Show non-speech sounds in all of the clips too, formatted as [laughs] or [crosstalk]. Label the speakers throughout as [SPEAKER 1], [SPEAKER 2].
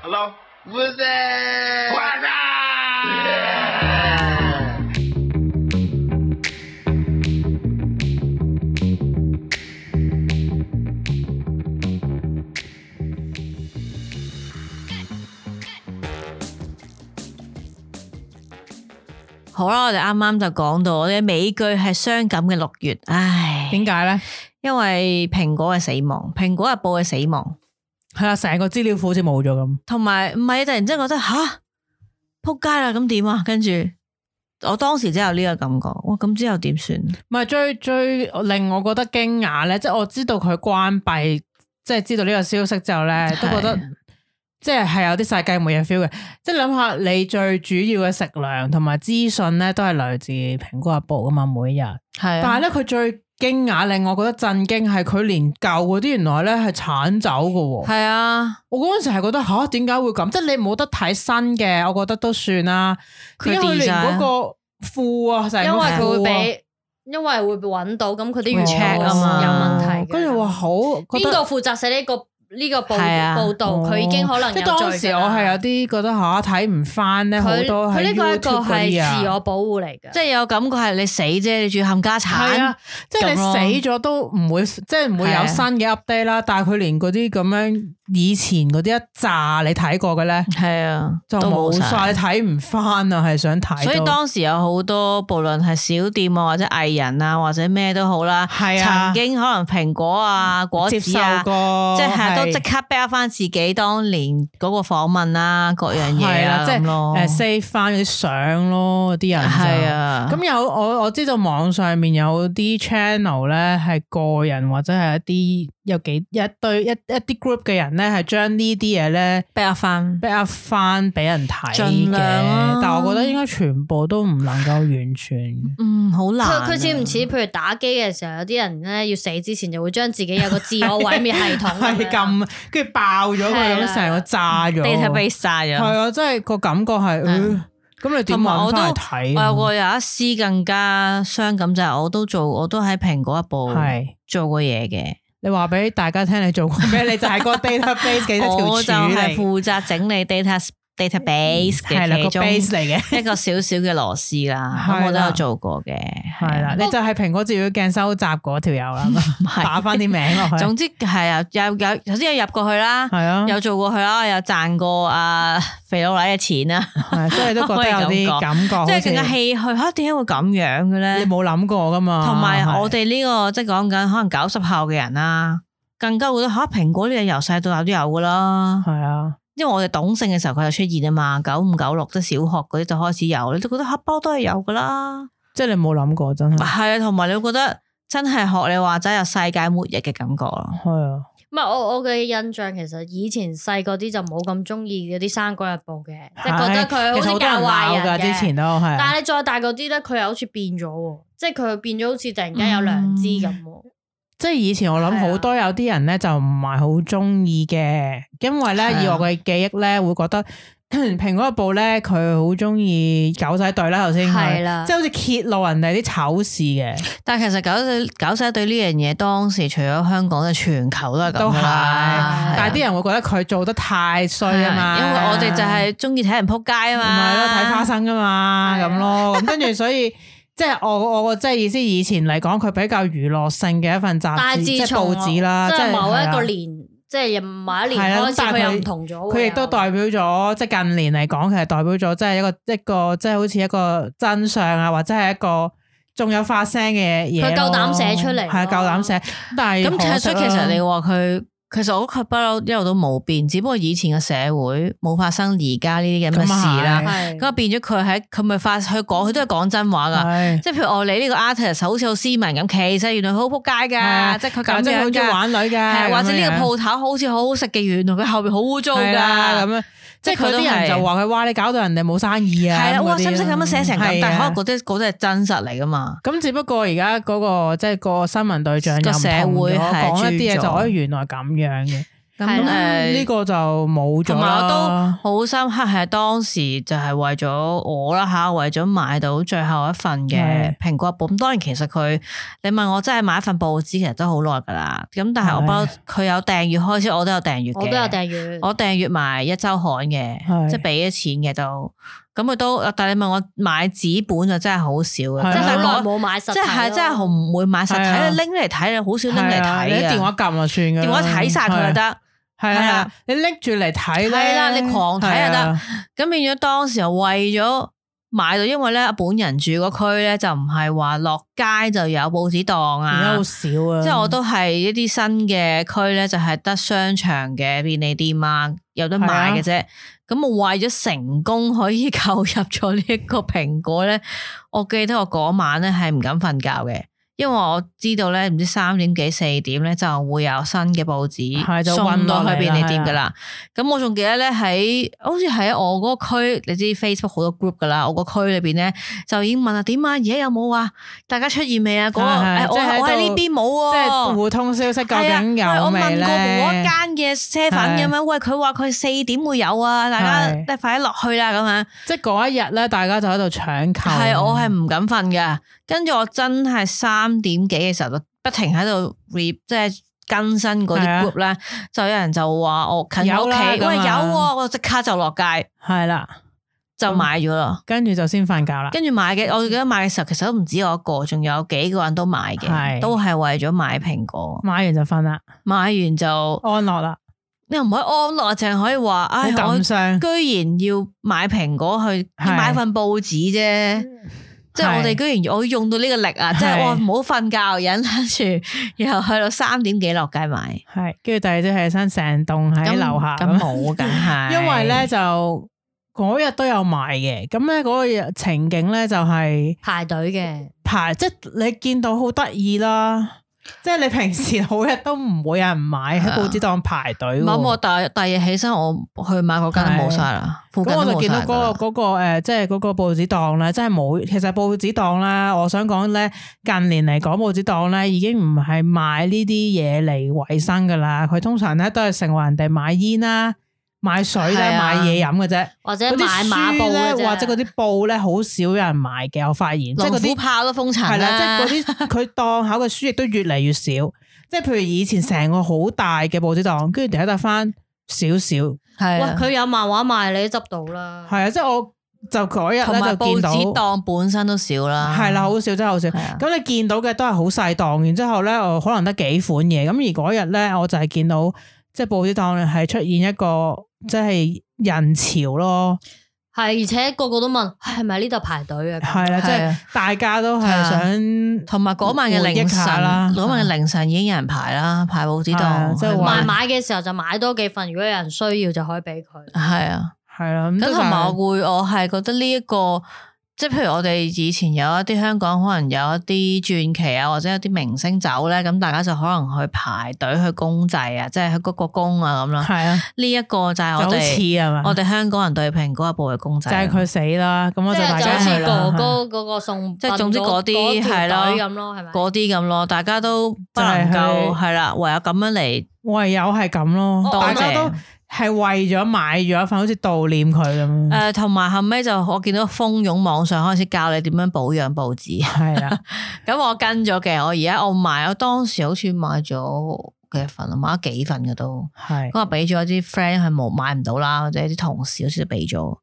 [SPEAKER 1] Hello?
[SPEAKER 2] What's that?
[SPEAKER 1] What's up?
[SPEAKER 3] 好啦，我哋啱啱就講到我哋嘅美句係傷感嘅六月，唉，
[SPEAKER 4] 點解咧？
[SPEAKER 3] 因為蘋果嘅死亡，蘋果日報嘅死亡，
[SPEAKER 4] 係啦，成個資料庫好似冇咗咁。
[SPEAKER 3] 同埋唔係突然之間覺得吓扑街啦，咁點啊？跟住我當時真有呢個感覺，哇！咁之後點算？
[SPEAKER 4] 唔係最最令我覺得驚訝咧，即係我知道佢關閉，即係知道呢個消息之後咧，都覺得
[SPEAKER 3] 係
[SPEAKER 4] 即係係有啲世界末日 feel 嘅。即係諗下你最主要嘅食糧同埋資訊咧，都係來自《蘋果日報》噶嘛，每日。
[SPEAKER 3] 係
[SPEAKER 4] 但係啊咧，佢最驚訝令我覺得震驚係佢連舊嗰啲原來咧係剷走嘅喎。
[SPEAKER 3] 係啊，
[SPEAKER 4] 我嗰陣時係覺得吓，點解會咁？即係你冇得睇新嘅，我覺得都算啦。
[SPEAKER 3] 佢
[SPEAKER 4] 點解佢
[SPEAKER 3] delete
[SPEAKER 4] 連
[SPEAKER 3] 晒
[SPEAKER 4] 嗰個褲啊，成個
[SPEAKER 2] 因為佢會
[SPEAKER 4] 褲啊
[SPEAKER 2] 俾，因為會揾到，咁佢啲
[SPEAKER 4] 哦
[SPEAKER 2] 原
[SPEAKER 3] check 啊嘛
[SPEAKER 2] 有問題嘅。
[SPEAKER 4] 跟住話好，覺
[SPEAKER 2] 邊個
[SPEAKER 4] 得
[SPEAKER 2] 負責寫呢個呢個報
[SPEAKER 3] 係啊
[SPEAKER 2] 報導？佢已經可能
[SPEAKER 4] 哦即係
[SPEAKER 2] 啊有罪
[SPEAKER 4] 當時
[SPEAKER 2] 㗎
[SPEAKER 4] 我
[SPEAKER 2] 啦
[SPEAKER 4] 係有啲覺得吓睇唔翻咧，好
[SPEAKER 2] 佢
[SPEAKER 4] 多
[SPEAKER 2] 佢
[SPEAKER 4] 係
[SPEAKER 2] 呢個係一個
[SPEAKER 4] YouTube 嗰啲
[SPEAKER 2] 係自
[SPEAKER 4] 啊
[SPEAKER 2] 我。保護嚟嘅，
[SPEAKER 3] 即係有感覺係你死啫，你仲要冚家
[SPEAKER 4] 係
[SPEAKER 3] 產
[SPEAKER 4] 啊，，即係
[SPEAKER 3] 咁咯
[SPEAKER 4] 你死咗都唔會，即係唔會
[SPEAKER 3] 係
[SPEAKER 4] 有
[SPEAKER 3] 啊
[SPEAKER 4] 新嘅 update 啦。但係佢連嗰啲咁樣以前嗰啲一炸你睇過嘅咧，
[SPEAKER 3] 係啊，
[SPEAKER 4] 就
[SPEAKER 3] 都
[SPEAKER 4] 冇晒，你。睇唔翻啊，係想睇到。
[SPEAKER 3] 所以當時有好多，無論係小店啊，或者藝人啊，或者咩都好啦，
[SPEAKER 4] 係啊
[SPEAKER 3] 曾經可能蘋果啊、果
[SPEAKER 4] 接
[SPEAKER 3] 子
[SPEAKER 4] 受
[SPEAKER 3] 啊。
[SPEAKER 4] 過，
[SPEAKER 3] 即係都即刻 back 翻自己當年嗰個訪問啦，各樣嘢
[SPEAKER 4] 係
[SPEAKER 3] 啦，
[SPEAKER 4] 啦，即係
[SPEAKER 3] 咁咯，
[SPEAKER 4] 誒 save 翻嗰啲相咯，啲人就
[SPEAKER 3] 係。啊，
[SPEAKER 4] 咁有我我知道網上面有啲 channel 咧係個人或者係一啲有幾一堆一一啲 group 嘅人咧係將呢啲嘢咧
[SPEAKER 3] back 翻
[SPEAKER 4] back up 翻俾人睇
[SPEAKER 3] 盡
[SPEAKER 4] 嘅，
[SPEAKER 3] 量啊
[SPEAKER 4] 但我覺得應該全部都唔能夠完全。
[SPEAKER 3] 嗯，好難
[SPEAKER 2] 佢
[SPEAKER 3] 啊。
[SPEAKER 2] 佢似唔似？譬如打機嘅時候，有啲人咧要死之前就會將自己有個自我毀滅系統
[SPEAKER 4] [laughs] 係
[SPEAKER 2] 咁樣啊
[SPEAKER 4] 咁，跟住爆咗佢
[SPEAKER 2] 係啦
[SPEAKER 4] 咁，成個炸咗。
[SPEAKER 3] 地 a 被晒
[SPEAKER 4] 啊係
[SPEAKER 3] 咗？
[SPEAKER 4] 啊，真係個感覺係，
[SPEAKER 3] 嗯
[SPEAKER 4] 呃咁你點
[SPEAKER 3] 同埋
[SPEAKER 4] 揾
[SPEAKER 3] 我都
[SPEAKER 4] 翻嚟睇
[SPEAKER 3] 我
[SPEAKER 4] 啊？
[SPEAKER 3] 有個有一絲更加傷感就係我都做，我都喺蘋果日報
[SPEAKER 4] 係
[SPEAKER 3] 做過嘢嘅。
[SPEAKER 4] 你話俾大家聽，你做過咩？你就係
[SPEAKER 3] [laughs]
[SPEAKER 4] 個 database 嘅一條
[SPEAKER 3] 我
[SPEAKER 4] 柱
[SPEAKER 3] 就係
[SPEAKER 4] 嚟，
[SPEAKER 3] 負責整理 data database
[SPEAKER 4] 係啦個
[SPEAKER 3] 嘅其中
[SPEAKER 4] base 嚟嘅。
[SPEAKER 3] [laughs] 一個小小嘅螺絲啦，
[SPEAKER 4] 係啦
[SPEAKER 3] 咁我都有做過嘅，啊
[SPEAKER 4] 系啦，你就係蘋果照妖鏡收集嗰條友
[SPEAKER 3] [laughs]
[SPEAKER 4] 啦，啊
[SPEAKER 3] 係
[SPEAKER 4] 打翻啲名落去。
[SPEAKER 3] 總之係啊，有有頭先有入過去啦，
[SPEAKER 4] 係啊，
[SPEAKER 3] 有做過佢啦，有賺過
[SPEAKER 4] [laughs]
[SPEAKER 3] 啊肥佬奶嘅錢啦，
[SPEAKER 4] 係啊所以
[SPEAKER 3] [laughs]
[SPEAKER 4] 都覺得有啲感覺啊好
[SPEAKER 3] 即
[SPEAKER 4] 似，
[SPEAKER 3] 係更加唏噓吓，啊點解會咁樣嘅
[SPEAKER 4] 你
[SPEAKER 3] 咧？
[SPEAKER 4] 冇諗過噶嘛？
[SPEAKER 3] 同埋我
[SPEAKER 4] 係
[SPEAKER 3] 哋呢個即係講緊可能九十後嘅人啦，更加會覺得吓蘋果呢嘢由細到大都有噶啦，
[SPEAKER 4] 係啊，
[SPEAKER 3] 因為我哋懂性嘅時候佢就出現啊嘛，九五九六即係小學嗰啲就開始有，你都覺得黑包都係有噶啦，
[SPEAKER 4] 即係你冇諗過真係，
[SPEAKER 3] 係啊，同埋你會覺得真係學你話齋有世界末日嘅感覺咯，
[SPEAKER 4] 係啊，
[SPEAKER 2] 唔係我我嘅印象，其實以前細嗰啲就冇咁中意嗰啲《生果日報》嘅，即係覺得佢
[SPEAKER 4] 係
[SPEAKER 2] 好
[SPEAKER 4] 其實
[SPEAKER 2] 似
[SPEAKER 4] 好多
[SPEAKER 2] 教
[SPEAKER 4] 人
[SPEAKER 2] 壞
[SPEAKER 4] 鬧
[SPEAKER 2] 人
[SPEAKER 4] 㗎，
[SPEAKER 2] 嘅
[SPEAKER 4] 之前都係
[SPEAKER 2] 但
[SPEAKER 4] 啊。
[SPEAKER 2] 係你再大嗰啲咧，佢又好似變咗喎，即係佢變咗好似突然間有良知咁喎。
[SPEAKER 4] 即係以前我諗好多有啲人咧就唔係好中意嘅，因為
[SPEAKER 3] 係
[SPEAKER 4] 咧
[SPEAKER 3] 啊
[SPEAKER 4] 以我嘅記憶咧會覺得 [clears throat] 蘋果日報咧佢好中意狗仔隊啦，頭先佢
[SPEAKER 2] 係啦
[SPEAKER 4] 即係好似揭露人哋啲醜事嘅，
[SPEAKER 3] 但係其實搞細搞細對呢樣嘢，當時除咗香港嘅全球都係咁
[SPEAKER 4] 都
[SPEAKER 3] 㗎
[SPEAKER 4] 係，
[SPEAKER 3] 啦，
[SPEAKER 4] 但係啲人會覺得佢做得太衰啊嘛，
[SPEAKER 3] 因為我哋就係中意睇人扑街啊
[SPEAKER 4] 唔
[SPEAKER 3] 嘛，
[SPEAKER 4] 係咯睇花生啊嘛
[SPEAKER 2] 係啊
[SPEAKER 4] 咁咯，咁跟住所以。即係我我即係意思，以前嚟講佢比較娛樂性嘅一份嗯雜
[SPEAKER 2] 但
[SPEAKER 4] 誌，
[SPEAKER 2] 係
[SPEAKER 4] 即
[SPEAKER 2] 自
[SPEAKER 4] 係
[SPEAKER 2] 從
[SPEAKER 4] 報紙啦，
[SPEAKER 2] 即係某
[SPEAKER 4] 係
[SPEAKER 2] 一
[SPEAKER 4] 啊
[SPEAKER 2] 個年，即係某一
[SPEAKER 4] 係
[SPEAKER 2] 年
[SPEAKER 4] 啦
[SPEAKER 2] 開
[SPEAKER 4] 但
[SPEAKER 2] 始，
[SPEAKER 4] 係
[SPEAKER 2] 佢又
[SPEAKER 4] 佢
[SPEAKER 2] 唔同
[SPEAKER 3] 啊
[SPEAKER 2] 咗喎。
[SPEAKER 4] 佢亦都代表咗，即係近年嚟講，其實代表咗即係一個一個即係好似一個真相啊，或者係一個仲有發聲嘅嘢咯。
[SPEAKER 2] 佢夠膽寫出嚟咯
[SPEAKER 4] 係啊夠膽寫。但係
[SPEAKER 3] 咁其實所以
[SPEAKER 4] 可
[SPEAKER 3] 其
[SPEAKER 4] 惜啦啊
[SPEAKER 3] 實你話佢，其實我覺得佢不嬲一路都冇變，只不過以前嘅社會冇發生而家呢啲咁嘅
[SPEAKER 4] 咁啊係
[SPEAKER 3] 事啦。
[SPEAKER 2] 係
[SPEAKER 3] 咁啊變咗佢喺佢咪發佢講，佢都係講真話噶。
[SPEAKER 4] 係
[SPEAKER 3] 即係譬如我你呢個 artist 好似好斯文咁，其實原來佢好仆街㗎，即係佢
[SPEAKER 4] 或
[SPEAKER 3] 咁
[SPEAKER 4] 者
[SPEAKER 3] 樣
[SPEAKER 4] 好中意
[SPEAKER 3] 㗎。
[SPEAKER 4] 玩女
[SPEAKER 3] 係啊
[SPEAKER 4] 嘅，
[SPEAKER 3] 或者呢個
[SPEAKER 4] 鋪
[SPEAKER 3] 鋪頭好似好好食嘅，原來佢後邊好污糟㗎。
[SPEAKER 4] 啦咁樣，即係
[SPEAKER 3] 即係佢
[SPEAKER 4] 佢
[SPEAKER 3] 都
[SPEAKER 4] 啲人
[SPEAKER 3] 係
[SPEAKER 4] 就話佢哇，你搞到人哋冇生意啊！
[SPEAKER 3] 係啦，
[SPEAKER 4] 咁
[SPEAKER 3] 哇，
[SPEAKER 4] 嗰啲
[SPEAKER 3] 使唔使咁樣寫成咁？
[SPEAKER 4] 係
[SPEAKER 3] 但係可
[SPEAKER 4] 啊
[SPEAKER 3] 能嗰啲嗰啲係真實嚟㗎嘛。
[SPEAKER 4] 咁只不過而家嗰個即係個新聞對象又唔
[SPEAKER 3] 個社
[SPEAKER 4] 同
[SPEAKER 3] 會
[SPEAKER 4] 咗，
[SPEAKER 3] 係
[SPEAKER 4] 講一啲嘢哎
[SPEAKER 3] 轉咗
[SPEAKER 4] 就可以原來咁樣嘅。
[SPEAKER 3] 咁
[SPEAKER 2] 係啦
[SPEAKER 3] 诶，
[SPEAKER 4] 呢個就冇咗
[SPEAKER 3] 同埋我
[SPEAKER 4] 啦。
[SPEAKER 3] 都好深刻，係當時就係為咗我啦吓，為咗買到最後一份嘅
[SPEAKER 4] 係
[SPEAKER 3] 蘋果報。咁當然其實佢，你問我真係買一份報紙，其實都好耐噶啦。咁但係我
[SPEAKER 4] 係
[SPEAKER 3] 不嬲佢有訂閱開始，我都有訂閱嘅。
[SPEAKER 2] 我都有訂閱，
[SPEAKER 3] 我訂閱埋一周刊嘅，
[SPEAKER 4] 係
[SPEAKER 3] 即係俾咗錢嘅都。咁佢都，但係你問我買紙本就真係好少嘅，
[SPEAKER 4] 係
[SPEAKER 2] 即
[SPEAKER 4] 啊
[SPEAKER 2] 係
[SPEAKER 4] 但
[SPEAKER 2] 好
[SPEAKER 4] 係
[SPEAKER 2] 耐
[SPEAKER 3] 我
[SPEAKER 2] 冇買實
[SPEAKER 3] 即
[SPEAKER 2] 體
[SPEAKER 3] 係真係唔會買實
[SPEAKER 4] 係啊
[SPEAKER 3] 體，你拎嚟睇你好少拎嚟
[SPEAKER 4] 係啊，
[SPEAKER 3] 睇
[SPEAKER 4] 你喺電話撳就算嘅。
[SPEAKER 3] 電話睇晒佢就得。
[SPEAKER 4] 係啊。
[SPEAKER 3] 係
[SPEAKER 4] 係
[SPEAKER 3] 啊
[SPEAKER 4] 啊，你拎住嚟睇咧。
[SPEAKER 3] 係啦你狂睇就得
[SPEAKER 4] 係啊。
[SPEAKER 3] 咁變咗當時我為咗買到，因為咧本人住個區咧就唔係話落街就有報紙檔
[SPEAKER 4] 而家
[SPEAKER 3] 啊
[SPEAKER 4] 好。少啊。
[SPEAKER 3] 即係我都係一啲新嘅區咧，就係得商場嘅便利店啊，有得買嘅啫。咁我為咗成功可以購入咗呢一個蘋果咧，我記得我嗰晚咧係唔敢瞓覺嘅，因為我知道咧唔知三點幾四點咧就會有新嘅報
[SPEAKER 4] 係
[SPEAKER 3] 紙
[SPEAKER 4] 就
[SPEAKER 3] 送
[SPEAKER 4] 運
[SPEAKER 3] 到
[SPEAKER 4] 落嚟啦啊
[SPEAKER 3] 去便利店噶啦。咁我仲記得咧喺好似喺我嗰個區，你知 Facebook 好多 group 噶啦，我個區裏邊咧就已經問啊點啊，而家有冇啊？大家出現未啊？嗰、個
[SPEAKER 4] 係係
[SPEAKER 3] 誒我
[SPEAKER 4] 即係喺
[SPEAKER 3] 我喺呢
[SPEAKER 4] 度
[SPEAKER 3] 邊冇
[SPEAKER 4] 即係
[SPEAKER 3] 喎。
[SPEAKER 4] 互通消息究
[SPEAKER 3] 係啊
[SPEAKER 4] 竟有
[SPEAKER 3] 喂我
[SPEAKER 4] 未
[SPEAKER 3] 問
[SPEAKER 4] 咧？
[SPEAKER 3] 過嗰間嘅車粉咁樣，喂，佢話佢四點會有啊，大家
[SPEAKER 4] 係
[SPEAKER 3] 咧快啲落去啦咁樣。
[SPEAKER 4] 即係嗰一日咧，大家就喺度搶購。
[SPEAKER 3] 係我係唔敢瞓嘅，跟住我真係三點幾嘅時候就不停喺度 re 即係更新嗰啲
[SPEAKER 4] 係啊
[SPEAKER 3] group 咧，就有人就話我近我屋
[SPEAKER 4] 有啦
[SPEAKER 3] 企，
[SPEAKER 4] 咁啊
[SPEAKER 3] 喂有喎，我即刻就落街
[SPEAKER 4] 係啦，
[SPEAKER 3] 就
[SPEAKER 4] 嗯
[SPEAKER 3] 買咗啦。
[SPEAKER 4] 跟住就先瞓覺啦。
[SPEAKER 3] 跟住買嘅，我記得買嘅時候其實都唔止我一個，仲有幾個人都買嘅，
[SPEAKER 4] 係
[SPEAKER 3] 都係為咗買蘋果。
[SPEAKER 4] 買完就瞓啦，
[SPEAKER 3] 買完就
[SPEAKER 4] 安樂啦，
[SPEAKER 3] 你又唔可以安樂，淨係可以話，
[SPEAKER 4] 好
[SPEAKER 3] 唉，我
[SPEAKER 4] 感傷。
[SPEAKER 3] 居然要買蘋果去
[SPEAKER 4] 係嗯
[SPEAKER 3] 買份報紙啫，即係我
[SPEAKER 4] 係
[SPEAKER 3] 哋居然我要用到呢個力啊！即係
[SPEAKER 4] 係
[SPEAKER 3] 我唔好瞓覺，忍住，然後去到三點幾落街買，
[SPEAKER 4] 係，跟住第二朝起身，成棟喺
[SPEAKER 3] 咁
[SPEAKER 4] 樓下
[SPEAKER 3] 咁
[SPEAKER 4] 咁。
[SPEAKER 3] 冇梗
[SPEAKER 4] [laughs]
[SPEAKER 3] 係，
[SPEAKER 4] 因為咧就嗰日都有賣嘅，咁咧嗰個日情景咧就係
[SPEAKER 2] 排隊嘅，
[SPEAKER 4] 排，即係你見到好得意啦。即係你平時好日都唔會有人買喺報紙檔排隊喎。
[SPEAKER 3] 啊咁我第第二日起身，我去買嗰間都冇
[SPEAKER 4] 係
[SPEAKER 3] 晒啦，附近
[SPEAKER 4] 咁
[SPEAKER 3] 都
[SPEAKER 4] 我就
[SPEAKER 3] 冇
[SPEAKER 4] 見到
[SPEAKER 3] 晒
[SPEAKER 4] 嗰、
[SPEAKER 3] 㗎
[SPEAKER 4] 個嗰、個呃即係嗰個報紙檔咧，真係冇。其實報紙檔咧，我想講咧，近年嚟講報紙檔咧已經唔係賣呢啲嘢嚟維生噶啦，佢通常咧都係成為人哋買煙啦、買水啦、
[SPEAKER 3] 係啊
[SPEAKER 4] 買嘢飲嘅啫。
[SPEAKER 2] 或者
[SPEAKER 4] 嗰啲
[SPEAKER 2] 買馬報
[SPEAKER 4] 書
[SPEAKER 2] 嘅
[SPEAKER 4] 咧，
[SPEAKER 2] 啫
[SPEAKER 4] 或者嗰啲布咧，好少有人買嘅。我發現，即係
[SPEAKER 3] 龍
[SPEAKER 4] 嗰
[SPEAKER 3] 虎
[SPEAKER 4] 啲
[SPEAKER 3] 豹都封塵
[SPEAKER 4] 係啦，
[SPEAKER 3] 啦，
[SPEAKER 4] 即係
[SPEAKER 3] [laughs]
[SPEAKER 4] 嗰啲佢檔口嘅書亦都越嚟越少。即係譬如以前成個好大嘅報紙檔，跟住而家得翻少少。
[SPEAKER 3] 係
[SPEAKER 2] 喂
[SPEAKER 3] 啊，
[SPEAKER 2] 佢有漫畫賣，你都執到啦。
[SPEAKER 4] 係啊，即係我就嗰日
[SPEAKER 3] 同埋
[SPEAKER 4] 咧就
[SPEAKER 3] 報
[SPEAKER 4] 見到
[SPEAKER 3] 紙檔啊本身都少啦，
[SPEAKER 4] 係啦，好少真係好少。
[SPEAKER 3] 係啊
[SPEAKER 4] 咁你見到嘅都係好細檔，然之後咧，我可能得幾款嘢。咁而嗰日咧，我就係見到即係報紙檔係出現一個即係人潮咯，
[SPEAKER 2] 係，而且個個都問係咪呢度排隊啊？
[SPEAKER 4] 係啦，即
[SPEAKER 3] 係啊
[SPEAKER 4] 係大家都係想
[SPEAKER 3] 同埋嗰晚嘅
[SPEAKER 4] 回
[SPEAKER 3] 凌
[SPEAKER 4] 憶
[SPEAKER 3] 晨，
[SPEAKER 4] 下啦
[SPEAKER 3] 嗰晚嘅凌晨已經有人排啦，排報紙
[SPEAKER 4] 係啊
[SPEAKER 3] 檔，
[SPEAKER 4] 即係話
[SPEAKER 2] 賣買嘅時候就買多幾份，如果有人需要就可以俾佢。
[SPEAKER 3] 係啊。
[SPEAKER 4] 係啦。咁
[SPEAKER 3] 咁
[SPEAKER 4] 都
[SPEAKER 3] 同
[SPEAKER 4] 係
[SPEAKER 3] 埋我會，我係覺得呢、一個，即係譬如我哋以前有一啲香港可能有一啲傳奇啊，或者有啲明星走咧，咁大家就可能去排隊去公祭啊，即係去嗰個公啊
[SPEAKER 4] [laughs]
[SPEAKER 3] 咁啦。
[SPEAKER 4] 係啊，
[SPEAKER 3] 呢一個就係
[SPEAKER 4] 就
[SPEAKER 3] 我
[SPEAKER 4] 好似
[SPEAKER 3] 哋
[SPEAKER 4] 係嘛，
[SPEAKER 3] 我哋香港人對蘋果日報嘅公
[SPEAKER 4] 就
[SPEAKER 3] 仔啦，
[SPEAKER 4] 係佢死啦，咁我
[SPEAKER 2] 即
[SPEAKER 4] 就大
[SPEAKER 2] 係就好
[SPEAKER 4] 家
[SPEAKER 2] 似
[SPEAKER 4] 去啦。係
[SPEAKER 2] 哥哥嗰個送殯嗰，
[SPEAKER 3] [laughs] 即係總之嗰啲
[SPEAKER 2] 嗰條
[SPEAKER 3] 係咯
[SPEAKER 2] 隊咁咯，係咪？
[SPEAKER 3] 嗰啲咁咯，大家都不能
[SPEAKER 4] 就係
[SPEAKER 3] 夠
[SPEAKER 4] 去
[SPEAKER 3] 係啦，唯有咁樣嚟
[SPEAKER 4] 唯有係咁咯，
[SPEAKER 2] 多
[SPEAKER 4] 大家
[SPEAKER 3] 哦謝
[SPEAKER 4] 都係為咗買咗一份，好似悼念佢咁樣。
[SPEAKER 3] 誒，同埋後尾就我見到蜂擁網上開始教你點樣保養報紙， [laughs]
[SPEAKER 4] 係啦，
[SPEAKER 3] 咁我跟咗嘅。我而家我買，我當時好似買咗幾份，買咗幾份嘅都。
[SPEAKER 4] 係
[SPEAKER 3] 咁我俾咗啲 friend 係冇買唔到啦，或者啲同事好似都俾咗。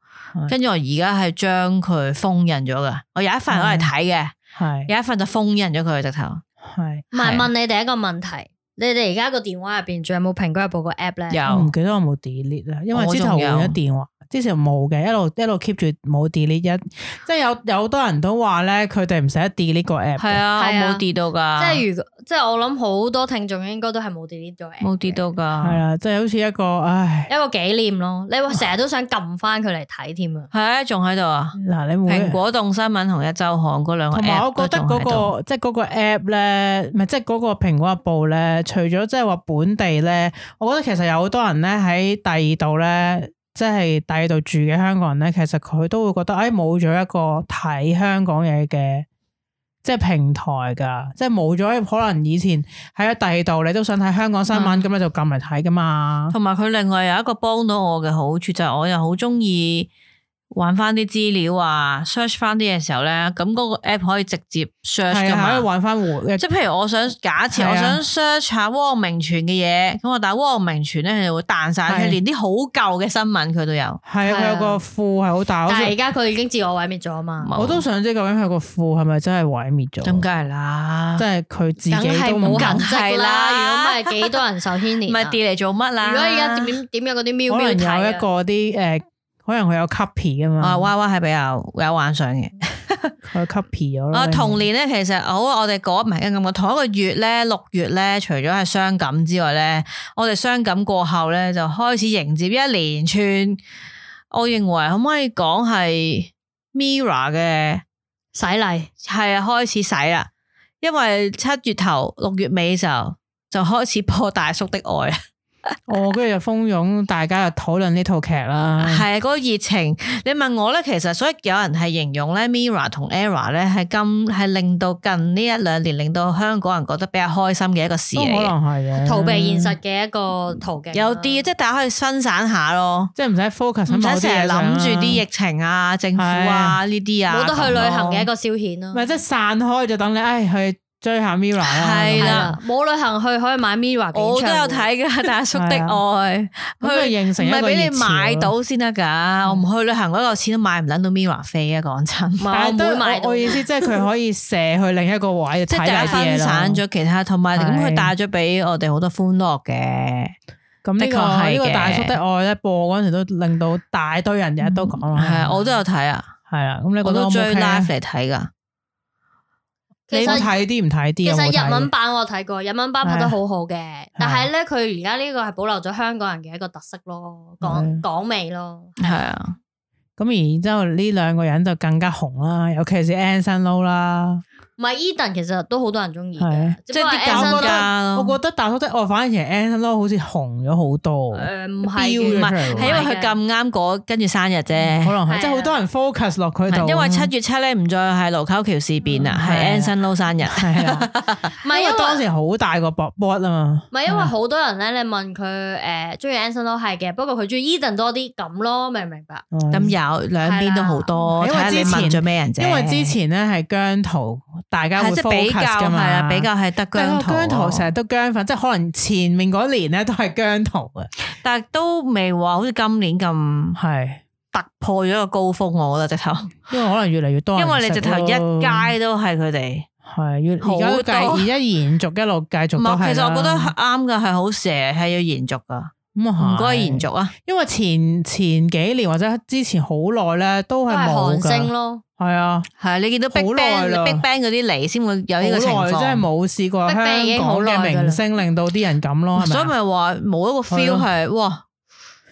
[SPEAKER 4] 係
[SPEAKER 3] 跟住我而家係將佢封印咗嘅，我有一份
[SPEAKER 4] 嗯
[SPEAKER 3] 攞嚟睇嘅，
[SPEAKER 4] 係
[SPEAKER 3] 有一份就封印咗佢直頭。
[SPEAKER 4] 嗯係。
[SPEAKER 2] 唔
[SPEAKER 3] 係
[SPEAKER 2] 係
[SPEAKER 3] 啊
[SPEAKER 2] 問你哋一個問題，你哋而家個電話入邊仲有冇蘋果日報個 app 咧？
[SPEAKER 4] 我唔
[SPEAKER 3] 有
[SPEAKER 4] 記得我冇 delete 啦，因為
[SPEAKER 3] 我
[SPEAKER 4] 之
[SPEAKER 3] 仲
[SPEAKER 4] 頭換
[SPEAKER 3] 有
[SPEAKER 4] 咗電話，之前冇嘅，一路一路 keep 住冇 delete 一，即係有有好多人都話咧，佢哋唔捨得 delete 個 app，
[SPEAKER 3] 係啊，我
[SPEAKER 2] 係啊
[SPEAKER 3] 冇跌到噶，
[SPEAKER 2] 即係如果即係我諗好多聽眾應該都係冇 delete 咗 app，
[SPEAKER 3] 冇跌到
[SPEAKER 4] 係啊
[SPEAKER 3] 噶，
[SPEAKER 4] 啦，即係好似一個唉
[SPEAKER 2] 一個紀念咯。你話成日都想撳翻佢嚟睇添啊！
[SPEAKER 3] 係啊，仲喺度啊。
[SPEAKER 4] 嗱，你每
[SPEAKER 3] 蘋果動新聞同一周刊嗰兩個
[SPEAKER 4] 同埋我
[SPEAKER 3] app
[SPEAKER 4] 覺
[SPEAKER 3] 都
[SPEAKER 4] 得
[SPEAKER 3] 仲
[SPEAKER 4] 嗰、
[SPEAKER 3] 喺度。
[SPEAKER 4] 個即係嗰個 app 咧，唔係即係嗰個蘋果日報咧，除咗即係話本地咧，我覺得其實有好多人咧喺第二度咧，即係第二度住哎嘅香港人咧，其實佢都會覺得誒冇咗一個睇香港嘢嘅即係平台㗎，即係冇咗可能以前喺第二度你都想睇香港新聞，咁、你就撳嚟睇㗎嘛。
[SPEAKER 3] 同埋佢另外有一個幫到我嘅好處就係我又好中意揾翻啲資料啊，search 翻啲嘢嘅時候咧，咁嗰個 app 可以直接 search
[SPEAKER 4] 係
[SPEAKER 3] 噶
[SPEAKER 4] 啊，可以
[SPEAKER 3] 嘛。
[SPEAKER 4] 揾翻回，
[SPEAKER 3] 即係譬如我想假設
[SPEAKER 4] 係啊
[SPEAKER 3] 我想 search 下汪明荃嘅嘢，咁我打汪明荃咧，佢就會彈晒，
[SPEAKER 4] 係
[SPEAKER 3] 佢連啲好舊嘅新聞佢都有。
[SPEAKER 4] 係
[SPEAKER 2] 係
[SPEAKER 4] 啊
[SPEAKER 2] 啊
[SPEAKER 4] 佢有個庫係好大，我
[SPEAKER 2] 但
[SPEAKER 4] 想
[SPEAKER 2] 係而家佢已經自我毀滅咗啊嘛，
[SPEAKER 4] 我都想知究竟佢個庫係咪真係毀滅咗？
[SPEAKER 3] 咁梗係啦
[SPEAKER 4] 即，係佢自己
[SPEAKER 2] 梗係
[SPEAKER 4] 都
[SPEAKER 2] 冇
[SPEAKER 4] 冇
[SPEAKER 2] 痕
[SPEAKER 3] 啊梗係
[SPEAKER 2] 跡啦。
[SPEAKER 3] 啦
[SPEAKER 2] 如果唔係幾多人受牽連
[SPEAKER 3] [laughs] 唔
[SPEAKER 2] 啊？
[SPEAKER 3] 係跌嚟做乜啦？
[SPEAKER 2] 如果而家點點有嗰啲喵
[SPEAKER 4] 可
[SPEAKER 2] 喵
[SPEAKER 4] 能
[SPEAKER 2] 睇
[SPEAKER 4] 有一
[SPEAKER 2] 啊
[SPEAKER 4] 個啲誒，可能佢有 copy 㗎嘛，
[SPEAKER 3] 啊，Y Y 係比較有幻想嘅。
[SPEAKER 4] 佢 copy 咗啦。
[SPEAKER 3] 啊，同年咧，其實好，我哋嗰唔係咁講，同一個月咧，六月咧，除咗係傷感之外咧，我哋傷感過後咧，就開始迎接一連串，我認為可唔可以講係 Mirror 嘅
[SPEAKER 2] 洗禮，
[SPEAKER 3] 係啊，開始洗啦，因為七月頭六月尾嘅時候就開始播大叔的愛啦，
[SPEAKER 4] 哦，跟住就蜂擁大家就討論呢套劇啦。
[SPEAKER 3] 係啊，嗰個熱情。你問我咧，其實所以有人係形容咧 Mirror 同 Era 咧係今係令到近呢一兩年令到香港人覺得比較開心嘅一個事
[SPEAKER 4] 都
[SPEAKER 3] 嚟
[SPEAKER 4] 可
[SPEAKER 3] 嘅。
[SPEAKER 4] 能係嘅，
[SPEAKER 2] 逃避現實嘅一個途徑。啊
[SPEAKER 3] 有啲即係大家可以分散下咯，
[SPEAKER 4] 即係唔使 focus 喺
[SPEAKER 3] 唔
[SPEAKER 4] 某
[SPEAKER 3] 使
[SPEAKER 4] 啲嘢
[SPEAKER 3] 成日
[SPEAKER 4] 上啦
[SPEAKER 3] 諗住啲疫情啊、政府啊呢啲啊，
[SPEAKER 2] 冇得去旅行嘅
[SPEAKER 3] 個
[SPEAKER 2] 一個消遣咯。
[SPEAKER 4] 咪即係散開就等你，唉，去追下 Mira 啦。
[SPEAKER 3] 係
[SPEAKER 2] 係
[SPEAKER 3] 啦
[SPEAKER 2] 啦，冇旅行去可以買 Mirror 嘅
[SPEAKER 3] 我都
[SPEAKER 2] 演唱會
[SPEAKER 3] 有睇噶，大叔的愛，
[SPEAKER 4] 咁佢
[SPEAKER 3] 佢
[SPEAKER 4] 形成
[SPEAKER 3] 唔
[SPEAKER 4] 一個
[SPEAKER 3] 係俾
[SPEAKER 4] 熱
[SPEAKER 3] 你
[SPEAKER 4] 潮啊
[SPEAKER 3] 買
[SPEAKER 4] 咯，
[SPEAKER 3] 到先得㗎，我唔去旅行嗰嚿錢都買唔撚到 Mirror 飛啊！講真，
[SPEAKER 2] 唔係
[SPEAKER 4] 但
[SPEAKER 2] 我
[SPEAKER 4] 係
[SPEAKER 2] 唔
[SPEAKER 4] 都
[SPEAKER 2] 會買
[SPEAKER 4] 我
[SPEAKER 2] 到
[SPEAKER 4] 我。意思即係佢可以射去另一個位
[SPEAKER 3] 即
[SPEAKER 4] 睇
[SPEAKER 3] 係
[SPEAKER 4] 下
[SPEAKER 3] 大家
[SPEAKER 4] 啲嘢
[SPEAKER 3] 分
[SPEAKER 4] 咯
[SPEAKER 3] 散。咗其他，同埋咁
[SPEAKER 4] 係
[SPEAKER 3] 佢帶咗俾我哋好多歡樂嘅，
[SPEAKER 4] 咁呢
[SPEAKER 3] 的確
[SPEAKER 4] 個
[SPEAKER 3] 係
[SPEAKER 4] 呢個
[SPEAKER 3] 嘅
[SPEAKER 4] 大叔的愛咧播嗰陣時都令到大堆人日日都講啦。
[SPEAKER 3] 係啊我都有睇啊，
[SPEAKER 4] 係啦，咁你覺
[SPEAKER 3] 我
[SPEAKER 4] 得
[SPEAKER 3] 都
[SPEAKER 4] O 唔 O
[SPEAKER 3] 追
[SPEAKER 4] K 啊
[SPEAKER 3] live 嚟睇㗎。
[SPEAKER 2] 其
[SPEAKER 4] 你有冇
[SPEAKER 2] 實
[SPEAKER 4] 睇啲唔睇啲
[SPEAKER 2] 其
[SPEAKER 4] 有冇睇
[SPEAKER 2] 實
[SPEAKER 4] 啲
[SPEAKER 2] 日文版我睇過，日文版拍得好好嘅，但係咧佢而家呢個係保留咗香港人嘅一個特色咯，
[SPEAKER 4] 係
[SPEAKER 2] 港港味咯。
[SPEAKER 3] 係
[SPEAKER 4] 嗯
[SPEAKER 3] 啊，
[SPEAKER 4] 咁然之後呢兩個人就更加紅啦，尤其是 Anson Lo 啦。
[SPEAKER 2] 唔係 Eden 其實都好多人中意
[SPEAKER 4] 係啊
[SPEAKER 2] 嘅，
[SPEAKER 3] 即
[SPEAKER 2] 只
[SPEAKER 3] 係
[SPEAKER 2] 不過
[SPEAKER 3] 啲
[SPEAKER 4] 但我
[SPEAKER 3] 更
[SPEAKER 2] Anson
[SPEAKER 4] 覺
[SPEAKER 3] 加
[SPEAKER 4] 得
[SPEAKER 3] 咯
[SPEAKER 4] 我覺得大叔的愛反而係 Anson Lo 好似紅咗好多，
[SPEAKER 2] 誒呃唔
[SPEAKER 4] 標
[SPEAKER 2] 係
[SPEAKER 4] 咗出
[SPEAKER 2] 嘅
[SPEAKER 3] 唔係
[SPEAKER 4] 嚟
[SPEAKER 3] 係
[SPEAKER 4] 喎
[SPEAKER 3] 因為佢咁啱嗰跟住生日啫。
[SPEAKER 4] 可能
[SPEAKER 2] 係
[SPEAKER 4] 係
[SPEAKER 2] 啊
[SPEAKER 4] 即係好多人 focus 落佢度，啊
[SPEAKER 3] 因為七月七咧唔再係盧溝橋事變啦，係
[SPEAKER 4] 嗯係
[SPEAKER 3] Anson Lo 生日。
[SPEAKER 4] 係啦，
[SPEAKER 3] 啊
[SPEAKER 2] 唔
[SPEAKER 4] 因
[SPEAKER 2] 係因
[SPEAKER 4] 為 [laughs]
[SPEAKER 2] 為
[SPEAKER 4] 當時好大個博波啊嘛，
[SPEAKER 2] 唔係因為好多人咧，你問佢誒中意 Anson 都係嘅，不過佢中意 Eden 多啲咁咯，明唔明白？
[SPEAKER 4] 咁
[SPEAKER 3] 咁有兩邊都好多，
[SPEAKER 4] 係啦
[SPEAKER 3] 睇
[SPEAKER 4] 因為之
[SPEAKER 3] 下
[SPEAKER 4] 前
[SPEAKER 3] 你問咗咩人
[SPEAKER 4] 嗯
[SPEAKER 3] 啫。
[SPEAKER 4] 因為之前咧係姜濤，大家會
[SPEAKER 3] 係即係比較
[SPEAKER 4] focus 噶
[SPEAKER 3] 係
[SPEAKER 4] 嘛，
[SPEAKER 3] 啦，比較係得
[SPEAKER 4] 但
[SPEAKER 3] 姜
[SPEAKER 4] 係啊姜
[SPEAKER 3] 濤啊
[SPEAKER 4] 濤成日都姜粉，即係可能前面嗰年咧都係姜濤嘅，
[SPEAKER 3] 但係都未話好似今年咁
[SPEAKER 4] 係
[SPEAKER 3] 突破咗個高峰，我覺得直頭，
[SPEAKER 4] 因為可能越嚟越多人
[SPEAKER 3] 因
[SPEAKER 4] 食咯，
[SPEAKER 3] 為你直頭一街都係佢哋。
[SPEAKER 4] 係越
[SPEAKER 3] 好多
[SPEAKER 4] 而家都繼而家延續一路繼續都
[SPEAKER 3] 唔
[SPEAKER 4] 係啊啦
[SPEAKER 3] 係，其實我覺得係啱嘅，係好蛇，係要延續噶，
[SPEAKER 4] 咁啊
[SPEAKER 3] 唔
[SPEAKER 4] 係
[SPEAKER 3] 該延續啊。
[SPEAKER 4] 因為前前幾年或者之前好耐咧都
[SPEAKER 2] 都
[SPEAKER 4] 係
[SPEAKER 2] 係
[SPEAKER 4] 冇
[SPEAKER 2] 韓星
[SPEAKER 4] 㗎，
[SPEAKER 2] 咯
[SPEAKER 4] 係啊，
[SPEAKER 3] 係你見到 Big
[SPEAKER 4] 好耐啦
[SPEAKER 3] Bang、Big Bang 嗰啲嚟先會有呢個情
[SPEAKER 4] 好耐
[SPEAKER 3] 況。
[SPEAKER 4] 真係冇試過香
[SPEAKER 2] Big Bang 已經
[SPEAKER 4] 港
[SPEAKER 2] 好耐
[SPEAKER 4] 嘅
[SPEAKER 2] 㗎啦
[SPEAKER 4] 明星令到啲人咁咯，
[SPEAKER 3] 所
[SPEAKER 4] 係咪啊？
[SPEAKER 3] 以咪話冇一個 feel 係哇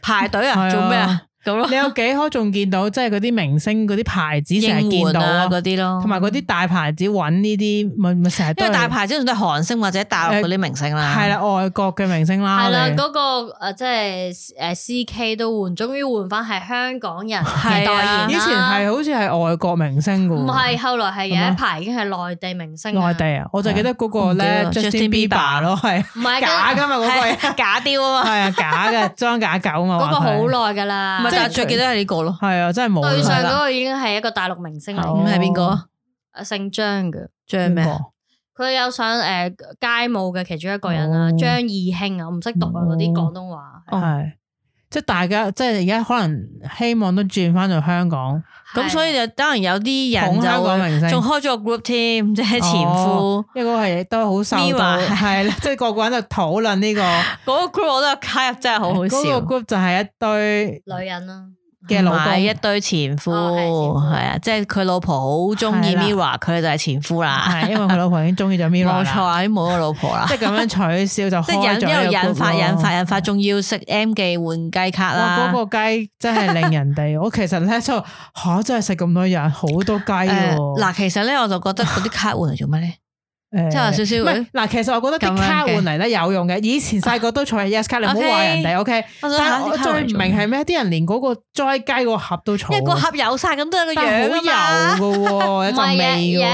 [SPEAKER 3] 排隊
[SPEAKER 4] 係啊
[SPEAKER 3] 啊，做咩啊咁咯
[SPEAKER 4] [laughs] 你，有幾可仲見到即係嗰啲明星嗰啲牌子成日
[SPEAKER 3] [laughs] 應
[SPEAKER 4] 見
[SPEAKER 3] 援
[SPEAKER 4] 到
[SPEAKER 3] 啊
[SPEAKER 4] 啊
[SPEAKER 3] 嗰啲咯，
[SPEAKER 4] 同埋嗰啲大牌子揾呢啲咪咪成日都
[SPEAKER 3] 因為
[SPEAKER 4] 係
[SPEAKER 3] 大牌子啊仲都係韓星或者大陸嗰啲明星啦，
[SPEAKER 4] 係啦，外國嘅明星啦，
[SPEAKER 2] 係啦，
[SPEAKER 4] 我哋
[SPEAKER 2] 嗰個誒即係誒呃 C K 都換，終於換翻係香港人
[SPEAKER 3] 係
[SPEAKER 2] 嘅代言
[SPEAKER 3] 啊
[SPEAKER 2] 啦
[SPEAKER 4] 以前係好似係外國明星噶，
[SPEAKER 2] 唔係後來係
[SPEAKER 4] 係
[SPEAKER 2] 有
[SPEAKER 4] 咩
[SPEAKER 2] 一排已經係內地明星啦
[SPEAKER 4] 內，地啊，我就記得嗰個咧
[SPEAKER 3] 嗯唔記得啊
[SPEAKER 4] Justin
[SPEAKER 3] Justin
[SPEAKER 4] Bieber
[SPEAKER 3] Bieber
[SPEAKER 4] 咯，係
[SPEAKER 2] 唔係
[SPEAKER 4] 假
[SPEAKER 2] 嗰
[SPEAKER 4] 噶嘛嗰個
[SPEAKER 3] 係假雕啊嘛，
[SPEAKER 4] 係啊，假嘅裝假狗嘛，
[SPEAKER 2] 嗰個
[SPEAKER 4] 話佢
[SPEAKER 2] 好耐噶啦
[SPEAKER 3] 唔
[SPEAKER 4] [laughs]
[SPEAKER 3] 係，
[SPEAKER 4] 即係
[SPEAKER 3] 但係最記得係呢個咯，
[SPEAKER 4] 係啊，真係冇啦
[SPEAKER 2] 對上嗰個已經係一個大陸明星
[SPEAKER 4] 好
[SPEAKER 2] 嚟
[SPEAKER 3] 咁係邊個？
[SPEAKER 2] 嘅，姓張嘅，
[SPEAKER 3] 張咩？
[SPEAKER 2] 佢有上誒街舞嘅其中一個人啦
[SPEAKER 4] 哦，
[SPEAKER 2] 張義興啊，我唔識讀啊嗰
[SPEAKER 3] 哦
[SPEAKER 2] 啲廣東話，
[SPEAKER 4] 係即係大家即係而家可能希望都轉翻到香港，
[SPEAKER 3] 咁所以就當然有啲人
[SPEAKER 4] 捧香港明星
[SPEAKER 3] 就仲開咗個 group 添，即係前夫
[SPEAKER 4] 哦因為嗰個係都好受到
[SPEAKER 3] Mirror
[SPEAKER 4] 係啦， [laughs] 即係個個人就討論呢個
[SPEAKER 3] 嗰個 group 我都有加入，真係好好
[SPEAKER 4] 嗰
[SPEAKER 3] 笑。
[SPEAKER 4] 個 group 就係一堆
[SPEAKER 2] 女人啦，
[SPEAKER 4] 嘅老公
[SPEAKER 3] 買一堆前夫，
[SPEAKER 2] 哦係前夫
[SPEAKER 3] 係啊，即係佢老婆好中
[SPEAKER 4] 係
[SPEAKER 3] 意
[SPEAKER 4] 啦
[SPEAKER 3] Mira，佢就係前夫啦，
[SPEAKER 4] 係因為佢老婆已經中意咗 Mirror 啦
[SPEAKER 3] 冇錯，啊，已經冇咗
[SPEAKER 4] [laughs]
[SPEAKER 3] 老婆啦
[SPEAKER 4] 即，係咁樣取笑就
[SPEAKER 3] [laughs] 即係
[SPEAKER 4] 開咗
[SPEAKER 3] 引一路
[SPEAKER 4] 呢個
[SPEAKER 3] 引
[SPEAKER 4] group
[SPEAKER 3] 發
[SPEAKER 4] 咯
[SPEAKER 3] 引發引發，仲要食 M 記換雞卡
[SPEAKER 4] 哇！
[SPEAKER 3] 啦。
[SPEAKER 4] 嗰個雞真係令人
[SPEAKER 3] [laughs]
[SPEAKER 4] 哋，我其實咧就吓真係食咁多人，好多雞
[SPEAKER 3] 誒
[SPEAKER 4] 喎。
[SPEAKER 3] 嗱，其實咧我就覺得嗰啲卡換嚟做乜咧？
[SPEAKER 4] 誒
[SPEAKER 3] 即係有少少
[SPEAKER 4] 唔係嗱，其實我覺得啲
[SPEAKER 3] 咁樣嘅
[SPEAKER 4] 卡換嚟咧有用嘅。以前細個都儲係 yes 卡，你唔好
[SPEAKER 3] OK
[SPEAKER 4] 話人哋 OK。
[SPEAKER 3] 我想
[SPEAKER 4] 但 [laughs]
[SPEAKER 3] 下
[SPEAKER 4] 係我最唔明係咩？啲人連嗰個災雞個盒都
[SPEAKER 3] 因
[SPEAKER 4] 儲，
[SPEAKER 3] 為個盒有晒，咁都有個
[SPEAKER 4] 但
[SPEAKER 3] 樣啊
[SPEAKER 4] 係
[SPEAKER 3] 嘛。啊
[SPEAKER 4] 好油嘅喎，有
[SPEAKER 2] 唔係
[SPEAKER 4] 陣味嘅
[SPEAKER 2] 嘅，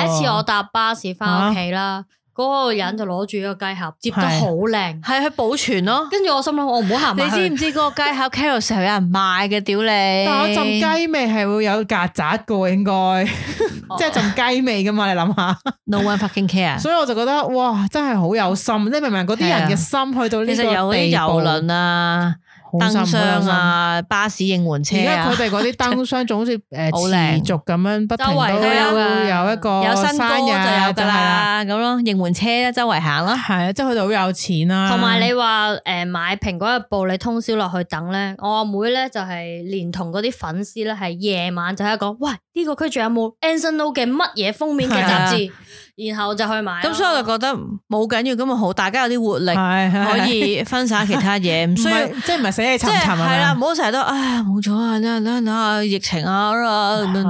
[SPEAKER 4] 喎
[SPEAKER 2] 有一次我搭巴士翻屋企啦，嗰個人就攞住個雞盒，接得
[SPEAKER 4] 係
[SPEAKER 2] 好靚，
[SPEAKER 3] 係去保存咯。
[SPEAKER 2] 跟住我心諗我唔好行
[SPEAKER 3] 你
[SPEAKER 2] 埋
[SPEAKER 3] 知唔
[SPEAKER 2] 去。
[SPEAKER 3] 知嗰個雞盒 Carousel 有人賣嘅？屌你！
[SPEAKER 4] 但我浸雞味係會有曱甴嘅喎，應該
[SPEAKER 3] 哦
[SPEAKER 4] 即係浸雞味噶嘛？你諗
[SPEAKER 3] [laughs]
[SPEAKER 4] 下，
[SPEAKER 3] ，no one fucking care。
[SPEAKER 4] 所以我就覺得哇，真係好有心！你明唔明嗰啲人嘅心去到呢個
[SPEAKER 3] 其實有啲
[SPEAKER 4] 地步
[SPEAKER 3] 遊輪啊、
[SPEAKER 4] 好心
[SPEAKER 3] 燈箱，
[SPEAKER 4] 好
[SPEAKER 3] 啊、巴士應援
[SPEAKER 4] 有心
[SPEAKER 3] 車
[SPEAKER 4] 而家
[SPEAKER 3] 啊
[SPEAKER 4] 佢，哋嗰啲燈箱總好
[SPEAKER 3] [laughs]
[SPEAKER 4] 似誒
[SPEAKER 3] 好靚
[SPEAKER 4] 持續咁樣不停
[SPEAKER 2] 周圍
[SPEAKER 4] 都
[SPEAKER 2] 都有㗎
[SPEAKER 4] 有一個
[SPEAKER 3] 有新歌
[SPEAKER 4] 生
[SPEAKER 3] 就
[SPEAKER 4] 日啊
[SPEAKER 3] 有
[SPEAKER 4] 就
[SPEAKER 3] 噶
[SPEAKER 4] 係啦，
[SPEAKER 3] 啦，咁咯，應援車咧周圍行啦。
[SPEAKER 4] 係啊，即係佢哋好有錢啊
[SPEAKER 3] 啊
[SPEAKER 4] 啦，
[SPEAKER 2] 同埋你話誒買蘋果日報，你通宵落去等咧，我阿妹咧就係連同嗰啲粉絲咧係夜晚就喺度講，喂呢個區仲有冇 Anson Lo 嘅乜嘢封面嘅雜誌？然後就去買。
[SPEAKER 3] 啊咁所以我就覺得冇緊要，咁咪好，大家有啲活力，
[SPEAKER 4] 係啊係
[SPEAKER 3] 可以分散其他嘢，唔
[SPEAKER 4] 唔
[SPEAKER 3] 需要
[SPEAKER 4] 係。即係唔係死氣
[SPEAKER 3] 即
[SPEAKER 4] 沉
[SPEAKER 3] 係
[SPEAKER 4] 沉啊？
[SPEAKER 3] 係啦，唔好成日都唉冇咗啊，啦啦啦，疫情啊啦咁樣咯，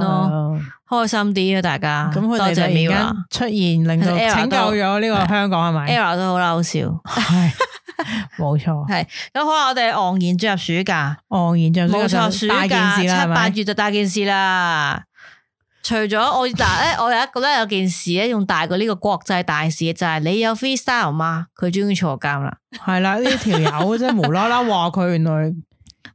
[SPEAKER 4] 係啊
[SPEAKER 3] 開心啲啊大家。
[SPEAKER 4] 咁佢
[SPEAKER 3] 多
[SPEAKER 4] 哋突
[SPEAKER 3] 謝
[SPEAKER 4] 然
[SPEAKER 3] m i
[SPEAKER 4] 間
[SPEAKER 3] r
[SPEAKER 4] 出現，令到
[SPEAKER 3] Era
[SPEAKER 4] 拯救咗呢個香港係
[SPEAKER 3] a
[SPEAKER 4] 咪？
[SPEAKER 3] r a 都好嬲笑。
[SPEAKER 4] [laughs] 係
[SPEAKER 3] [laughs]
[SPEAKER 4] 冇錯，
[SPEAKER 3] 咁好啊啦，我哋昂然進入暑假，
[SPEAKER 4] 昂然就
[SPEAKER 3] 冇錯，
[SPEAKER 4] 就
[SPEAKER 3] 暑
[SPEAKER 4] 大件
[SPEAKER 3] 假
[SPEAKER 4] 事啦，係
[SPEAKER 3] 七八
[SPEAKER 4] 咪？
[SPEAKER 3] 月就大件事啦。除咗我嗱咧，我有一個咧有件事咧，仲大過呢個國際大事嘅就係你有 freestyle 嗎？佢終於坐監啦，
[SPEAKER 4] 係啦，呢條友真係無啦啦話佢原
[SPEAKER 3] [laughs]
[SPEAKER 4] 來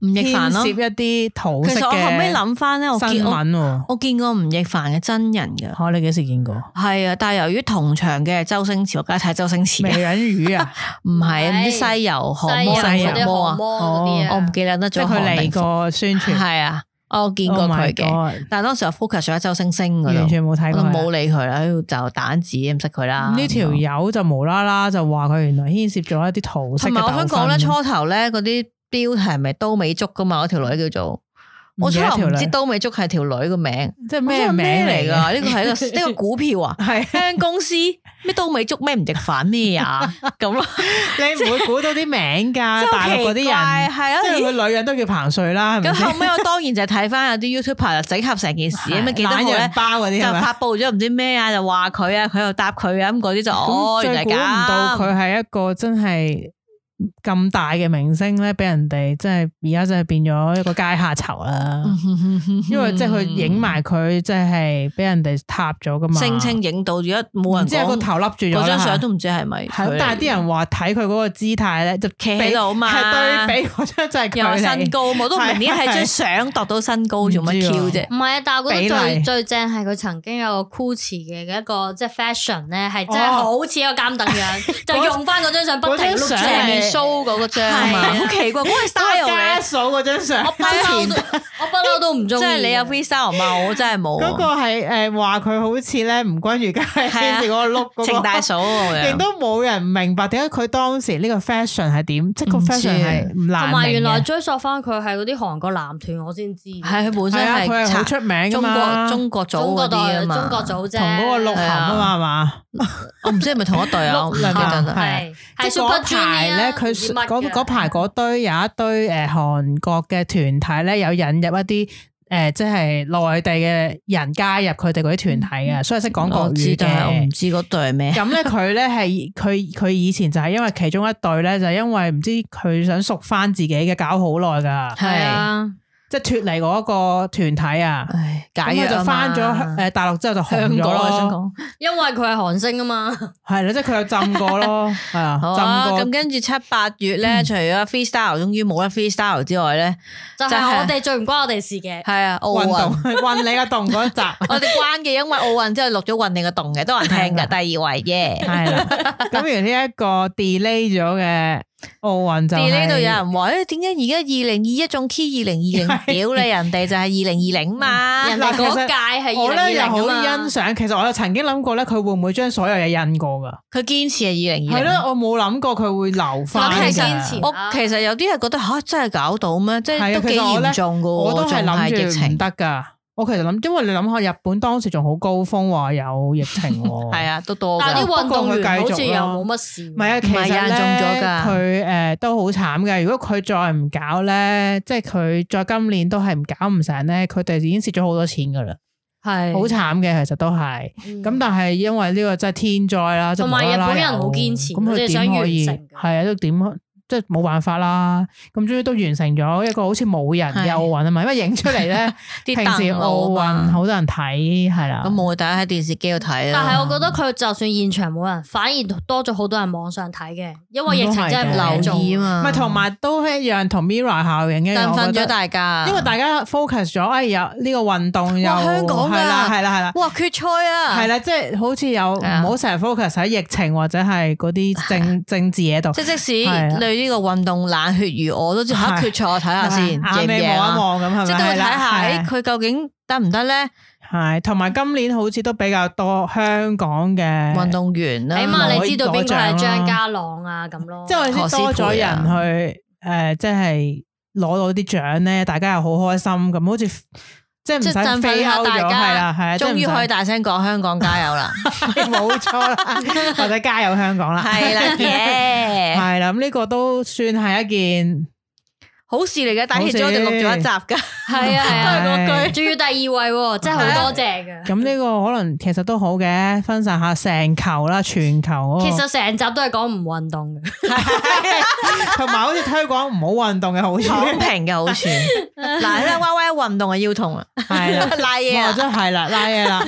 [SPEAKER 3] 吳亦
[SPEAKER 4] 牽
[SPEAKER 3] 凡咯
[SPEAKER 4] 涉。一啲土
[SPEAKER 3] 其
[SPEAKER 4] 色
[SPEAKER 3] 實我後
[SPEAKER 4] 嘅
[SPEAKER 3] 尾諗翻咧，我
[SPEAKER 4] 新
[SPEAKER 3] 見我
[SPEAKER 4] 聞喎。
[SPEAKER 3] 我見過吳亦凡嘅真人嘅，
[SPEAKER 4] 嚇哦你幾時見過？
[SPEAKER 3] 係啊，但係由於同場嘅係周星馳，我梗係睇周星馳
[SPEAKER 4] 美
[SPEAKER 3] 啦。
[SPEAKER 4] 人魚
[SPEAKER 3] [laughs]
[SPEAKER 4] 啊，
[SPEAKER 3] 唔係唔知
[SPEAKER 2] 係
[SPEAKER 3] 西遊降魔
[SPEAKER 4] 西
[SPEAKER 3] 定
[SPEAKER 4] 遊
[SPEAKER 3] 伏
[SPEAKER 2] 啲
[SPEAKER 3] 魔
[SPEAKER 2] 航
[SPEAKER 3] 啊，
[SPEAKER 2] 魔嗰啲啊，
[SPEAKER 3] 我唔記得得
[SPEAKER 4] 即
[SPEAKER 3] 咗
[SPEAKER 4] 係佢
[SPEAKER 3] 降定
[SPEAKER 4] 嚟
[SPEAKER 3] 伏。
[SPEAKER 4] 過宣傳，
[SPEAKER 3] 哦係啊，我見過
[SPEAKER 4] Oh
[SPEAKER 3] 佢
[SPEAKER 4] my
[SPEAKER 3] 嘅，
[SPEAKER 4] God，
[SPEAKER 3] 但係當時我 focus 咗喺周星星嗰
[SPEAKER 4] 完
[SPEAKER 3] 度，
[SPEAKER 4] 全冇睇
[SPEAKER 3] 我
[SPEAKER 4] 過佢。
[SPEAKER 3] 就
[SPEAKER 4] 啊
[SPEAKER 3] 冇理佢啦，喺度就蛋子唔識佢啦。
[SPEAKER 4] 呢條友就無啦啦就話佢原來牽涉咗一啲土色
[SPEAKER 3] 同
[SPEAKER 4] 嘅
[SPEAKER 3] 埋我想講咧，
[SPEAKER 4] 糾紛
[SPEAKER 3] 初頭咧嗰啲標題係咪刀尾竹噶嘛？嗰條女叫做。我
[SPEAKER 4] 唔記
[SPEAKER 3] 初
[SPEAKER 4] 得
[SPEAKER 3] 頭
[SPEAKER 4] 條
[SPEAKER 3] 唔知
[SPEAKER 4] 女
[SPEAKER 3] 刀尾竹係條女個名，
[SPEAKER 4] 即係
[SPEAKER 3] 我
[SPEAKER 4] 咩
[SPEAKER 3] 想
[SPEAKER 4] 名
[SPEAKER 3] 咩嚟
[SPEAKER 4] 㗎？
[SPEAKER 3] 噶？呢個係一
[SPEAKER 4] [laughs]
[SPEAKER 3] 個呢個股票 [laughs] 啊，
[SPEAKER 4] 係
[SPEAKER 3] 香港公司咩刀尾竹咩吳亦凡咩
[SPEAKER 4] [laughs]
[SPEAKER 3] 啊咁咯，
[SPEAKER 4] 你唔會估到啲名㗎，啊大陸嗰啲人，
[SPEAKER 3] 係啊，
[SPEAKER 4] 即係佢女人都叫彭帥啦，係咪
[SPEAKER 3] 咁
[SPEAKER 4] 先？
[SPEAKER 3] 後尾我當然就睇翻有啲 YouTuber 就整合成
[SPEAKER 4] [laughs]
[SPEAKER 3] 件事，咁啊記得好
[SPEAKER 4] 懶
[SPEAKER 3] 咧
[SPEAKER 4] 人。包嗰啲
[SPEAKER 3] 就
[SPEAKER 4] 係咪？
[SPEAKER 3] 發布咗唔知咩啊，就話佢啊，佢又答佢啊，咁嗰啲就哦，
[SPEAKER 4] 咁最
[SPEAKER 3] 原來
[SPEAKER 4] 估
[SPEAKER 3] 係
[SPEAKER 4] 唔到
[SPEAKER 3] 咁。
[SPEAKER 4] 佢係一個真係咁大嘅明星咧，俾人哋真係而家真係變咗一個階下囚
[SPEAKER 3] [laughs]
[SPEAKER 4] 啦。因為即係佢影埋佢，即係俾人哋塌咗噶嘛。
[SPEAKER 3] 聲稱影到，而家冇人
[SPEAKER 4] 即係個
[SPEAKER 3] 講
[SPEAKER 4] 頭笠住咗啦
[SPEAKER 3] 嗰張相都唔知係咪佢
[SPEAKER 4] 係
[SPEAKER 3] 嚟。
[SPEAKER 4] 但係啲人話睇佢嗰個姿態咧，就
[SPEAKER 3] 企喺度啊嘛
[SPEAKER 4] 係對比 [laughs] 嗰張就係
[SPEAKER 3] 又話
[SPEAKER 4] 佢
[SPEAKER 3] 身
[SPEAKER 4] 嚟。
[SPEAKER 3] 高，我都唔明點解係
[SPEAKER 4] 係
[SPEAKER 3] 張相度到身高做乜 Q
[SPEAKER 4] 唔知
[SPEAKER 3] 啫
[SPEAKER 4] 啊？
[SPEAKER 2] 唔係啊，但係我覺得
[SPEAKER 4] 比例
[SPEAKER 2] 最最正係佢曾經有個 Gucci 嘅一個即係 fashion 咧，係真係
[SPEAKER 4] 哦
[SPEAKER 2] 好似一個監
[SPEAKER 4] [laughs]
[SPEAKER 2] 等樣，就用翻嗰張相不停
[SPEAKER 4] 嗰張
[SPEAKER 2] 碌
[SPEAKER 4] 相
[SPEAKER 2] 上面
[SPEAKER 4] 係
[SPEAKER 2] show 嗰個張
[SPEAKER 3] 係啊
[SPEAKER 2] 啊
[SPEAKER 3] 好
[SPEAKER 2] 嘛。
[SPEAKER 3] 奇怪，嗰個 style
[SPEAKER 4] 家
[SPEAKER 2] 啊
[SPEAKER 3] 嚟，
[SPEAKER 4] 嫂嗰張相
[SPEAKER 2] 我，不嬲都我不嬲都唔中
[SPEAKER 3] 即
[SPEAKER 2] 意嘅。
[SPEAKER 3] 係你有 freestyle 嘛？我真係
[SPEAKER 4] [laughs]
[SPEAKER 3] 冇
[SPEAKER 4] 嗰個
[SPEAKER 3] 啊，
[SPEAKER 4] 係誒話佢好似咧吳君如家
[SPEAKER 3] 係啊
[SPEAKER 4] 係 [laughs] 時嗰個碌嗰個
[SPEAKER 3] 情大嫂
[SPEAKER 4] 亦
[SPEAKER 3] 我樣。
[SPEAKER 4] 都冇人明白點解佢當時呢個 fashion 係點，即係個
[SPEAKER 3] 唔知啊
[SPEAKER 4] fashion 係啊唔難
[SPEAKER 2] 同
[SPEAKER 4] 明
[SPEAKER 2] 埋原來
[SPEAKER 4] 嘅
[SPEAKER 2] 追溯翻佢係嗰啲韓國男團，我先知。
[SPEAKER 3] 係佢本身
[SPEAKER 4] 係啊，佢
[SPEAKER 3] 係
[SPEAKER 4] 係好
[SPEAKER 3] 拆
[SPEAKER 4] 出名㗎
[SPEAKER 3] 中
[SPEAKER 4] 嘛，
[SPEAKER 3] 國中國組
[SPEAKER 2] 中國
[SPEAKER 3] 嗰啲
[SPEAKER 2] 代
[SPEAKER 3] 啊嘛，
[SPEAKER 2] 中國組啫，
[SPEAKER 4] 同嗰個鹿晗啊嘛，
[SPEAKER 3] 我唔知係咪同一隊啊，我唔記得啦。係
[SPEAKER 4] 係
[SPEAKER 2] 係
[SPEAKER 4] 嘛？即
[SPEAKER 2] 係
[SPEAKER 4] 係
[SPEAKER 2] Super
[SPEAKER 4] 嗰排
[SPEAKER 2] Junior
[SPEAKER 4] 咧，
[SPEAKER 2] 唔
[SPEAKER 4] 佢
[SPEAKER 2] 知乜
[SPEAKER 4] 嗰
[SPEAKER 2] 嘅
[SPEAKER 4] 嗰排嗰堆有一堆誒韓國嘅團體咧，有引入一啲誒即係內地嘅人加入佢哋嗰啲團體啊嘅，所以識講
[SPEAKER 3] 嗯我
[SPEAKER 4] 國
[SPEAKER 3] 知
[SPEAKER 4] 語
[SPEAKER 3] 但係我
[SPEAKER 4] 嘅
[SPEAKER 3] 唔。知 [laughs] 嗰隊係咩。
[SPEAKER 4] 咁咧佢咧係佢佢以前就係因為其中一隊咧，就係因為唔知佢想熟翻自己嘅，搞好耐㗎。
[SPEAKER 2] 係
[SPEAKER 3] 係，
[SPEAKER 2] 啊，
[SPEAKER 4] 即係脱離嗰個團體啊。
[SPEAKER 3] 唉，
[SPEAKER 4] 咁
[SPEAKER 3] 解
[SPEAKER 4] 佢
[SPEAKER 3] 約
[SPEAKER 4] 就翻咗
[SPEAKER 3] 誒
[SPEAKER 4] 誒大陸之後就紅
[SPEAKER 3] 香
[SPEAKER 4] 咗
[SPEAKER 3] 港啊，想
[SPEAKER 4] 咯，
[SPEAKER 3] 講
[SPEAKER 2] 因為佢係韓星啊嘛。
[SPEAKER 4] 係啦，即係佢有浸過
[SPEAKER 3] [laughs]
[SPEAKER 4] 咯，係啊，
[SPEAKER 3] 好啊。
[SPEAKER 4] 浸過
[SPEAKER 3] 咁跟住七八月咧，除咗 freestyle 終於冇得 freestyle 之外咧，
[SPEAKER 2] 就係我哋最唔關我哋事嘅。
[SPEAKER 3] 係啊奧
[SPEAKER 4] 運動 [laughs]
[SPEAKER 3] 運。
[SPEAKER 4] 運你個洞嗰一集，
[SPEAKER 3] [laughs] 我哋關嘅，因為奧運之後錄咗運你個洞嘅，都有人聽
[SPEAKER 4] [laughs] 係
[SPEAKER 3] 嘅。
[SPEAKER 4] 啦
[SPEAKER 3] 第二位耶
[SPEAKER 4] 係啦。咁而呢一個 delay 咗嘅奧運
[SPEAKER 3] [laughs]
[SPEAKER 4] 就
[SPEAKER 3] d 呢度有
[SPEAKER 4] 係
[SPEAKER 3] 人話：，誒點解而家二零二一仲 key 二零
[SPEAKER 4] [laughs]
[SPEAKER 3] 二零？
[SPEAKER 4] 係
[SPEAKER 3] 屌你，人哋就係二零二零嘛。
[SPEAKER 2] 人
[SPEAKER 4] 嗱
[SPEAKER 2] 哋
[SPEAKER 4] 其
[SPEAKER 2] 嗰
[SPEAKER 4] 實
[SPEAKER 2] 屆係
[SPEAKER 4] 我
[SPEAKER 2] 二
[SPEAKER 4] 咧
[SPEAKER 2] 零
[SPEAKER 4] 又
[SPEAKER 2] 二
[SPEAKER 4] 好
[SPEAKER 2] 零啊
[SPEAKER 4] 欣
[SPEAKER 2] 嘛。
[SPEAKER 4] 賞，其實我又曾經諗過咧，佢會唔會將所有嘢印過㗎？
[SPEAKER 3] 佢堅持係二零二
[SPEAKER 4] 係
[SPEAKER 3] 零。
[SPEAKER 4] 咯，我冇諗過佢會留翻
[SPEAKER 2] 咁
[SPEAKER 4] 㗎。
[SPEAKER 2] 係堅持
[SPEAKER 3] 我其實有啲係覺得吓、真係搞到咩？即
[SPEAKER 4] 係
[SPEAKER 3] 係
[SPEAKER 4] 啊
[SPEAKER 3] 都
[SPEAKER 4] 其
[SPEAKER 3] 幾
[SPEAKER 4] 實我呢
[SPEAKER 3] 嚴重噶喎，
[SPEAKER 4] 我都
[SPEAKER 3] 仲
[SPEAKER 4] 係諗
[SPEAKER 3] 疫
[SPEAKER 4] 住唔
[SPEAKER 3] 情，
[SPEAKER 4] 得㗎。我其實諗，因為你諗下日本當時仲好高峰，話有疫情
[SPEAKER 3] [laughs]
[SPEAKER 4] 喎。
[SPEAKER 3] 係啊，都多㗎。
[SPEAKER 2] 但係啲運動員好似又冇乜
[SPEAKER 4] 唔係
[SPEAKER 2] 事。
[SPEAKER 4] 啊，其實
[SPEAKER 3] 唔係有人中咗
[SPEAKER 4] 咧，
[SPEAKER 3] 㗎
[SPEAKER 4] 佢誒都好慘嘅。如果佢再唔搞咧，即係佢再今年都係唔搞唔成咧，佢哋已經蝕咗好多錢㗎啦。
[SPEAKER 2] 係
[SPEAKER 4] 好慘嘅，其實都係。
[SPEAKER 2] 嗯
[SPEAKER 4] 咁但係因為呢個真係天災啦，即係
[SPEAKER 2] 同埋
[SPEAKER 4] 無啦啦
[SPEAKER 2] 日本人
[SPEAKER 4] 有
[SPEAKER 2] 好堅持
[SPEAKER 4] 咁
[SPEAKER 2] 即
[SPEAKER 4] 佢
[SPEAKER 2] 係想
[SPEAKER 4] 點可以
[SPEAKER 2] 完成㗎
[SPEAKER 4] 係啊？都點即係冇辦法啦。咁終於都完成咗一個好似冇人嘅
[SPEAKER 3] 係
[SPEAKER 4] 奧運啊嘛，因為影出嚟咧，
[SPEAKER 3] 啲
[SPEAKER 4] 平時
[SPEAKER 3] 凳
[SPEAKER 4] 奧
[SPEAKER 3] 路啊
[SPEAKER 4] 運
[SPEAKER 3] 嘛
[SPEAKER 4] 好多人睇係啦。
[SPEAKER 3] 咁冇，大家喺電視機度睇
[SPEAKER 2] 但係
[SPEAKER 3] 啦。
[SPEAKER 2] 我覺得佢就算現場冇人，反而多咗好多人網上睇嘅，因為疫情真係
[SPEAKER 4] 嗯都係嘅
[SPEAKER 2] 冇嘢做
[SPEAKER 3] 留意啊嘛，
[SPEAKER 4] 咪同埋都一樣同 Mirror 效應一樣，
[SPEAKER 3] 振
[SPEAKER 4] 我
[SPEAKER 3] 奮
[SPEAKER 4] 覺
[SPEAKER 3] 咗
[SPEAKER 4] 得
[SPEAKER 3] 大家。
[SPEAKER 4] 因為大家 focus 咗，哎呀呢個運動又
[SPEAKER 3] 啊哇香港㗎
[SPEAKER 4] 係啦
[SPEAKER 3] 啊
[SPEAKER 4] 係啦係啦。
[SPEAKER 3] 哇決賽啊，
[SPEAKER 4] 系，啦，即係好似有
[SPEAKER 3] 係啊
[SPEAKER 4] 唔好成日 focus 喺疫情或者係嗰啲
[SPEAKER 3] [laughs]
[SPEAKER 4] 政政治嘢度，
[SPEAKER 3] 即即使
[SPEAKER 4] 係啊
[SPEAKER 3] 對呢個運動冷血如我，都知嚇
[SPEAKER 4] 係
[SPEAKER 3] 決賽我睇下先，
[SPEAKER 4] 眼
[SPEAKER 3] 贏唔
[SPEAKER 4] 尾望
[SPEAKER 3] 贏
[SPEAKER 4] 一
[SPEAKER 3] 啊？
[SPEAKER 4] 望咁係咪？
[SPEAKER 3] 即係都會睇下，
[SPEAKER 4] 係啊
[SPEAKER 3] 咦
[SPEAKER 4] 啦
[SPEAKER 3] 佢究竟得唔得咧？
[SPEAKER 4] 係同埋今年好似都比較多香港嘅
[SPEAKER 3] 運，動員啊啦，
[SPEAKER 2] 起碼你知道邊個
[SPEAKER 4] 攞
[SPEAKER 2] 係
[SPEAKER 4] 獎啦
[SPEAKER 2] 張家朗啊咁咯。
[SPEAKER 4] 即係我哋先多咗人去
[SPEAKER 3] 啊
[SPEAKER 4] 诶，即係攞到啲獎咧，大家又好開心咁，好似即係唔
[SPEAKER 3] 即係振
[SPEAKER 4] 使
[SPEAKER 3] 奮
[SPEAKER 4] 飛
[SPEAKER 3] 下
[SPEAKER 4] 歐咗，
[SPEAKER 3] 大
[SPEAKER 4] 係
[SPEAKER 3] 家
[SPEAKER 4] 啦係啊，
[SPEAKER 3] 終於可以
[SPEAKER 4] 大
[SPEAKER 3] 大聲講香港加油
[SPEAKER 4] [laughs]
[SPEAKER 3] 啦！
[SPEAKER 4] 冇錯
[SPEAKER 3] [laughs]
[SPEAKER 4] 啦，或者加油香港啦，[laughs]
[SPEAKER 3] 係啦，耶！
[SPEAKER 4] 係啦，咁呢個都算係一件
[SPEAKER 3] 好事嚟嘅，但係其實我哋錄咗一集㗎，
[SPEAKER 2] 係
[SPEAKER 4] [laughs]
[SPEAKER 2] 啊係啊，
[SPEAKER 4] 都係嗰句啊
[SPEAKER 2] 仲要第二位喎，真係好多謝嘅。
[SPEAKER 4] 咁呢個可能其實都好嘅，分散下成球啦，全球嗰個
[SPEAKER 2] 其實成集都係講唔運動嘅，
[SPEAKER 4] [laughs] 同埋好似推廣唔好運動嘅好處，哦
[SPEAKER 3] 躺平嘅好 [laughs] 處。嗱，呢歪歪運動嘅腰痛啊，
[SPEAKER 4] 係
[SPEAKER 3] [laughs]
[SPEAKER 4] 啦。
[SPEAKER 3] 拉嘢
[SPEAKER 4] 我
[SPEAKER 3] 啊！
[SPEAKER 4] 真係啦，拉嘢
[SPEAKER 3] [laughs]
[SPEAKER 4] 啦，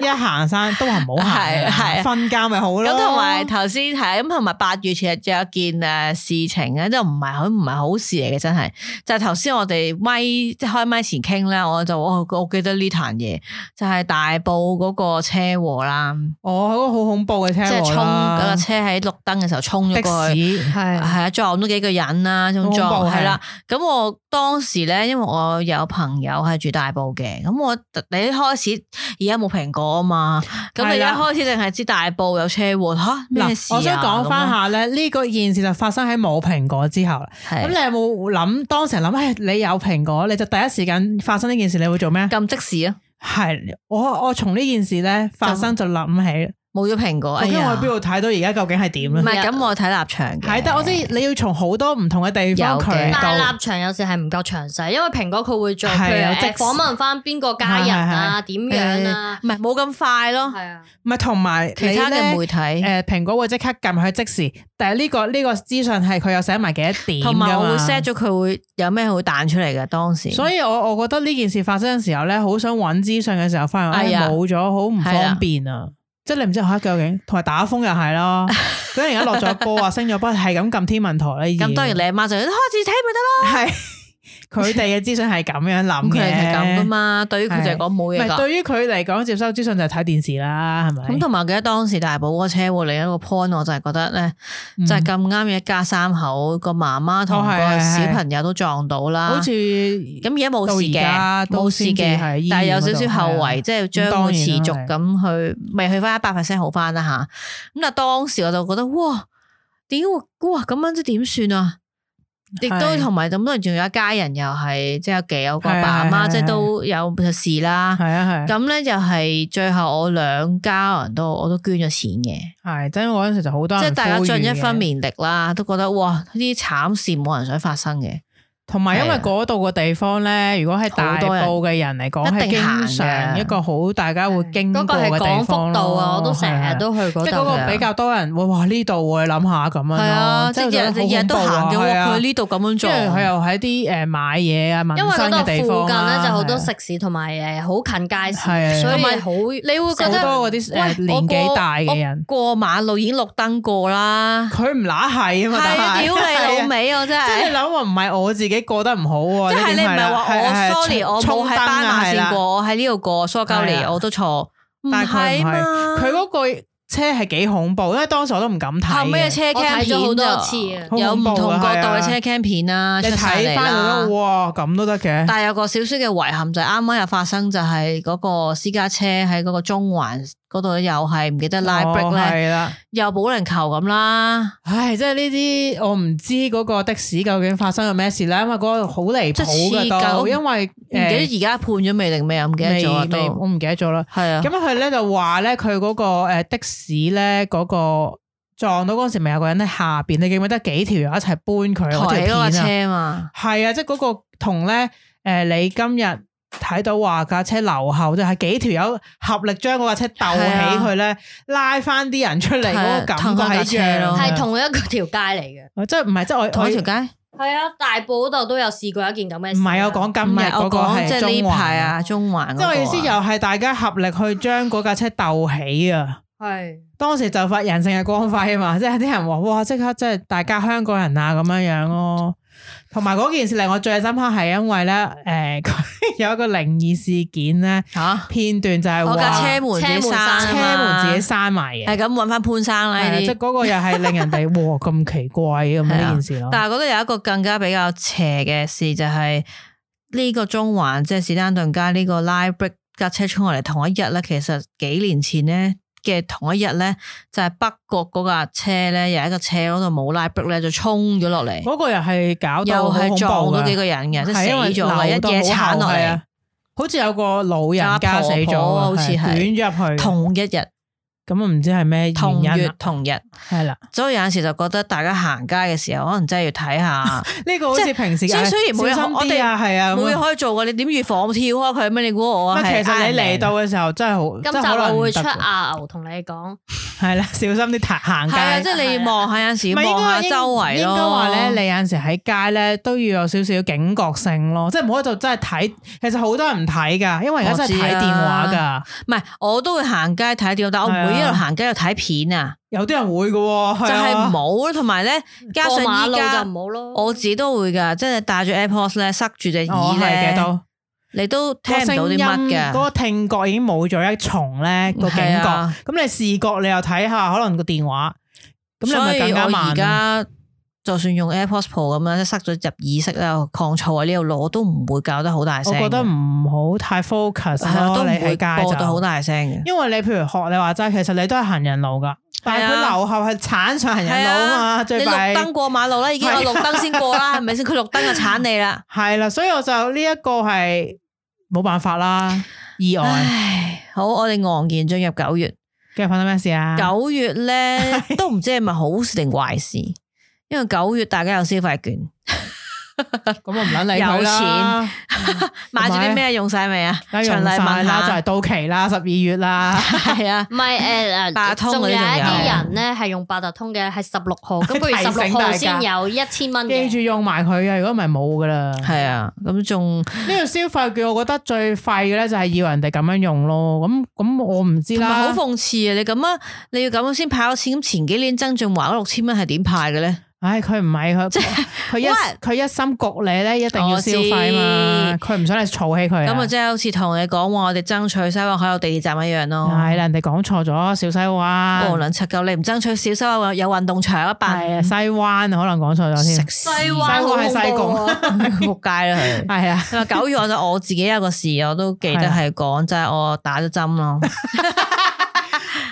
[SPEAKER 4] 一行山都話唔好行㗎啦，
[SPEAKER 3] 係係
[SPEAKER 4] 瞓覺咪好咯。
[SPEAKER 3] 咁同埋頭先係咁，同埋八月其實仲有一件诶事情咧，就唔係好唔係好事嚟嘅，真係就係頭先我哋咪即係開咪前傾咧，我就哦我我記得呢壇嘢就係大埔嗰個車禍啦，
[SPEAKER 4] 我哦嗰個好恐怖嘅車
[SPEAKER 3] 即係
[SPEAKER 4] 禍
[SPEAKER 3] 衝架
[SPEAKER 4] 啦，
[SPEAKER 3] 車喺綠燈嘅時候衝咗過
[SPEAKER 4] 的
[SPEAKER 3] 去。
[SPEAKER 4] 士
[SPEAKER 3] 係
[SPEAKER 2] 係
[SPEAKER 3] 啊，撞到幾個人啦，
[SPEAKER 4] 好
[SPEAKER 3] 仲
[SPEAKER 4] 恐
[SPEAKER 3] 撞
[SPEAKER 4] 怖係
[SPEAKER 3] 係啦。咁我當時咧，因為我有朋友係住大埔嘅，咁我你一開始而家冇蘋果啊嘛，咁你
[SPEAKER 4] 係
[SPEAKER 3] 一
[SPEAKER 4] 啦
[SPEAKER 3] 開始淨係知大埔有車禍吓咩事
[SPEAKER 4] 嗱，
[SPEAKER 3] 啊
[SPEAKER 4] 我想講翻下咧，呢個件事就發生喺冇蘋果之後啦。
[SPEAKER 3] 咁
[SPEAKER 4] 咁
[SPEAKER 3] 樣
[SPEAKER 4] 你有冇諗當時諗，唉，你有蘋果，你就第一時間發生呢件事，你會做咩
[SPEAKER 3] 係？咁即時啊，
[SPEAKER 4] 係我我從呢件事咧發生就諗起，
[SPEAKER 3] 冇咗蘋果，哎
[SPEAKER 4] 究竟我
[SPEAKER 3] 呀
[SPEAKER 4] 喺邊，度睇到而家究竟係點
[SPEAKER 3] 唔
[SPEAKER 4] 咧？
[SPEAKER 3] 係咁我睇立場嘅，
[SPEAKER 4] 係，但我知你要從好多唔同嘅地方
[SPEAKER 3] 有
[SPEAKER 4] 渠
[SPEAKER 3] 嘅
[SPEAKER 2] 但係
[SPEAKER 4] 道
[SPEAKER 2] 立場有時係唔夠詳細，因為蘋果佢會做，譬
[SPEAKER 4] 係
[SPEAKER 2] 如
[SPEAKER 4] 啊即
[SPEAKER 2] 誒
[SPEAKER 4] 時
[SPEAKER 2] 訪問翻邊個家人啊，點樣啊，
[SPEAKER 3] 唔係冇咁快咯，
[SPEAKER 2] 係啊，
[SPEAKER 4] 唔係同埋
[SPEAKER 3] 其他嘅媒體，
[SPEAKER 4] 誒蘋果會即刻撳去即時，但係呢個呢個資訊係佢有寫埋幾多點
[SPEAKER 3] 同埋我會 set
[SPEAKER 4] 㗎
[SPEAKER 3] 咗佢會有咩會彈出嚟嘅當時，
[SPEAKER 4] 嘛所以我我覺得呢件事發生嘅時候咧，好想揾資訊嘅時候，發現
[SPEAKER 3] 哎
[SPEAKER 4] 哎
[SPEAKER 3] 呀
[SPEAKER 4] 冇咗，好唔
[SPEAKER 3] 係啊
[SPEAKER 4] 方便啊！即係你唔知下究竟，同埋打風又係
[SPEAKER 3] [laughs]
[SPEAKER 4] 咯，咁而家落咗波啊，升咗波，係咁撳天文台啦。已經
[SPEAKER 3] 咁當然你阿媽就開始睇咪得咯。
[SPEAKER 4] 係佢哋嘅資訊係咁樣諗
[SPEAKER 3] 咁佢
[SPEAKER 4] 嘅，
[SPEAKER 3] 哋係咁噶。嘛，對於佢就係講
[SPEAKER 4] 唔
[SPEAKER 3] 冇嘢
[SPEAKER 4] 係
[SPEAKER 3] 噶。
[SPEAKER 4] 對於佢嚟講，接收資訊就係睇電視啦，係咪？
[SPEAKER 3] 咁同埋記得當時大埔嗰個車禍另一個 point，我就係覺得咧，
[SPEAKER 4] 嗯
[SPEAKER 3] 就係咁啱一家三口個媽媽同
[SPEAKER 4] 哦係
[SPEAKER 3] 個
[SPEAKER 4] 係
[SPEAKER 3] 小
[SPEAKER 4] 係
[SPEAKER 3] 朋友都撞到啦。
[SPEAKER 4] 好似
[SPEAKER 3] 啊咁而家冇事
[SPEAKER 4] 到而家
[SPEAKER 3] 嘅，
[SPEAKER 4] 都
[SPEAKER 3] 冇事
[SPEAKER 4] 先至
[SPEAKER 3] 嘅
[SPEAKER 4] 喺醫，
[SPEAKER 3] 但係有少少
[SPEAKER 4] 院嗰度
[SPEAKER 3] 後
[SPEAKER 4] 係啊
[SPEAKER 3] 遺，即係將會持續咁去，未去翻一百 percent 好翻啦吓。咁但係當時我就覺得，哇，點解會哇咁樣即係點算啊？亦都
[SPEAKER 4] 係
[SPEAKER 3] 同埋咁多人，仲有一家人又係即係有幾有個
[SPEAKER 4] 係
[SPEAKER 3] 爸
[SPEAKER 4] 係
[SPEAKER 3] 媽，
[SPEAKER 4] 係
[SPEAKER 3] 即係
[SPEAKER 4] 係
[SPEAKER 3] 都有事啦。
[SPEAKER 4] 係啊係啊
[SPEAKER 3] 咁咧就係最後我兩家人都我都捐咗錢嘅，
[SPEAKER 4] 係，真係嗰陣時就好多
[SPEAKER 3] 即係
[SPEAKER 4] 人
[SPEAKER 3] 大家
[SPEAKER 4] 呼籲
[SPEAKER 3] 盡一
[SPEAKER 4] 嘅
[SPEAKER 3] 分綿力啦，都覺得哇呢啲慘事冇人想發生嘅，
[SPEAKER 4] 同埋因為
[SPEAKER 3] 係啊
[SPEAKER 4] 嗰度個地方咧，如果係大
[SPEAKER 3] 好多人
[SPEAKER 4] 埔嘅人嚟講，係
[SPEAKER 3] 一定行
[SPEAKER 4] 經
[SPEAKER 3] 嘅
[SPEAKER 4] 常一個好大家會經過
[SPEAKER 2] 嗰個係
[SPEAKER 4] 嘅
[SPEAKER 2] 廣
[SPEAKER 4] 地
[SPEAKER 2] 福
[SPEAKER 4] 方
[SPEAKER 2] 道啊，
[SPEAKER 4] 咯
[SPEAKER 2] 我都成
[SPEAKER 4] 係啊
[SPEAKER 2] 日都去嗰
[SPEAKER 4] 即係嗰
[SPEAKER 2] 度
[SPEAKER 4] 個
[SPEAKER 2] 嘅。
[SPEAKER 4] 比較多人會哇呢度喎，你諗下咁樣咯。
[SPEAKER 3] 係啊，即
[SPEAKER 4] 係
[SPEAKER 3] 係日日日都行嘅
[SPEAKER 4] 係
[SPEAKER 3] 喎，
[SPEAKER 4] 啊
[SPEAKER 3] 佢呢度咁樣
[SPEAKER 4] 因
[SPEAKER 3] 做，
[SPEAKER 4] 為佢又喺啲誒買嘢啊、民
[SPEAKER 2] 因為
[SPEAKER 4] 生
[SPEAKER 2] 嗰度
[SPEAKER 4] 嘅
[SPEAKER 2] 附近咧
[SPEAKER 4] 地方啦
[SPEAKER 2] 就好多
[SPEAKER 4] 係啊
[SPEAKER 2] 食肆同埋誒好近街
[SPEAKER 4] 係
[SPEAKER 2] 市，
[SPEAKER 4] 啊
[SPEAKER 2] 所以
[SPEAKER 3] 同埋
[SPEAKER 2] 好
[SPEAKER 3] 你會覺
[SPEAKER 4] 好
[SPEAKER 3] 得
[SPEAKER 4] 多嗰啲
[SPEAKER 3] 喂
[SPEAKER 4] 誒年紀大嘅人，
[SPEAKER 3] 我過馬路已經綠燈過啦，
[SPEAKER 4] 佢唔乸係啊嘛，
[SPEAKER 3] 係啊，
[SPEAKER 4] 但係
[SPEAKER 3] 屌你老！味啊
[SPEAKER 4] [laughs]
[SPEAKER 3] 真
[SPEAKER 4] 係啊即係
[SPEAKER 3] 係
[SPEAKER 4] 你。諗話唔係我自己過得唔好喎，
[SPEAKER 3] 即係你唔係話
[SPEAKER 4] 係啊係啊
[SPEAKER 3] 我 sorry，我
[SPEAKER 4] 衝
[SPEAKER 3] 冇喺斑馬
[SPEAKER 4] 衝
[SPEAKER 3] 線。
[SPEAKER 4] 燈啊係啦
[SPEAKER 3] 過，我喺呢度過疏鳩
[SPEAKER 4] 係
[SPEAKER 3] 嚟，
[SPEAKER 4] 啊
[SPEAKER 3] 我都錯，唔
[SPEAKER 4] 但係佢
[SPEAKER 3] 係
[SPEAKER 4] 唔
[SPEAKER 3] 嘛
[SPEAKER 4] 係？佢嗰個車係幾恐怖，因為當時我都唔敢睇嘅。
[SPEAKER 3] 後尾嘅車
[SPEAKER 2] 我
[SPEAKER 3] cam
[SPEAKER 2] 睇
[SPEAKER 3] 片
[SPEAKER 2] 咗好多
[SPEAKER 3] 就
[SPEAKER 2] 次啊
[SPEAKER 4] 好
[SPEAKER 3] 有
[SPEAKER 4] 恐
[SPEAKER 3] 唔
[SPEAKER 4] 怖啊
[SPEAKER 3] 同角度嘅
[SPEAKER 4] 係啊
[SPEAKER 3] 車 cam 片啦，
[SPEAKER 4] 你
[SPEAKER 3] 出晒
[SPEAKER 4] 睇
[SPEAKER 3] 嚟
[SPEAKER 4] 翻
[SPEAKER 3] 啦
[SPEAKER 4] 就覺得。哇咁都得嘅，
[SPEAKER 3] 但係有個少少嘅遺憾就係啱啱又發生，就係嗰個私家車喺嗰個中環嗰度又係唔記得拉 brake 咧，
[SPEAKER 4] 哦係啦。
[SPEAKER 3] 又保齡球咁啦，
[SPEAKER 4] 唉，即係呢啲我唔知嗰個的士究竟發生咗咩事啦，因為嗰個好離
[SPEAKER 3] 即
[SPEAKER 4] 譜
[SPEAKER 3] 係黐
[SPEAKER 4] 噶
[SPEAKER 3] 狗
[SPEAKER 4] 都，因為
[SPEAKER 3] 唔記得而家判咗未定未啊？唔記得咗啊
[SPEAKER 4] 未未
[SPEAKER 3] 都
[SPEAKER 4] 我唔記得咗啦。
[SPEAKER 3] 係啊
[SPEAKER 4] 咁。佢咧就話咧，佢嗰個誒的士咧嗰個撞到嗰陣時，咪有個人喺下邊，你記唔記得幾條友一齊搬佢嗰條
[SPEAKER 3] 抬
[SPEAKER 4] 片
[SPEAKER 3] 嗰
[SPEAKER 4] 啊
[SPEAKER 3] 架？車嘛，
[SPEAKER 4] 呃係啊，即係嗰個同咧誒，你今日睇到話架車留後，即係幾條友合力將嗰架車鬥起佢
[SPEAKER 3] 啊
[SPEAKER 4] 咧，拉翻啲人出嚟嗰個感覺係一樣
[SPEAKER 3] 係啊
[SPEAKER 2] 係
[SPEAKER 4] 嘅
[SPEAKER 2] 同一個條街嚟嘅。
[SPEAKER 4] 我真係唔係即係我
[SPEAKER 3] 同一條
[SPEAKER 4] 我
[SPEAKER 3] 街，
[SPEAKER 2] 係啊，大埔嗰度都有試過一件咁嘅事。
[SPEAKER 4] 唔
[SPEAKER 2] 啊
[SPEAKER 4] 係我，講
[SPEAKER 3] 唔
[SPEAKER 4] 今日
[SPEAKER 3] 係
[SPEAKER 4] 嗰
[SPEAKER 3] 我
[SPEAKER 4] 個
[SPEAKER 3] 講
[SPEAKER 4] 係
[SPEAKER 3] 即係呢
[SPEAKER 4] 中環
[SPEAKER 3] 排啊，中環嗰
[SPEAKER 4] 即
[SPEAKER 3] 個
[SPEAKER 4] 係
[SPEAKER 3] 啊。
[SPEAKER 4] 我意思又係大家合力去將嗰架車鬥起啊！
[SPEAKER 2] 係
[SPEAKER 4] 當時就發人性嘅光輝啊嘛，即係 [laughs] 啲人話哇，即刻即係大家香港人啊咁樣樣咯。同埋嗰件事令我最深刻係因為咧，誒、佢 [laughs] 有一個靈異事件咧
[SPEAKER 3] 吓，
[SPEAKER 4] 片段就係
[SPEAKER 3] 我架
[SPEAKER 4] 話
[SPEAKER 3] 車門自己
[SPEAKER 2] 車
[SPEAKER 3] 閂
[SPEAKER 2] 門
[SPEAKER 3] 啊
[SPEAKER 4] 車
[SPEAKER 3] 嘛
[SPEAKER 4] 門自己閂埋嘅
[SPEAKER 3] 係，咁揾翻潘生啦
[SPEAKER 4] 係啊
[SPEAKER 3] 呢
[SPEAKER 4] 即係
[SPEAKER 3] 啲。
[SPEAKER 4] 嗰個又係令人哋哇咁奇怪咁
[SPEAKER 3] 係啊
[SPEAKER 4] 呢件事咯。
[SPEAKER 3] 但係嗰度有一個更加比較邪嘅事，就係呢個中環即係史丹頓街呢個拉 brick 架車衝落嚟同一日咧，其實幾年前咧嘅同一日咧，就係北角嗰架車咧，有一個斜嗰度冇拉 brick 咧，就衝咗落嚟，
[SPEAKER 4] 嗰個又係搞到
[SPEAKER 3] 又
[SPEAKER 4] 哦好恐
[SPEAKER 3] 係
[SPEAKER 4] 怖
[SPEAKER 3] 撞到
[SPEAKER 4] 㗎
[SPEAKER 3] 幾個人嘅，即
[SPEAKER 4] 係因為
[SPEAKER 3] 係死咗啦，一
[SPEAKER 4] 流到
[SPEAKER 3] 嘢
[SPEAKER 4] 好
[SPEAKER 3] 鏟
[SPEAKER 4] 後
[SPEAKER 3] 落
[SPEAKER 4] 係
[SPEAKER 3] 嚟
[SPEAKER 4] 啊，好似有個老人
[SPEAKER 3] 阿
[SPEAKER 4] 家
[SPEAKER 3] 婆
[SPEAKER 4] 死咗
[SPEAKER 3] 婆
[SPEAKER 4] 啊，
[SPEAKER 3] 好似係
[SPEAKER 4] 捲咗入去，
[SPEAKER 3] 同一日
[SPEAKER 4] 咁啊唔知係咩
[SPEAKER 3] 同
[SPEAKER 4] 原因
[SPEAKER 3] 月
[SPEAKER 4] 啦，
[SPEAKER 3] 同日，
[SPEAKER 4] 係啦，
[SPEAKER 3] 所以有陣時就覺得大家行街嘅時候，可能真係要睇
[SPEAKER 4] [laughs]
[SPEAKER 3] 下。
[SPEAKER 4] 呢個好似平時
[SPEAKER 3] 即係雖然每日
[SPEAKER 4] 小心
[SPEAKER 3] 我
[SPEAKER 4] 啲啊，係啊，咁
[SPEAKER 3] 冇嘢
[SPEAKER 4] 樣
[SPEAKER 3] 可以做嘅，你點預防我跳開佢咩？你估我啊
[SPEAKER 4] 喂
[SPEAKER 3] 係
[SPEAKER 4] 其實你
[SPEAKER 3] Iron Man
[SPEAKER 4] 嚟到嘅時候真係好，
[SPEAKER 2] 今
[SPEAKER 4] 真係
[SPEAKER 2] 集
[SPEAKER 4] 好難
[SPEAKER 2] 我會出
[SPEAKER 4] 得㗎
[SPEAKER 2] 阿牛同你講，
[SPEAKER 4] 係啦， [laughs] 小心啲行行街。
[SPEAKER 3] 啊係啊，即係你望下有陣
[SPEAKER 4] 唔
[SPEAKER 3] 時
[SPEAKER 4] 係
[SPEAKER 3] 望下
[SPEAKER 4] 應該
[SPEAKER 3] 周圍
[SPEAKER 4] 應
[SPEAKER 3] 咯。
[SPEAKER 4] 該話咧，你有陣時喺街咧都要有少少警覺性咯，即係唔好喺度真係睇。其實好多人唔睇噶，因為而家
[SPEAKER 3] 啊
[SPEAKER 4] 真係睇電話
[SPEAKER 3] 我知
[SPEAKER 4] 噶，
[SPEAKER 3] 唔係我都會行街睇電話，但我唔
[SPEAKER 4] 係
[SPEAKER 3] 會
[SPEAKER 4] 啊
[SPEAKER 3] 一路行街又睇片啊，
[SPEAKER 4] 有啲人會噶，
[SPEAKER 3] 就係
[SPEAKER 4] 係
[SPEAKER 3] 唔
[SPEAKER 4] 啊
[SPEAKER 3] 好咯。同埋咧，加
[SPEAKER 2] 過
[SPEAKER 3] 上
[SPEAKER 2] 馬
[SPEAKER 3] 依
[SPEAKER 2] 路
[SPEAKER 3] 家
[SPEAKER 2] 就唔好咯。
[SPEAKER 3] 我自己都會㗎，即係戴住 AirPods 咧，塞住隻
[SPEAKER 4] 哦
[SPEAKER 3] 耳
[SPEAKER 4] 係嘅
[SPEAKER 3] 咧，
[SPEAKER 4] 都。
[SPEAKER 3] 你都聽唔到啲
[SPEAKER 4] 個聲
[SPEAKER 3] 乜
[SPEAKER 4] 音嗰
[SPEAKER 3] 嘅。
[SPEAKER 4] 個聽覺已經冇咗一重咧個警
[SPEAKER 3] 係
[SPEAKER 4] 覺，
[SPEAKER 3] 啊
[SPEAKER 4] 咁你視覺你又睇下可能個電話，咁你
[SPEAKER 3] 所
[SPEAKER 4] 咪
[SPEAKER 3] 以
[SPEAKER 4] 更
[SPEAKER 3] 我
[SPEAKER 4] 加
[SPEAKER 3] 而
[SPEAKER 4] 慢啊咯。
[SPEAKER 3] 家就算用 AirPods Pro 咁樣即係塞啊咗入耳式啦，抗噪喺呢度攞，我都唔會搞得好大
[SPEAKER 4] 我
[SPEAKER 3] 聲嘅。
[SPEAKER 4] 覺得唔好太 focus
[SPEAKER 3] 係啊，
[SPEAKER 4] 咯，
[SPEAKER 3] 都唔
[SPEAKER 4] 你
[SPEAKER 3] 會
[SPEAKER 4] 喺街
[SPEAKER 3] 播到好
[SPEAKER 4] 就，
[SPEAKER 3] 大聲嘅。
[SPEAKER 4] 因為你譬如學你話齋，其實你都係行人路噶，但係
[SPEAKER 3] 係啊
[SPEAKER 4] 佢留後係鏟上行人路啊嘛，
[SPEAKER 3] 你
[SPEAKER 4] 最弊
[SPEAKER 3] 綠燈過馬路啦，已經我
[SPEAKER 4] 係
[SPEAKER 3] 綠燈先過
[SPEAKER 4] [laughs]
[SPEAKER 3] 啦，係咪先？佢綠燈就鏟你啦。
[SPEAKER 4] 係啦，所以我就呢一個係冇辦法啦，意外。
[SPEAKER 3] 唉，好，我哋昂然進入九月。
[SPEAKER 4] 今日發生咩事啊？
[SPEAKER 3] 九月
[SPEAKER 4] [laughs]
[SPEAKER 3] 咧都唔知係咪好事定壞事，因為九月大家有消費券，
[SPEAKER 4] 咁我唔撚理佢啦，
[SPEAKER 3] [laughs] 買咗啲咩用晒未啊？
[SPEAKER 4] 嗯梗係
[SPEAKER 3] 循
[SPEAKER 4] 用
[SPEAKER 3] 例
[SPEAKER 4] 晒
[SPEAKER 3] 問
[SPEAKER 4] 啦，就係
[SPEAKER 3] 下，
[SPEAKER 4] 到期啦，十二月
[SPEAKER 3] [laughs]
[SPEAKER 4] 啦。
[SPEAKER 3] 係啊，
[SPEAKER 2] 唔係
[SPEAKER 4] [laughs]
[SPEAKER 2] 誒
[SPEAKER 3] 八達
[SPEAKER 2] 誒，
[SPEAKER 3] 通
[SPEAKER 2] 仲
[SPEAKER 3] 嗰啲
[SPEAKER 2] 有一
[SPEAKER 3] 仲有
[SPEAKER 2] 啲人咧係用八達通嘅，係十六號，咁
[SPEAKER 4] [laughs] 提
[SPEAKER 2] 佢十
[SPEAKER 4] 醒
[SPEAKER 2] 六號
[SPEAKER 4] 大家
[SPEAKER 2] 先有一千蚊
[SPEAKER 4] 記住
[SPEAKER 2] 嘅。
[SPEAKER 4] 用埋佢啊！如果唔係冇噶啦。
[SPEAKER 3] 係啊，咁仲
[SPEAKER 4] 呢個消費券，我覺得最廢嘅咧就係要人哋咁樣用咯。咁咁我唔知
[SPEAKER 3] 同埋好
[SPEAKER 4] 啦。
[SPEAKER 3] 諷刺啊！你咁啊，你要咁樣先派咗錢，咁前幾年曾俊華嗰六千蚊係點派嘅咧？
[SPEAKER 4] 唉，佢唔係佢，佢一
[SPEAKER 3] What？
[SPEAKER 4] 佢一心焗你咧，一定要
[SPEAKER 3] 我知
[SPEAKER 4] 消費嘛。佢唔想你儲起佢啊。
[SPEAKER 3] 咁啊，即係好似同你講話，我哋爭取西灣海有地鐵站一樣咯。
[SPEAKER 4] 係啊啦，人哋講錯咗小西
[SPEAKER 3] 無
[SPEAKER 4] 灣，
[SPEAKER 3] 論柒夠，你唔爭取小西灣有運動場一
[SPEAKER 4] 係
[SPEAKER 3] 百
[SPEAKER 4] 啊西灣可能講錯咗
[SPEAKER 3] 食
[SPEAKER 4] 添。 [laughs]
[SPEAKER 3] 西
[SPEAKER 2] 西
[SPEAKER 4] 灣
[SPEAKER 2] 灣好
[SPEAKER 4] 係西
[SPEAKER 2] 恐怖啊！
[SPEAKER 3] 仆街啦佢。
[SPEAKER 4] 係啊，
[SPEAKER 3] 佢話九月我就我自己有個事，我都記得係講就係我打咗針咯，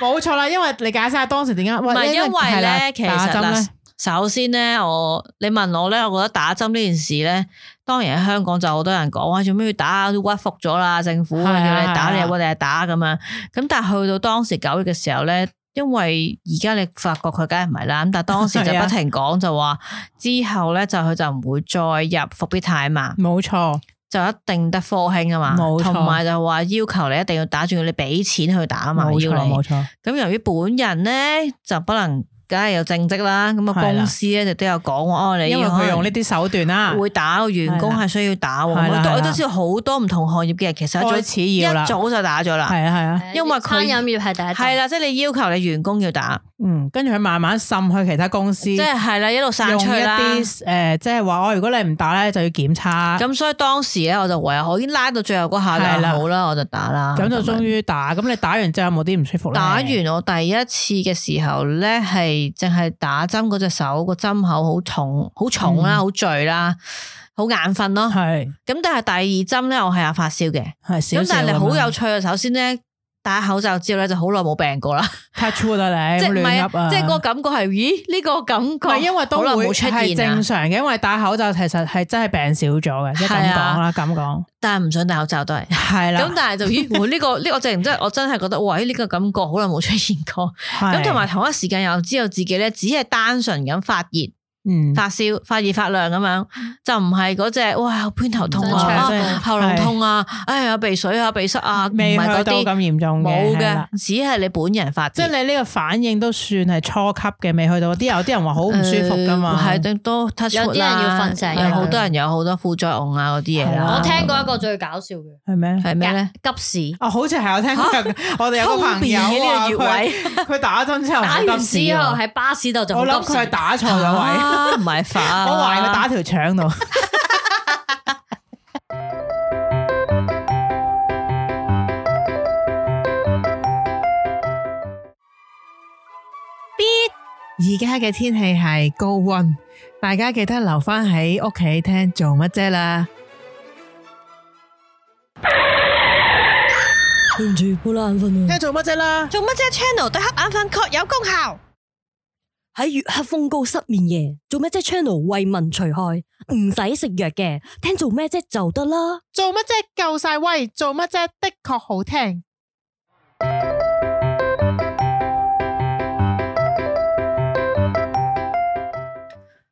[SPEAKER 4] 冇錯啦。因為你解釋下當時點解？
[SPEAKER 3] 唔
[SPEAKER 4] 唔
[SPEAKER 3] 係因為咧，其
[SPEAKER 4] 打
[SPEAKER 3] 實
[SPEAKER 4] 針咧
[SPEAKER 3] 嗱，首先咧，我你問我咧，我覺得打針呢件事咧，當然喺香港就好多人講，哇，做咩要打都屈服咗啦，政府
[SPEAKER 4] 係
[SPEAKER 3] 叫
[SPEAKER 4] 啊
[SPEAKER 3] 你打你
[SPEAKER 4] 係啊
[SPEAKER 3] 又屈你又打咁樣，咁但係去到當時九月嘅時候咧。因為而家你發覺佢梗係唔係啦，咁但係當時就
[SPEAKER 4] 係啊
[SPEAKER 3] 不停講就話之後咧就佢就唔會再入復必泰嘛，
[SPEAKER 4] 冇錯，
[SPEAKER 3] 就一定得科興啊嘛，
[SPEAKER 4] 冇錯
[SPEAKER 3] 同埋就話要求你一定要打，仲要你俾錢去打啊嘛，
[SPEAKER 4] 冇錯
[SPEAKER 3] 要你
[SPEAKER 4] 冇。錯，
[SPEAKER 3] 咁由於本人咧就不能，梗係有正職啦。咁啊
[SPEAKER 4] 係啦
[SPEAKER 3] 公司咧就都有講話，哦你
[SPEAKER 4] 因為
[SPEAKER 3] 要可
[SPEAKER 4] 佢
[SPEAKER 3] 能
[SPEAKER 4] 用呢啲手段啊啦，
[SPEAKER 3] 會打個員工
[SPEAKER 4] 係啦
[SPEAKER 3] 係需要打喎。
[SPEAKER 4] 係啦
[SPEAKER 3] 咁我啊
[SPEAKER 4] 係
[SPEAKER 3] 都
[SPEAKER 4] 啦
[SPEAKER 3] 我都知道好多唔同行業嘅人其實一
[SPEAKER 4] 開
[SPEAKER 3] 早
[SPEAKER 4] 始要啦，
[SPEAKER 3] 一
[SPEAKER 4] 係
[SPEAKER 3] 早就打咗啦。
[SPEAKER 4] 啊係啊。
[SPEAKER 2] [laughs] 誒
[SPEAKER 3] 因為佢
[SPEAKER 2] 餐飲業係第一陣
[SPEAKER 3] 係啦，即係你要求你員工要打，
[SPEAKER 4] 嗯，跟住佢慢慢滲去其他公司，
[SPEAKER 3] 即係係啦，一路散
[SPEAKER 4] 用
[SPEAKER 3] 出
[SPEAKER 4] 一
[SPEAKER 3] 去啦。
[SPEAKER 4] 啲誒，即係話哦我如果你唔打咧，就要檢查。
[SPEAKER 3] 咁所以當時咧我就唯有我已經拉到最後嗰下
[SPEAKER 4] 係
[SPEAKER 3] 就
[SPEAKER 4] 啦
[SPEAKER 3] 好啦，我就打啦。
[SPEAKER 4] 咁就
[SPEAKER 3] 樣
[SPEAKER 4] 終於打。咁你打完之後有冇啲唔舒服咧？
[SPEAKER 3] 啊打完我第一次嘅時候咧，係淨係打針嗰隻手個針口好重，好重啦，
[SPEAKER 4] 嗯
[SPEAKER 3] 好醉啦，好眼瞓咯。
[SPEAKER 4] 係
[SPEAKER 3] 咁但係第二針咧，我係有發燒嘅。
[SPEAKER 4] 係少
[SPEAKER 3] 啊咁
[SPEAKER 4] 少
[SPEAKER 3] 但係你
[SPEAKER 4] 咁
[SPEAKER 3] 好
[SPEAKER 4] 樣
[SPEAKER 3] 有趣啊！首先咧，戴口罩之後咧，就好耐冇病過啦。
[SPEAKER 4] [laughs] touch wood 啊你，
[SPEAKER 3] [laughs] 即係唔
[SPEAKER 4] 唔
[SPEAKER 3] 係
[SPEAKER 4] 亂
[SPEAKER 3] 啊
[SPEAKER 4] 噏啊，
[SPEAKER 3] 即係嗰個感覺係，咦？呢個感
[SPEAKER 4] 唔係
[SPEAKER 3] 覺
[SPEAKER 4] 因為都
[SPEAKER 3] 好耐
[SPEAKER 4] 會
[SPEAKER 3] 冇出
[SPEAKER 4] 係
[SPEAKER 3] 現啊
[SPEAKER 4] 正。常嘅，因為戴口罩其實係真係病少咗嘅，即係
[SPEAKER 3] 係
[SPEAKER 4] 咁
[SPEAKER 3] 啊
[SPEAKER 4] 講啦，咁講
[SPEAKER 3] 但係唔想戴口罩都係。
[SPEAKER 4] 係
[SPEAKER 3] 咁
[SPEAKER 4] 啦。
[SPEAKER 3] 但係就咦？我呢個呢，我真係真係我真係覺得，喂！呢個感覺好耐冇出現過。
[SPEAKER 4] 咁
[SPEAKER 3] 咁同埋同一時間又知道自己咧，只係單純咁發熱，
[SPEAKER 4] 嗯，
[SPEAKER 3] 發燒、發熱、發涼咁樣，就唔係嗰只哇偏頭痛
[SPEAKER 2] 想
[SPEAKER 3] 啊
[SPEAKER 2] 搶、
[SPEAKER 4] 真係
[SPEAKER 3] 喉嚨痛啊、哎呀鼻水啊、鼻塞啊，唔
[SPEAKER 4] 未
[SPEAKER 3] 係
[SPEAKER 4] 去
[SPEAKER 3] 嗰
[SPEAKER 4] 到咁
[SPEAKER 3] 啲
[SPEAKER 4] 嚴重嘅，係
[SPEAKER 3] 冇嘅
[SPEAKER 4] 啦，
[SPEAKER 3] 只係你本人發熱
[SPEAKER 4] 即係你呢個反應都算係初級嘅，未去到啲有啲人話好唔舒服噶嘛，
[SPEAKER 3] 系都 touch
[SPEAKER 2] 有啲人要
[SPEAKER 3] wood 啦
[SPEAKER 2] 瞓醒啊
[SPEAKER 3] 有好多人有好多副作用啊嗰啲嘢
[SPEAKER 4] 係
[SPEAKER 3] 啦。
[SPEAKER 4] 啊
[SPEAKER 2] 我聽過一個最搞笑嘅，
[SPEAKER 4] 係咩？
[SPEAKER 3] 系咩咧？
[SPEAKER 2] 急屎，
[SPEAKER 4] 啊，好似係有聽過，我哋有個朋友啊，
[SPEAKER 3] 通便嘅呢
[SPEAKER 4] 佢佢打針之後
[SPEAKER 2] 打
[SPEAKER 4] 啊好
[SPEAKER 2] 完
[SPEAKER 4] 急
[SPEAKER 2] 屎
[SPEAKER 4] 屎
[SPEAKER 2] 之後
[SPEAKER 4] 喎，
[SPEAKER 2] 喺巴士度就好
[SPEAKER 4] 我諗
[SPEAKER 2] 急
[SPEAKER 4] 佢係
[SPEAKER 2] 屎，
[SPEAKER 4] 打錯咗位。 [laughs]
[SPEAKER 3] 啊唔係
[SPEAKER 4] 我
[SPEAKER 3] 法，
[SPEAKER 4] 懷疑佢打條腸度。而家嘅天氣係高温，大家記得留翻喺屋企聽做乜啫啦。
[SPEAKER 2] 對唔住，好眼瞓
[SPEAKER 4] 聽。做乜啫啦？
[SPEAKER 3] 做乜啫？Channel 對黑眼瞓確有功效。
[SPEAKER 2] 喺月黑風高失眠夜，做咩啫？Channel 為民除害，唔使食藥嘅，聽做咩啫就得啦。
[SPEAKER 4] 做乜啫？夠晒威！做乜啫？的確好聽。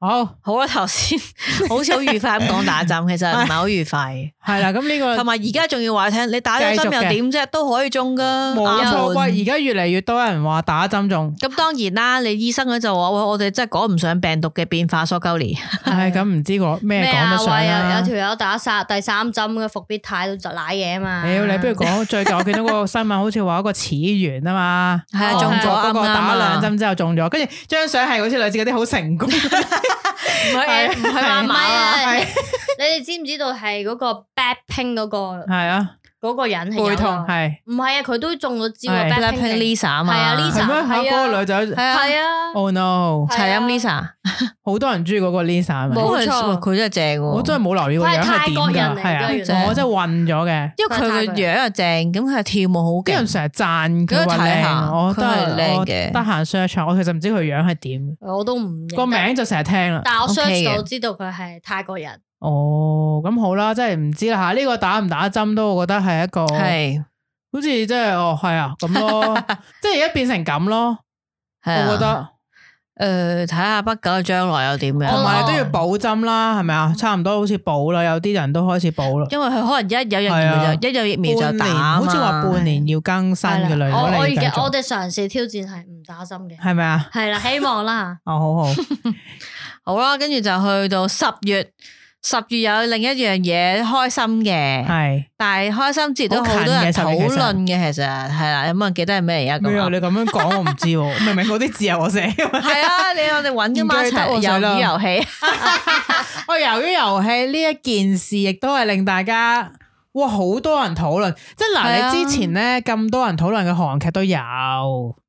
[SPEAKER 4] 好，
[SPEAKER 3] 好啦，頭先好似好愉快咁講打針，其實唔係好愉
[SPEAKER 4] [laughs]
[SPEAKER 3] 快。
[SPEAKER 4] 係啦，咁呢個
[SPEAKER 3] [laughs] 同埋而家仲要話聽，你打咗針又點啫？都可以中啊噶。
[SPEAKER 4] 冇錯，
[SPEAKER 3] 啱
[SPEAKER 4] 喂，而家越嚟越多人話打針中，
[SPEAKER 3] 咁當然啦，你醫生佢就話：喂，我哋真係趕唔上病毒嘅變化，所鳩年。
[SPEAKER 4] 唉，咁唔知講咩
[SPEAKER 2] 咩
[SPEAKER 4] 講
[SPEAKER 2] 啊？
[SPEAKER 4] 得上
[SPEAKER 2] 喂，有
[SPEAKER 4] 啦
[SPEAKER 2] 有。條友打殺第三針嘅伏必泰都就舐嘢啊嘛。
[SPEAKER 4] 屌，你不如講最近我見到個新聞，好似話一個始源啊嘛，
[SPEAKER 3] 係啊
[SPEAKER 4] 哦
[SPEAKER 2] 中咗
[SPEAKER 4] 嗰個
[SPEAKER 3] 啱啱啊
[SPEAKER 4] 打兩針之後中咗，跟住張相係好似類似嗰啲好成功，
[SPEAKER 3] 唔係唔係
[SPEAKER 2] 唔
[SPEAKER 3] 話
[SPEAKER 2] 係啊！
[SPEAKER 4] 係
[SPEAKER 2] 你你哋知唔知道係嗰個 Blackpink 嗰個
[SPEAKER 4] 係啊，
[SPEAKER 2] 嗰個人係有
[SPEAKER 4] 背痛
[SPEAKER 2] 啊？
[SPEAKER 4] 係
[SPEAKER 2] 唔係啊？佢都中咗招啊
[SPEAKER 3] b l a c p i n
[SPEAKER 2] ！Blackpink
[SPEAKER 3] Lisa 啊嘛，
[SPEAKER 2] 係啊，Lisa
[SPEAKER 4] 係咩？
[SPEAKER 2] 係
[SPEAKER 4] 嚇
[SPEAKER 2] 啊
[SPEAKER 4] 嗰個女仔
[SPEAKER 3] 係啊，
[SPEAKER 2] 係啊，
[SPEAKER 4] ，Oh no！
[SPEAKER 2] 係
[SPEAKER 3] 齊
[SPEAKER 2] 啊
[SPEAKER 3] 音 Lisa，
[SPEAKER 4] 好多人中意嗰個 Lisa 係咪
[SPEAKER 2] 冇錯
[SPEAKER 3] 哇佢真係正喎，
[SPEAKER 4] 我真係冇留意個
[SPEAKER 2] 佢
[SPEAKER 4] 樣
[SPEAKER 2] 係
[SPEAKER 4] 係
[SPEAKER 2] 泰
[SPEAKER 4] 點
[SPEAKER 2] 國人
[SPEAKER 4] 㗎，係
[SPEAKER 2] 嚟㗎，
[SPEAKER 4] 啊，
[SPEAKER 2] 原來
[SPEAKER 4] 我真係混咗嘅，
[SPEAKER 3] 因為佢個樣又正，咁佢跳舞好
[SPEAKER 4] 啲人
[SPEAKER 3] 勁，
[SPEAKER 4] 成日讚佢話
[SPEAKER 3] 咁睇下
[SPEAKER 4] 靚，我都
[SPEAKER 3] 佢係靚
[SPEAKER 4] 係我
[SPEAKER 3] 嘅
[SPEAKER 4] 得閒 search 下我其實唔知佢樣係點，
[SPEAKER 2] 我都唔認
[SPEAKER 4] 個
[SPEAKER 2] 得
[SPEAKER 4] 名就成日聽啦。
[SPEAKER 2] 但我
[SPEAKER 3] OK 嘅
[SPEAKER 2] search 到知道佢係泰國人，
[SPEAKER 4] 哦，咁好啦，真係唔知啦吓，呢個打唔打針都，我覺得係一個，
[SPEAKER 3] 係
[SPEAKER 4] 好似即係哦，係啊，咁咯，即係而家變成咁咯，
[SPEAKER 3] 係啊
[SPEAKER 4] 我覺得，
[SPEAKER 3] 誒睇下不久嘅將來又點樣，
[SPEAKER 4] 同埋
[SPEAKER 2] 我
[SPEAKER 4] 都要補針啦，係咪啊？差唔多好似補啦，有啲人都開始補啦，
[SPEAKER 3] 因為佢可能一有疫
[SPEAKER 4] 係啊
[SPEAKER 3] 苗就一有疫苗
[SPEAKER 4] 半
[SPEAKER 3] 就打
[SPEAKER 4] 年
[SPEAKER 3] 啊
[SPEAKER 4] 好
[SPEAKER 3] 嘛
[SPEAKER 4] 似話半年要更新嘅類，
[SPEAKER 2] 係啦我我而
[SPEAKER 4] 家
[SPEAKER 2] 家我哋嘗試挑戰係唔打針嘅，
[SPEAKER 4] 係咪啊？
[SPEAKER 2] 係啦，希望啦
[SPEAKER 4] 哦，好 [laughs] 好，
[SPEAKER 3] 好啦，跟住就去到十月，十月有另一樣嘢開心嘅，
[SPEAKER 4] 係
[SPEAKER 3] 但係開心節都好多人
[SPEAKER 4] 好近嘅
[SPEAKER 3] 討
[SPEAKER 4] 十月其實
[SPEAKER 3] 論嘅，其實係啦，有冇人記得係咩而家
[SPEAKER 4] 咩啊？你
[SPEAKER 3] 咁啊？
[SPEAKER 4] 咁樣講我唔知喎， [laughs] 明明嗰啲字係我寫㗎嘛。
[SPEAKER 3] 係啊，你我哋揾噶嘛
[SPEAKER 4] 唔
[SPEAKER 3] 一
[SPEAKER 4] 記得
[SPEAKER 3] 齊
[SPEAKER 4] 我想啦
[SPEAKER 3] 魷魚遊戲，
[SPEAKER 4] [laughs] 我由於遊戲呢一件事，亦都係令大家哇好多人討論。即係嗱，
[SPEAKER 3] 係啊
[SPEAKER 4] 你之前咧咁多人討論嘅韓劇都有，啊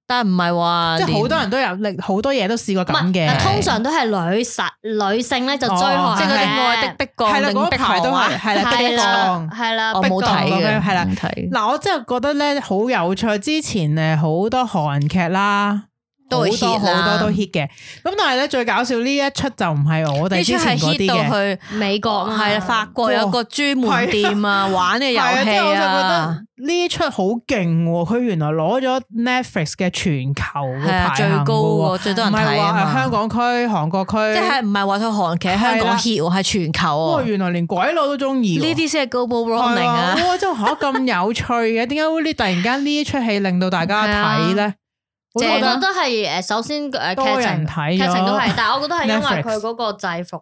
[SPEAKER 3] 但唔係話
[SPEAKER 4] 即係好
[SPEAKER 3] 連
[SPEAKER 4] 多人都有，力好多嘢都試過
[SPEAKER 2] 嚇，唔
[SPEAKER 4] 咁
[SPEAKER 2] 係，
[SPEAKER 4] 嘅。
[SPEAKER 2] 通常都係女實女性咧就追
[SPEAKER 4] 哦
[SPEAKER 2] 韓
[SPEAKER 3] 即係嗰
[SPEAKER 2] 劇
[SPEAKER 3] 啲愛的
[SPEAKER 4] 係
[SPEAKER 3] 迫
[SPEAKER 4] 啦，
[SPEAKER 3] 降
[SPEAKER 4] 嗰
[SPEAKER 3] 定迫
[SPEAKER 4] 排都
[SPEAKER 3] 降啊
[SPEAKER 4] 係係啦，
[SPEAKER 2] 係
[SPEAKER 4] 逼
[SPEAKER 2] 啦
[SPEAKER 4] 降，
[SPEAKER 2] 係啦，
[SPEAKER 3] 我冇睇
[SPEAKER 4] 迫降咁
[SPEAKER 3] 嘅，
[SPEAKER 4] 樣係啦
[SPEAKER 3] 冇睇。
[SPEAKER 4] 嗱，我真係覺得咧好有趣。之前誒好多韓劇啦，
[SPEAKER 3] 都
[SPEAKER 4] 好
[SPEAKER 3] 會
[SPEAKER 4] 多
[SPEAKER 3] hit 啦
[SPEAKER 4] 好多都 hit 嘅。咁但係咧最搞笑呢一出就唔係我
[SPEAKER 3] 呢
[SPEAKER 4] 哋
[SPEAKER 3] 出
[SPEAKER 4] 之前
[SPEAKER 3] 係
[SPEAKER 4] 嗰
[SPEAKER 3] hit
[SPEAKER 4] 啲
[SPEAKER 3] 到
[SPEAKER 4] 嘅。
[SPEAKER 3] 去
[SPEAKER 2] 美國
[SPEAKER 4] 哦
[SPEAKER 2] 啊嘛
[SPEAKER 3] 係啊，法國有個專門店啊，玩嘅
[SPEAKER 4] 係啊，
[SPEAKER 3] 遊
[SPEAKER 4] 即
[SPEAKER 3] 戲
[SPEAKER 4] 係我就覺
[SPEAKER 3] 啊
[SPEAKER 4] 得，呢出好勁喎！佢原來攞咗 Netflix 嘅全球嘅
[SPEAKER 3] 係啊，
[SPEAKER 4] 排
[SPEAKER 3] 最
[SPEAKER 4] 行
[SPEAKER 3] 高
[SPEAKER 4] 嘅
[SPEAKER 3] 喎，
[SPEAKER 4] 喎，
[SPEAKER 3] 最多人
[SPEAKER 4] 唔係
[SPEAKER 3] 睇啊
[SPEAKER 4] 話
[SPEAKER 3] 嘛。
[SPEAKER 4] 係香港區、韓國區，
[SPEAKER 3] 即係唔係話佢韓劇喺香
[SPEAKER 4] 係啦
[SPEAKER 3] 港 hit 喎，係全球
[SPEAKER 4] 哇！
[SPEAKER 3] 喎。
[SPEAKER 4] 原來連鬼佬都中意喎
[SPEAKER 3] 呢啲先係 global
[SPEAKER 4] 係
[SPEAKER 3] warming 啊！
[SPEAKER 4] 哇！真係嚇咁有趣嘅，點解會呢？突然間呢出戲令到大家
[SPEAKER 3] 啊
[SPEAKER 4] 睇咧？我
[SPEAKER 2] 我
[SPEAKER 4] 都覺
[SPEAKER 2] 覺
[SPEAKER 4] 得
[SPEAKER 2] 得係誒，呃首先誒
[SPEAKER 4] 多
[SPEAKER 2] 劇
[SPEAKER 4] 人
[SPEAKER 2] 情
[SPEAKER 4] 睇咗
[SPEAKER 2] 劇情都係，但係我覺得係因為
[SPEAKER 4] Netflix
[SPEAKER 2] 佢嗰個制服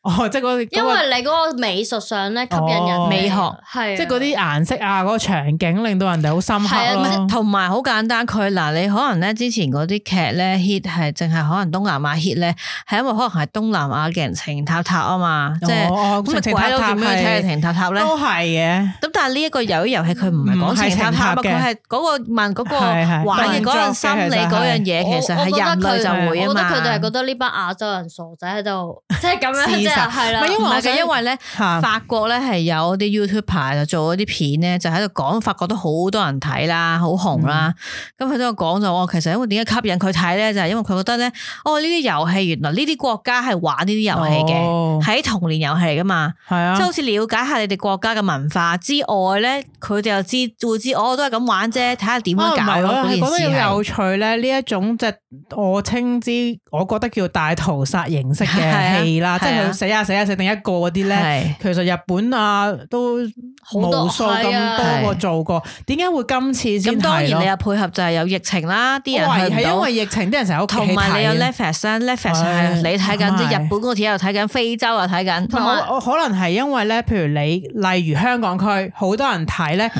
[SPEAKER 2] 啊，
[SPEAKER 4] 哦，即係嗰
[SPEAKER 2] 因
[SPEAKER 4] 嗰個
[SPEAKER 2] 為你嗰個美術上咧吸引
[SPEAKER 4] 哦
[SPEAKER 2] 人
[SPEAKER 3] 美學
[SPEAKER 2] 係啊
[SPEAKER 4] 即係嗰啲顏色啊，嗰個場景令到人哋好深刻
[SPEAKER 2] 係啊
[SPEAKER 4] 咯。
[SPEAKER 3] 同埋好簡單，佢嗱你可能咧之前嗰啲劇咧 hit 係淨係可能東南亞 hit 咧，係因為可能係東南亞嘅人情塔塔啊嘛，即係
[SPEAKER 4] 哦哦
[SPEAKER 3] 咁
[SPEAKER 4] 情
[SPEAKER 3] 咪
[SPEAKER 4] 塔
[SPEAKER 3] 鬼佬
[SPEAKER 4] 塔
[SPEAKER 3] 點樣睇
[SPEAKER 4] 係
[SPEAKER 3] 情塔塔咧？
[SPEAKER 4] 都係嘅。
[SPEAKER 3] 咁但係呢一個魷魚遊戲佢唔係講情塔塔啊嘛，
[SPEAKER 4] 唔係情
[SPEAKER 3] 佢
[SPEAKER 4] 塔
[SPEAKER 3] 係嗰個問嗰個
[SPEAKER 4] 係係
[SPEAKER 3] 玩嘅嗰樣心理嗰樣嘢，
[SPEAKER 2] 我
[SPEAKER 3] 其實係人類就會啊
[SPEAKER 2] 我覺得
[SPEAKER 3] 嘛。
[SPEAKER 2] 佢哋係覺得呢班亞洲人傻仔喺
[SPEAKER 4] [laughs]
[SPEAKER 2] 度，即係咁樣，
[SPEAKER 4] 事實
[SPEAKER 2] 即係係啦
[SPEAKER 4] 唔係。因
[SPEAKER 3] 唔
[SPEAKER 4] 為我
[SPEAKER 3] 係
[SPEAKER 4] 想
[SPEAKER 3] 嘅，因為咧
[SPEAKER 4] 嚇
[SPEAKER 3] 法國咧係有啲 YouTuber 就做嗰啲片咧，就喺度講法國都好多人睇啦，好紅啦。咁
[SPEAKER 4] 嗯
[SPEAKER 3] 佢都有講就話，哦其實因為點解吸引佢睇咧，就係、因為佢覺得咧，哦呢啲遊戲原來呢啲國家係玩呢啲遊戲嘅，
[SPEAKER 4] 哦
[SPEAKER 3] 係、童年遊戲嚟噶嘛，
[SPEAKER 4] 係啊，
[SPEAKER 3] 即係好似了解下你哋國家嘅文化之外咧，佢哋又知會知，哦我都係咁玩啫，睇下點
[SPEAKER 4] 啊
[SPEAKER 3] 樣
[SPEAKER 4] 唔係
[SPEAKER 3] 搞咯。
[SPEAKER 4] 我係
[SPEAKER 3] 嗰
[SPEAKER 4] 覺
[SPEAKER 3] 件事
[SPEAKER 4] 得要
[SPEAKER 3] 係
[SPEAKER 4] 有趣咧，呢一種即係我稱之，我覺得叫大屠殺形式嘅戲啦，
[SPEAKER 3] [laughs] 係
[SPEAKER 4] 即
[SPEAKER 3] 啊
[SPEAKER 4] 係佢死啊死啊死定一個嗰啲咧。
[SPEAKER 3] 係
[SPEAKER 4] 其實日本啊都
[SPEAKER 2] 好多
[SPEAKER 4] 無數咁
[SPEAKER 2] 係啊
[SPEAKER 4] 多個做過，點解會今次先
[SPEAKER 3] 咁當然
[SPEAKER 4] 係
[SPEAKER 3] 你
[SPEAKER 4] 咯？
[SPEAKER 3] 又配合就係有疫情啦，啲
[SPEAKER 4] 我懷
[SPEAKER 3] 人
[SPEAKER 4] 疑哦係
[SPEAKER 3] 去唔
[SPEAKER 4] 因
[SPEAKER 3] 到。
[SPEAKER 4] 為疫情，啲人成日喺屋企
[SPEAKER 3] 同埋你有
[SPEAKER 4] 睇啊
[SPEAKER 3] Netflix 啦，Netflix 係啊
[SPEAKER 4] 係
[SPEAKER 3] 你睇緊，即係
[SPEAKER 4] 係
[SPEAKER 3] 日本嗰條又睇緊，非洲又睇緊，
[SPEAKER 4] 同埋我我可能係因為咧，譬如你例如香港區好多人睇咧，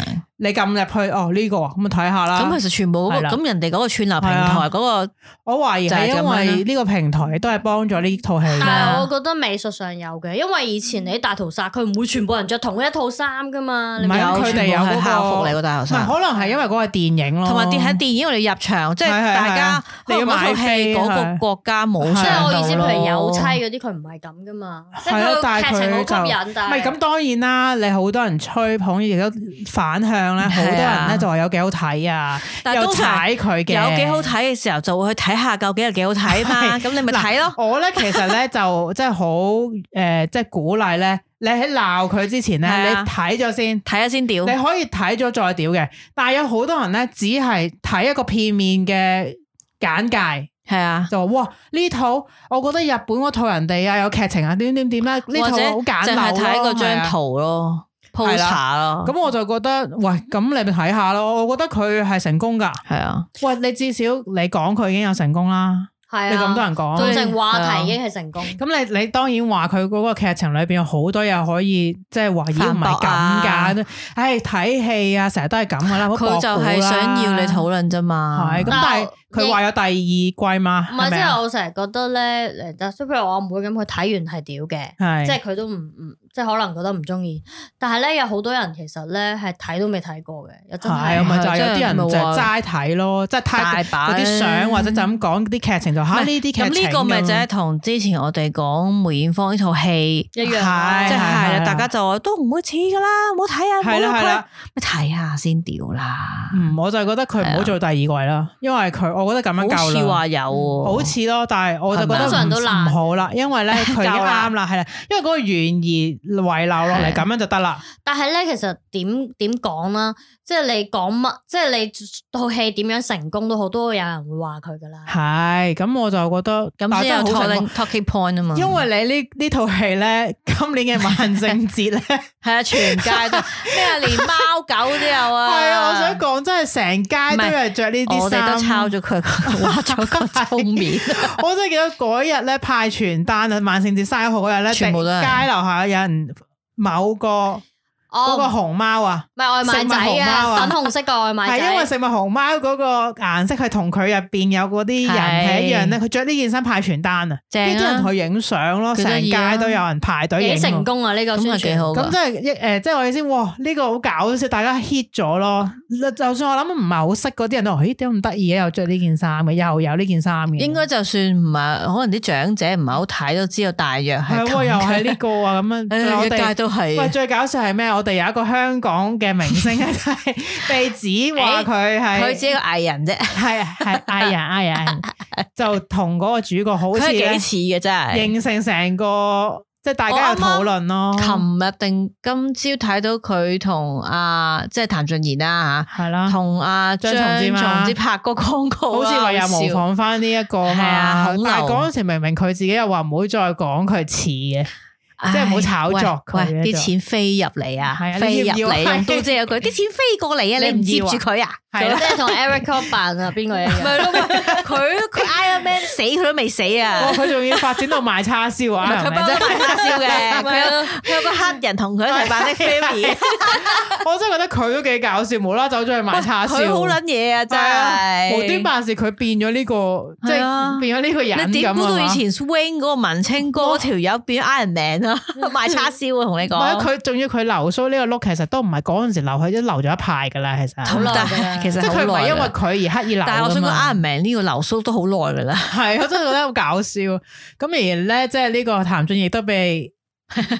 [SPEAKER 4] 你撳入去哦呢個啊咁啊睇下啦。
[SPEAKER 3] 咁其實全部
[SPEAKER 4] 係
[SPEAKER 3] 嗰個
[SPEAKER 4] 啦
[SPEAKER 3] 咁人哋嗰個串流平台
[SPEAKER 4] 係啊
[SPEAKER 3] 嗰個
[SPEAKER 4] 我懷疑係因
[SPEAKER 3] 就係咁樣啦啊
[SPEAKER 4] 為呢個平台都係幫咗呢套戲嘅。
[SPEAKER 2] 但係我覺得美術上有嘅，因為以前你大屠殺，佢唔會全部人着同一套衫噶嘛。你
[SPEAKER 4] 唔係
[SPEAKER 2] 明唔
[SPEAKER 4] 咁
[SPEAKER 2] 明
[SPEAKER 4] 佢哋
[SPEAKER 3] 全
[SPEAKER 4] 有
[SPEAKER 3] 部
[SPEAKER 4] 嗰
[SPEAKER 3] 係
[SPEAKER 4] 個
[SPEAKER 3] 校服嚟個大
[SPEAKER 4] 唔
[SPEAKER 3] 學
[SPEAKER 4] 係，
[SPEAKER 3] 生。
[SPEAKER 4] 可能係因為嗰個電影咯，
[SPEAKER 3] 同埋啲喺電影我哋入場，即係
[SPEAKER 4] 係係
[SPEAKER 3] 大
[SPEAKER 4] 係
[SPEAKER 3] 家
[SPEAKER 4] 啊你要
[SPEAKER 3] 可能嗰套
[SPEAKER 4] 買
[SPEAKER 3] 戲
[SPEAKER 4] 飛
[SPEAKER 3] 嗰個
[SPEAKER 4] 係啊
[SPEAKER 3] 國家冇
[SPEAKER 2] 即
[SPEAKER 3] 上
[SPEAKER 2] 係
[SPEAKER 3] 到
[SPEAKER 2] 我意思，譬如有妻
[SPEAKER 3] 咯
[SPEAKER 2] 嗰啲，佢唔係咁噶嘛，即
[SPEAKER 4] 係咯，
[SPEAKER 2] 佢
[SPEAKER 4] 但
[SPEAKER 2] 劇
[SPEAKER 4] 係佢
[SPEAKER 2] 情
[SPEAKER 4] 就
[SPEAKER 2] 好吸引，
[SPEAKER 4] 唔
[SPEAKER 2] 但
[SPEAKER 4] 係咁當然啦，你好多人吹捧，亦都反向咧，好多
[SPEAKER 3] 係啊
[SPEAKER 4] 人咧就話有幾好睇啊，
[SPEAKER 3] 但係
[SPEAKER 4] 又
[SPEAKER 3] 通常
[SPEAKER 4] 踩佢嘅，
[SPEAKER 3] 有幾好。睇嘅時候，就會去睇下究竟有幾好睇
[SPEAKER 4] [laughs]
[SPEAKER 3] 嘛。
[SPEAKER 4] 係
[SPEAKER 3] 咁你咪睇咯。
[SPEAKER 4] 我咧其實咧就即係好誒，即係鼓勵咧，你喺鬧佢之前
[SPEAKER 3] 係
[SPEAKER 4] 咧，你
[SPEAKER 3] 啊
[SPEAKER 4] 睇咗先。
[SPEAKER 3] 睇下先屌。
[SPEAKER 4] 你可以睇咗再屌嘅，但係有好多人咧，只係睇一個片面嘅簡介，
[SPEAKER 3] 係啊，
[SPEAKER 4] 就話哇呢套，我覺得日本嗰套人哋啊有劇情啊點點點啦，呢
[SPEAKER 3] 或
[SPEAKER 4] 套
[SPEAKER 3] 者
[SPEAKER 4] 好簡
[SPEAKER 3] 淨
[SPEAKER 4] 陋
[SPEAKER 3] 係睇
[SPEAKER 4] 咯
[SPEAKER 3] 嗰
[SPEAKER 4] 係
[SPEAKER 3] 張
[SPEAKER 4] 啊
[SPEAKER 3] 圖咯
[SPEAKER 4] 係啦
[SPEAKER 3] ，poster 咯。
[SPEAKER 4] 咁我就覺得，喂，咁你咪睇下咯。我覺得佢係成功噶。
[SPEAKER 3] 係啊。
[SPEAKER 4] 喂，你至少你講佢已經有成功啦。
[SPEAKER 2] 係
[SPEAKER 4] 你咁多
[SPEAKER 2] 啊，
[SPEAKER 4] 人
[SPEAKER 2] 造
[SPEAKER 4] 講，
[SPEAKER 2] 成話題已經係成功。
[SPEAKER 4] 咁你你當然話佢嗰個劇情裏邊有好多嘢可以即係話，咦
[SPEAKER 3] 反
[SPEAKER 4] 唔
[SPEAKER 3] 駁
[SPEAKER 4] 係
[SPEAKER 3] 啊
[SPEAKER 4] 咁㗎。唉，睇戲啊，成日都係咁噶啦。
[SPEAKER 3] 佢就係
[SPEAKER 4] 係
[SPEAKER 3] 想要你討論啫嘛。
[SPEAKER 4] 係咁，
[SPEAKER 2] 但
[SPEAKER 4] 但
[SPEAKER 2] 係
[SPEAKER 4] 係佢話有第二季嘛？
[SPEAKER 2] 唔
[SPEAKER 4] 係
[SPEAKER 2] 係，即
[SPEAKER 4] 咪啊
[SPEAKER 2] 係我成日覺得咧，誒，即係譬如我阿妹咁，佢睇完係屌嘅，
[SPEAKER 4] 係
[SPEAKER 2] 即係佢都唔唔，即係可能覺得唔中意。但係咧，有好多人其實咧係睇都未睇過嘅，又真
[SPEAKER 4] 係
[SPEAKER 2] 係
[SPEAKER 4] 啊咪就係有啲人
[SPEAKER 3] 真係
[SPEAKER 4] 就
[SPEAKER 3] 冇
[SPEAKER 4] 係
[SPEAKER 3] 啊
[SPEAKER 4] 齋睇咯，即係睇
[SPEAKER 3] 大把
[SPEAKER 4] 嗰啲相或者就咁講啲劇情就嚇
[SPEAKER 3] 係
[SPEAKER 4] 呢啲劇情
[SPEAKER 3] 咁呢個咪
[SPEAKER 4] 咁
[SPEAKER 3] 就係同之前我哋講梅艷芳呢套戲，
[SPEAKER 2] 一樣啊。
[SPEAKER 3] 即係
[SPEAKER 4] 係
[SPEAKER 3] 啦，
[SPEAKER 4] 係
[SPEAKER 3] 大家就話都唔會似噶啦，唔好睇啊，
[SPEAKER 4] 係
[SPEAKER 3] 冇
[SPEAKER 4] 啦係
[SPEAKER 3] 啦
[SPEAKER 4] 啦，
[SPEAKER 3] 咪睇下先屌啦。
[SPEAKER 4] 嗯，我就覺得佢唔
[SPEAKER 3] 係啊
[SPEAKER 4] 好做第二季啦，因為佢我覺得咁樣
[SPEAKER 3] 好
[SPEAKER 4] 夠
[SPEAKER 3] 似
[SPEAKER 4] 啦。
[SPEAKER 3] 話有喎，
[SPEAKER 4] 好似咯，但係我就覺
[SPEAKER 3] 係咪
[SPEAKER 4] 得
[SPEAKER 3] 通
[SPEAKER 2] 常都
[SPEAKER 4] 唔
[SPEAKER 2] 爛
[SPEAKER 4] 唔好啦，因
[SPEAKER 3] [laughs]
[SPEAKER 4] 為咧佢已經
[SPEAKER 3] 夠啦
[SPEAKER 4] 啱啦，係啦，因為嗰個懸疑遺留落
[SPEAKER 3] 係啊
[SPEAKER 4] 嚟咁樣就得啦，
[SPEAKER 2] 但係咧，其實點點講啦，即係你講乜，即係你套戲點樣成功都好，都會有人會話佢噶啦。
[SPEAKER 4] 係咁我就覺得，
[SPEAKER 3] 咁
[SPEAKER 4] 但
[SPEAKER 3] 先有
[SPEAKER 4] 係真係好成
[SPEAKER 3] talking
[SPEAKER 4] 功
[SPEAKER 3] talking point 啊嘛。
[SPEAKER 4] 因為你呢呢套戲咧，今年嘅萬聖節咧，
[SPEAKER 3] 係啊，全街
[SPEAKER 4] [laughs]
[SPEAKER 3] 都咩啊，連貓狗都有啊。
[SPEAKER 4] 係啊，我想講真係成街都係着呢啲
[SPEAKER 3] 我哋
[SPEAKER 4] 衫，
[SPEAKER 3] 都抄
[SPEAKER 4] [laughs]
[SPEAKER 3] 咗佢，畫咗個封面。
[SPEAKER 4] 我真係記得嗰日咧派傳單啊，萬聖節三十一號嗰日咧，
[SPEAKER 3] 全部都係
[SPEAKER 4] 街樓下有人某個嗰個
[SPEAKER 2] 哦，
[SPEAKER 4] 熊貓啊。
[SPEAKER 2] 唔係外賣仔
[SPEAKER 4] 食物熊貓啊
[SPEAKER 2] 啊，粉紅色嘅外賣
[SPEAKER 4] 係因為食
[SPEAKER 2] 仔。
[SPEAKER 4] 物熊貓嗰個顏色係同佢入邊有嗰啲人係一樣咧，
[SPEAKER 3] 係
[SPEAKER 4] 佢着呢件衫派傳單啊，
[SPEAKER 3] 正
[SPEAKER 4] 跟住啲人
[SPEAKER 3] 啊
[SPEAKER 4] 同佢影相咯，
[SPEAKER 3] 幾
[SPEAKER 4] 成
[SPEAKER 3] 得意啊
[SPEAKER 4] 街都有人排隊
[SPEAKER 2] 幾
[SPEAKER 4] 影
[SPEAKER 2] 成
[SPEAKER 4] 喎。
[SPEAKER 2] 功啊！呢個
[SPEAKER 3] 咁係
[SPEAKER 2] 宣
[SPEAKER 3] 幾
[SPEAKER 2] 傳
[SPEAKER 3] 好㗎
[SPEAKER 4] 咁即係一誒，即係我意思，哇！呢個好搞笑，大家 hit 咗咯。就算我諗唔係好識嗰啲人都話，咦點咁得意嘅，又着呢件衫嘅，又有呢件衫嘅。
[SPEAKER 3] 應該就算唔係，可能啲長者唔係好睇都知道大約係
[SPEAKER 4] 係
[SPEAKER 3] 咁
[SPEAKER 4] 喎，又係呢
[SPEAKER 3] [laughs] 嘅。
[SPEAKER 4] 個啊咁樣。
[SPEAKER 3] 誒
[SPEAKER 4] 我
[SPEAKER 3] 一街
[SPEAKER 4] 哋
[SPEAKER 3] 都
[SPEAKER 4] 喂
[SPEAKER 3] 係，
[SPEAKER 4] 最搞笑係咩？我哋有一個香港嘅明星咧，係被指話佢係
[SPEAKER 3] 佢只係一個藝人啫，
[SPEAKER 4] 系系嗌人嗌人，就同嗰個主角好
[SPEAKER 3] 佢
[SPEAKER 4] 似
[SPEAKER 3] 係
[SPEAKER 4] 咧
[SPEAKER 3] 幾，似嘅真係。
[SPEAKER 4] 形成成個即係大家有討論咯，
[SPEAKER 3] 琴日定今朝睇到佢同阿即係譚俊賢啊啦
[SPEAKER 4] 係
[SPEAKER 3] 吓，
[SPEAKER 4] 啦，
[SPEAKER 3] 同阿張
[SPEAKER 4] 張松之嘛
[SPEAKER 3] 松之拍個廣告
[SPEAKER 4] 好
[SPEAKER 3] 啊，
[SPEAKER 4] 似話又
[SPEAKER 3] 好笑
[SPEAKER 4] 模仿翻呢一個
[SPEAKER 3] 係
[SPEAKER 4] 嘛，
[SPEAKER 3] 啊孔
[SPEAKER 4] 但
[SPEAKER 3] 劉
[SPEAKER 4] 係嗰阵时明明佢自己又話唔好再講佢似嘅，
[SPEAKER 3] 唉
[SPEAKER 4] 即係唔好炒作
[SPEAKER 3] 喂
[SPEAKER 4] 佢
[SPEAKER 3] 喂
[SPEAKER 4] 呢
[SPEAKER 3] 啲
[SPEAKER 4] 度
[SPEAKER 3] 錢飛入嚟啊
[SPEAKER 4] 係啊，
[SPEAKER 3] 飛
[SPEAKER 4] 你
[SPEAKER 3] 入
[SPEAKER 4] 要唔要啊
[SPEAKER 3] 嚟，都即係有句啲錢飛過嚟啊，你
[SPEAKER 4] 你
[SPEAKER 3] 唔
[SPEAKER 4] 唔
[SPEAKER 3] 接
[SPEAKER 4] 要啊
[SPEAKER 3] 住佢啊？
[SPEAKER 4] 係啦
[SPEAKER 2] 即。係同 Eric Cop 扮啊，邊個一樣？
[SPEAKER 3] 咪咯，佢佢 Iron Man 死佢都未死啊
[SPEAKER 4] 哇！！佢仲要發展到賣叉燒
[SPEAKER 3] 唔係
[SPEAKER 4] 啊！
[SPEAKER 3] 佢包
[SPEAKER 4] 真
[SPEAKER 3] 都賣叉燒
[SPEAKER 4] [laughs]
[SPEAKER 3] 嘅，佢有佢有個黑人同佢一齊扮的 Family，
[SPEAKER 4] [laughs] 我真係覺得佢都幾搞笑，無啦啦走咗去賣叉燒，
[SPEAKER 3] 佢好撚嘢啊！真
[SPEAKER 4] 係啊！
[SPEAKER 3] 係
[SPEAKER 4] 無端辦事，佢變咗呢個，即
[SPEAKER 3] 係啊
[SPEAKER 4] 係變咗呢個人
[SPEAKER 3] 你
[SPEAKER 4] 咁
[SPEAKER 3] 點
[SPEAKER 4] 啊
[SPEAKER 3] 估到
[SPEAKER 4] 嘛
[SPEAKER 3] 以前 Swing 嗰個文青哥條友變 Iron
[SPEAKER 4] [laughs]
[SPEAKER 3] Man 啊？賣叉燒啊！同
[SPEAKER 4] 唔
[SPEAKER 3] 你
[SPEAKER 4] 係
[SPEAKER 3] 講，
[SPEAKER 4] 佢仲要佢留須呢個 look，其實都唔係嗰陣時留，佢都留咗一派噶啦，其實。
[SPEAKER 2] 好耐
[SPEAKER 3] 但
[SPEAKER 2] 㗎啦
[SPEAKER 3] 其實
[SPEAKER 4] 啊即係佢唔
[SPEAKER 3] 好
[SPEAKER 4] 係
[SPEAKER 3] 耐㗎
[SPEAKER 4] 因為佢而刻意留㗎嘛，啊
[SPEAKER 3] 但係我想講 Iron Man 呢個流蘇都好耐㗎啦， [laughs]
[SPEAKER 4] 係我真係覺得好搞笑。咁而咧，即係呢個譚俊亦都被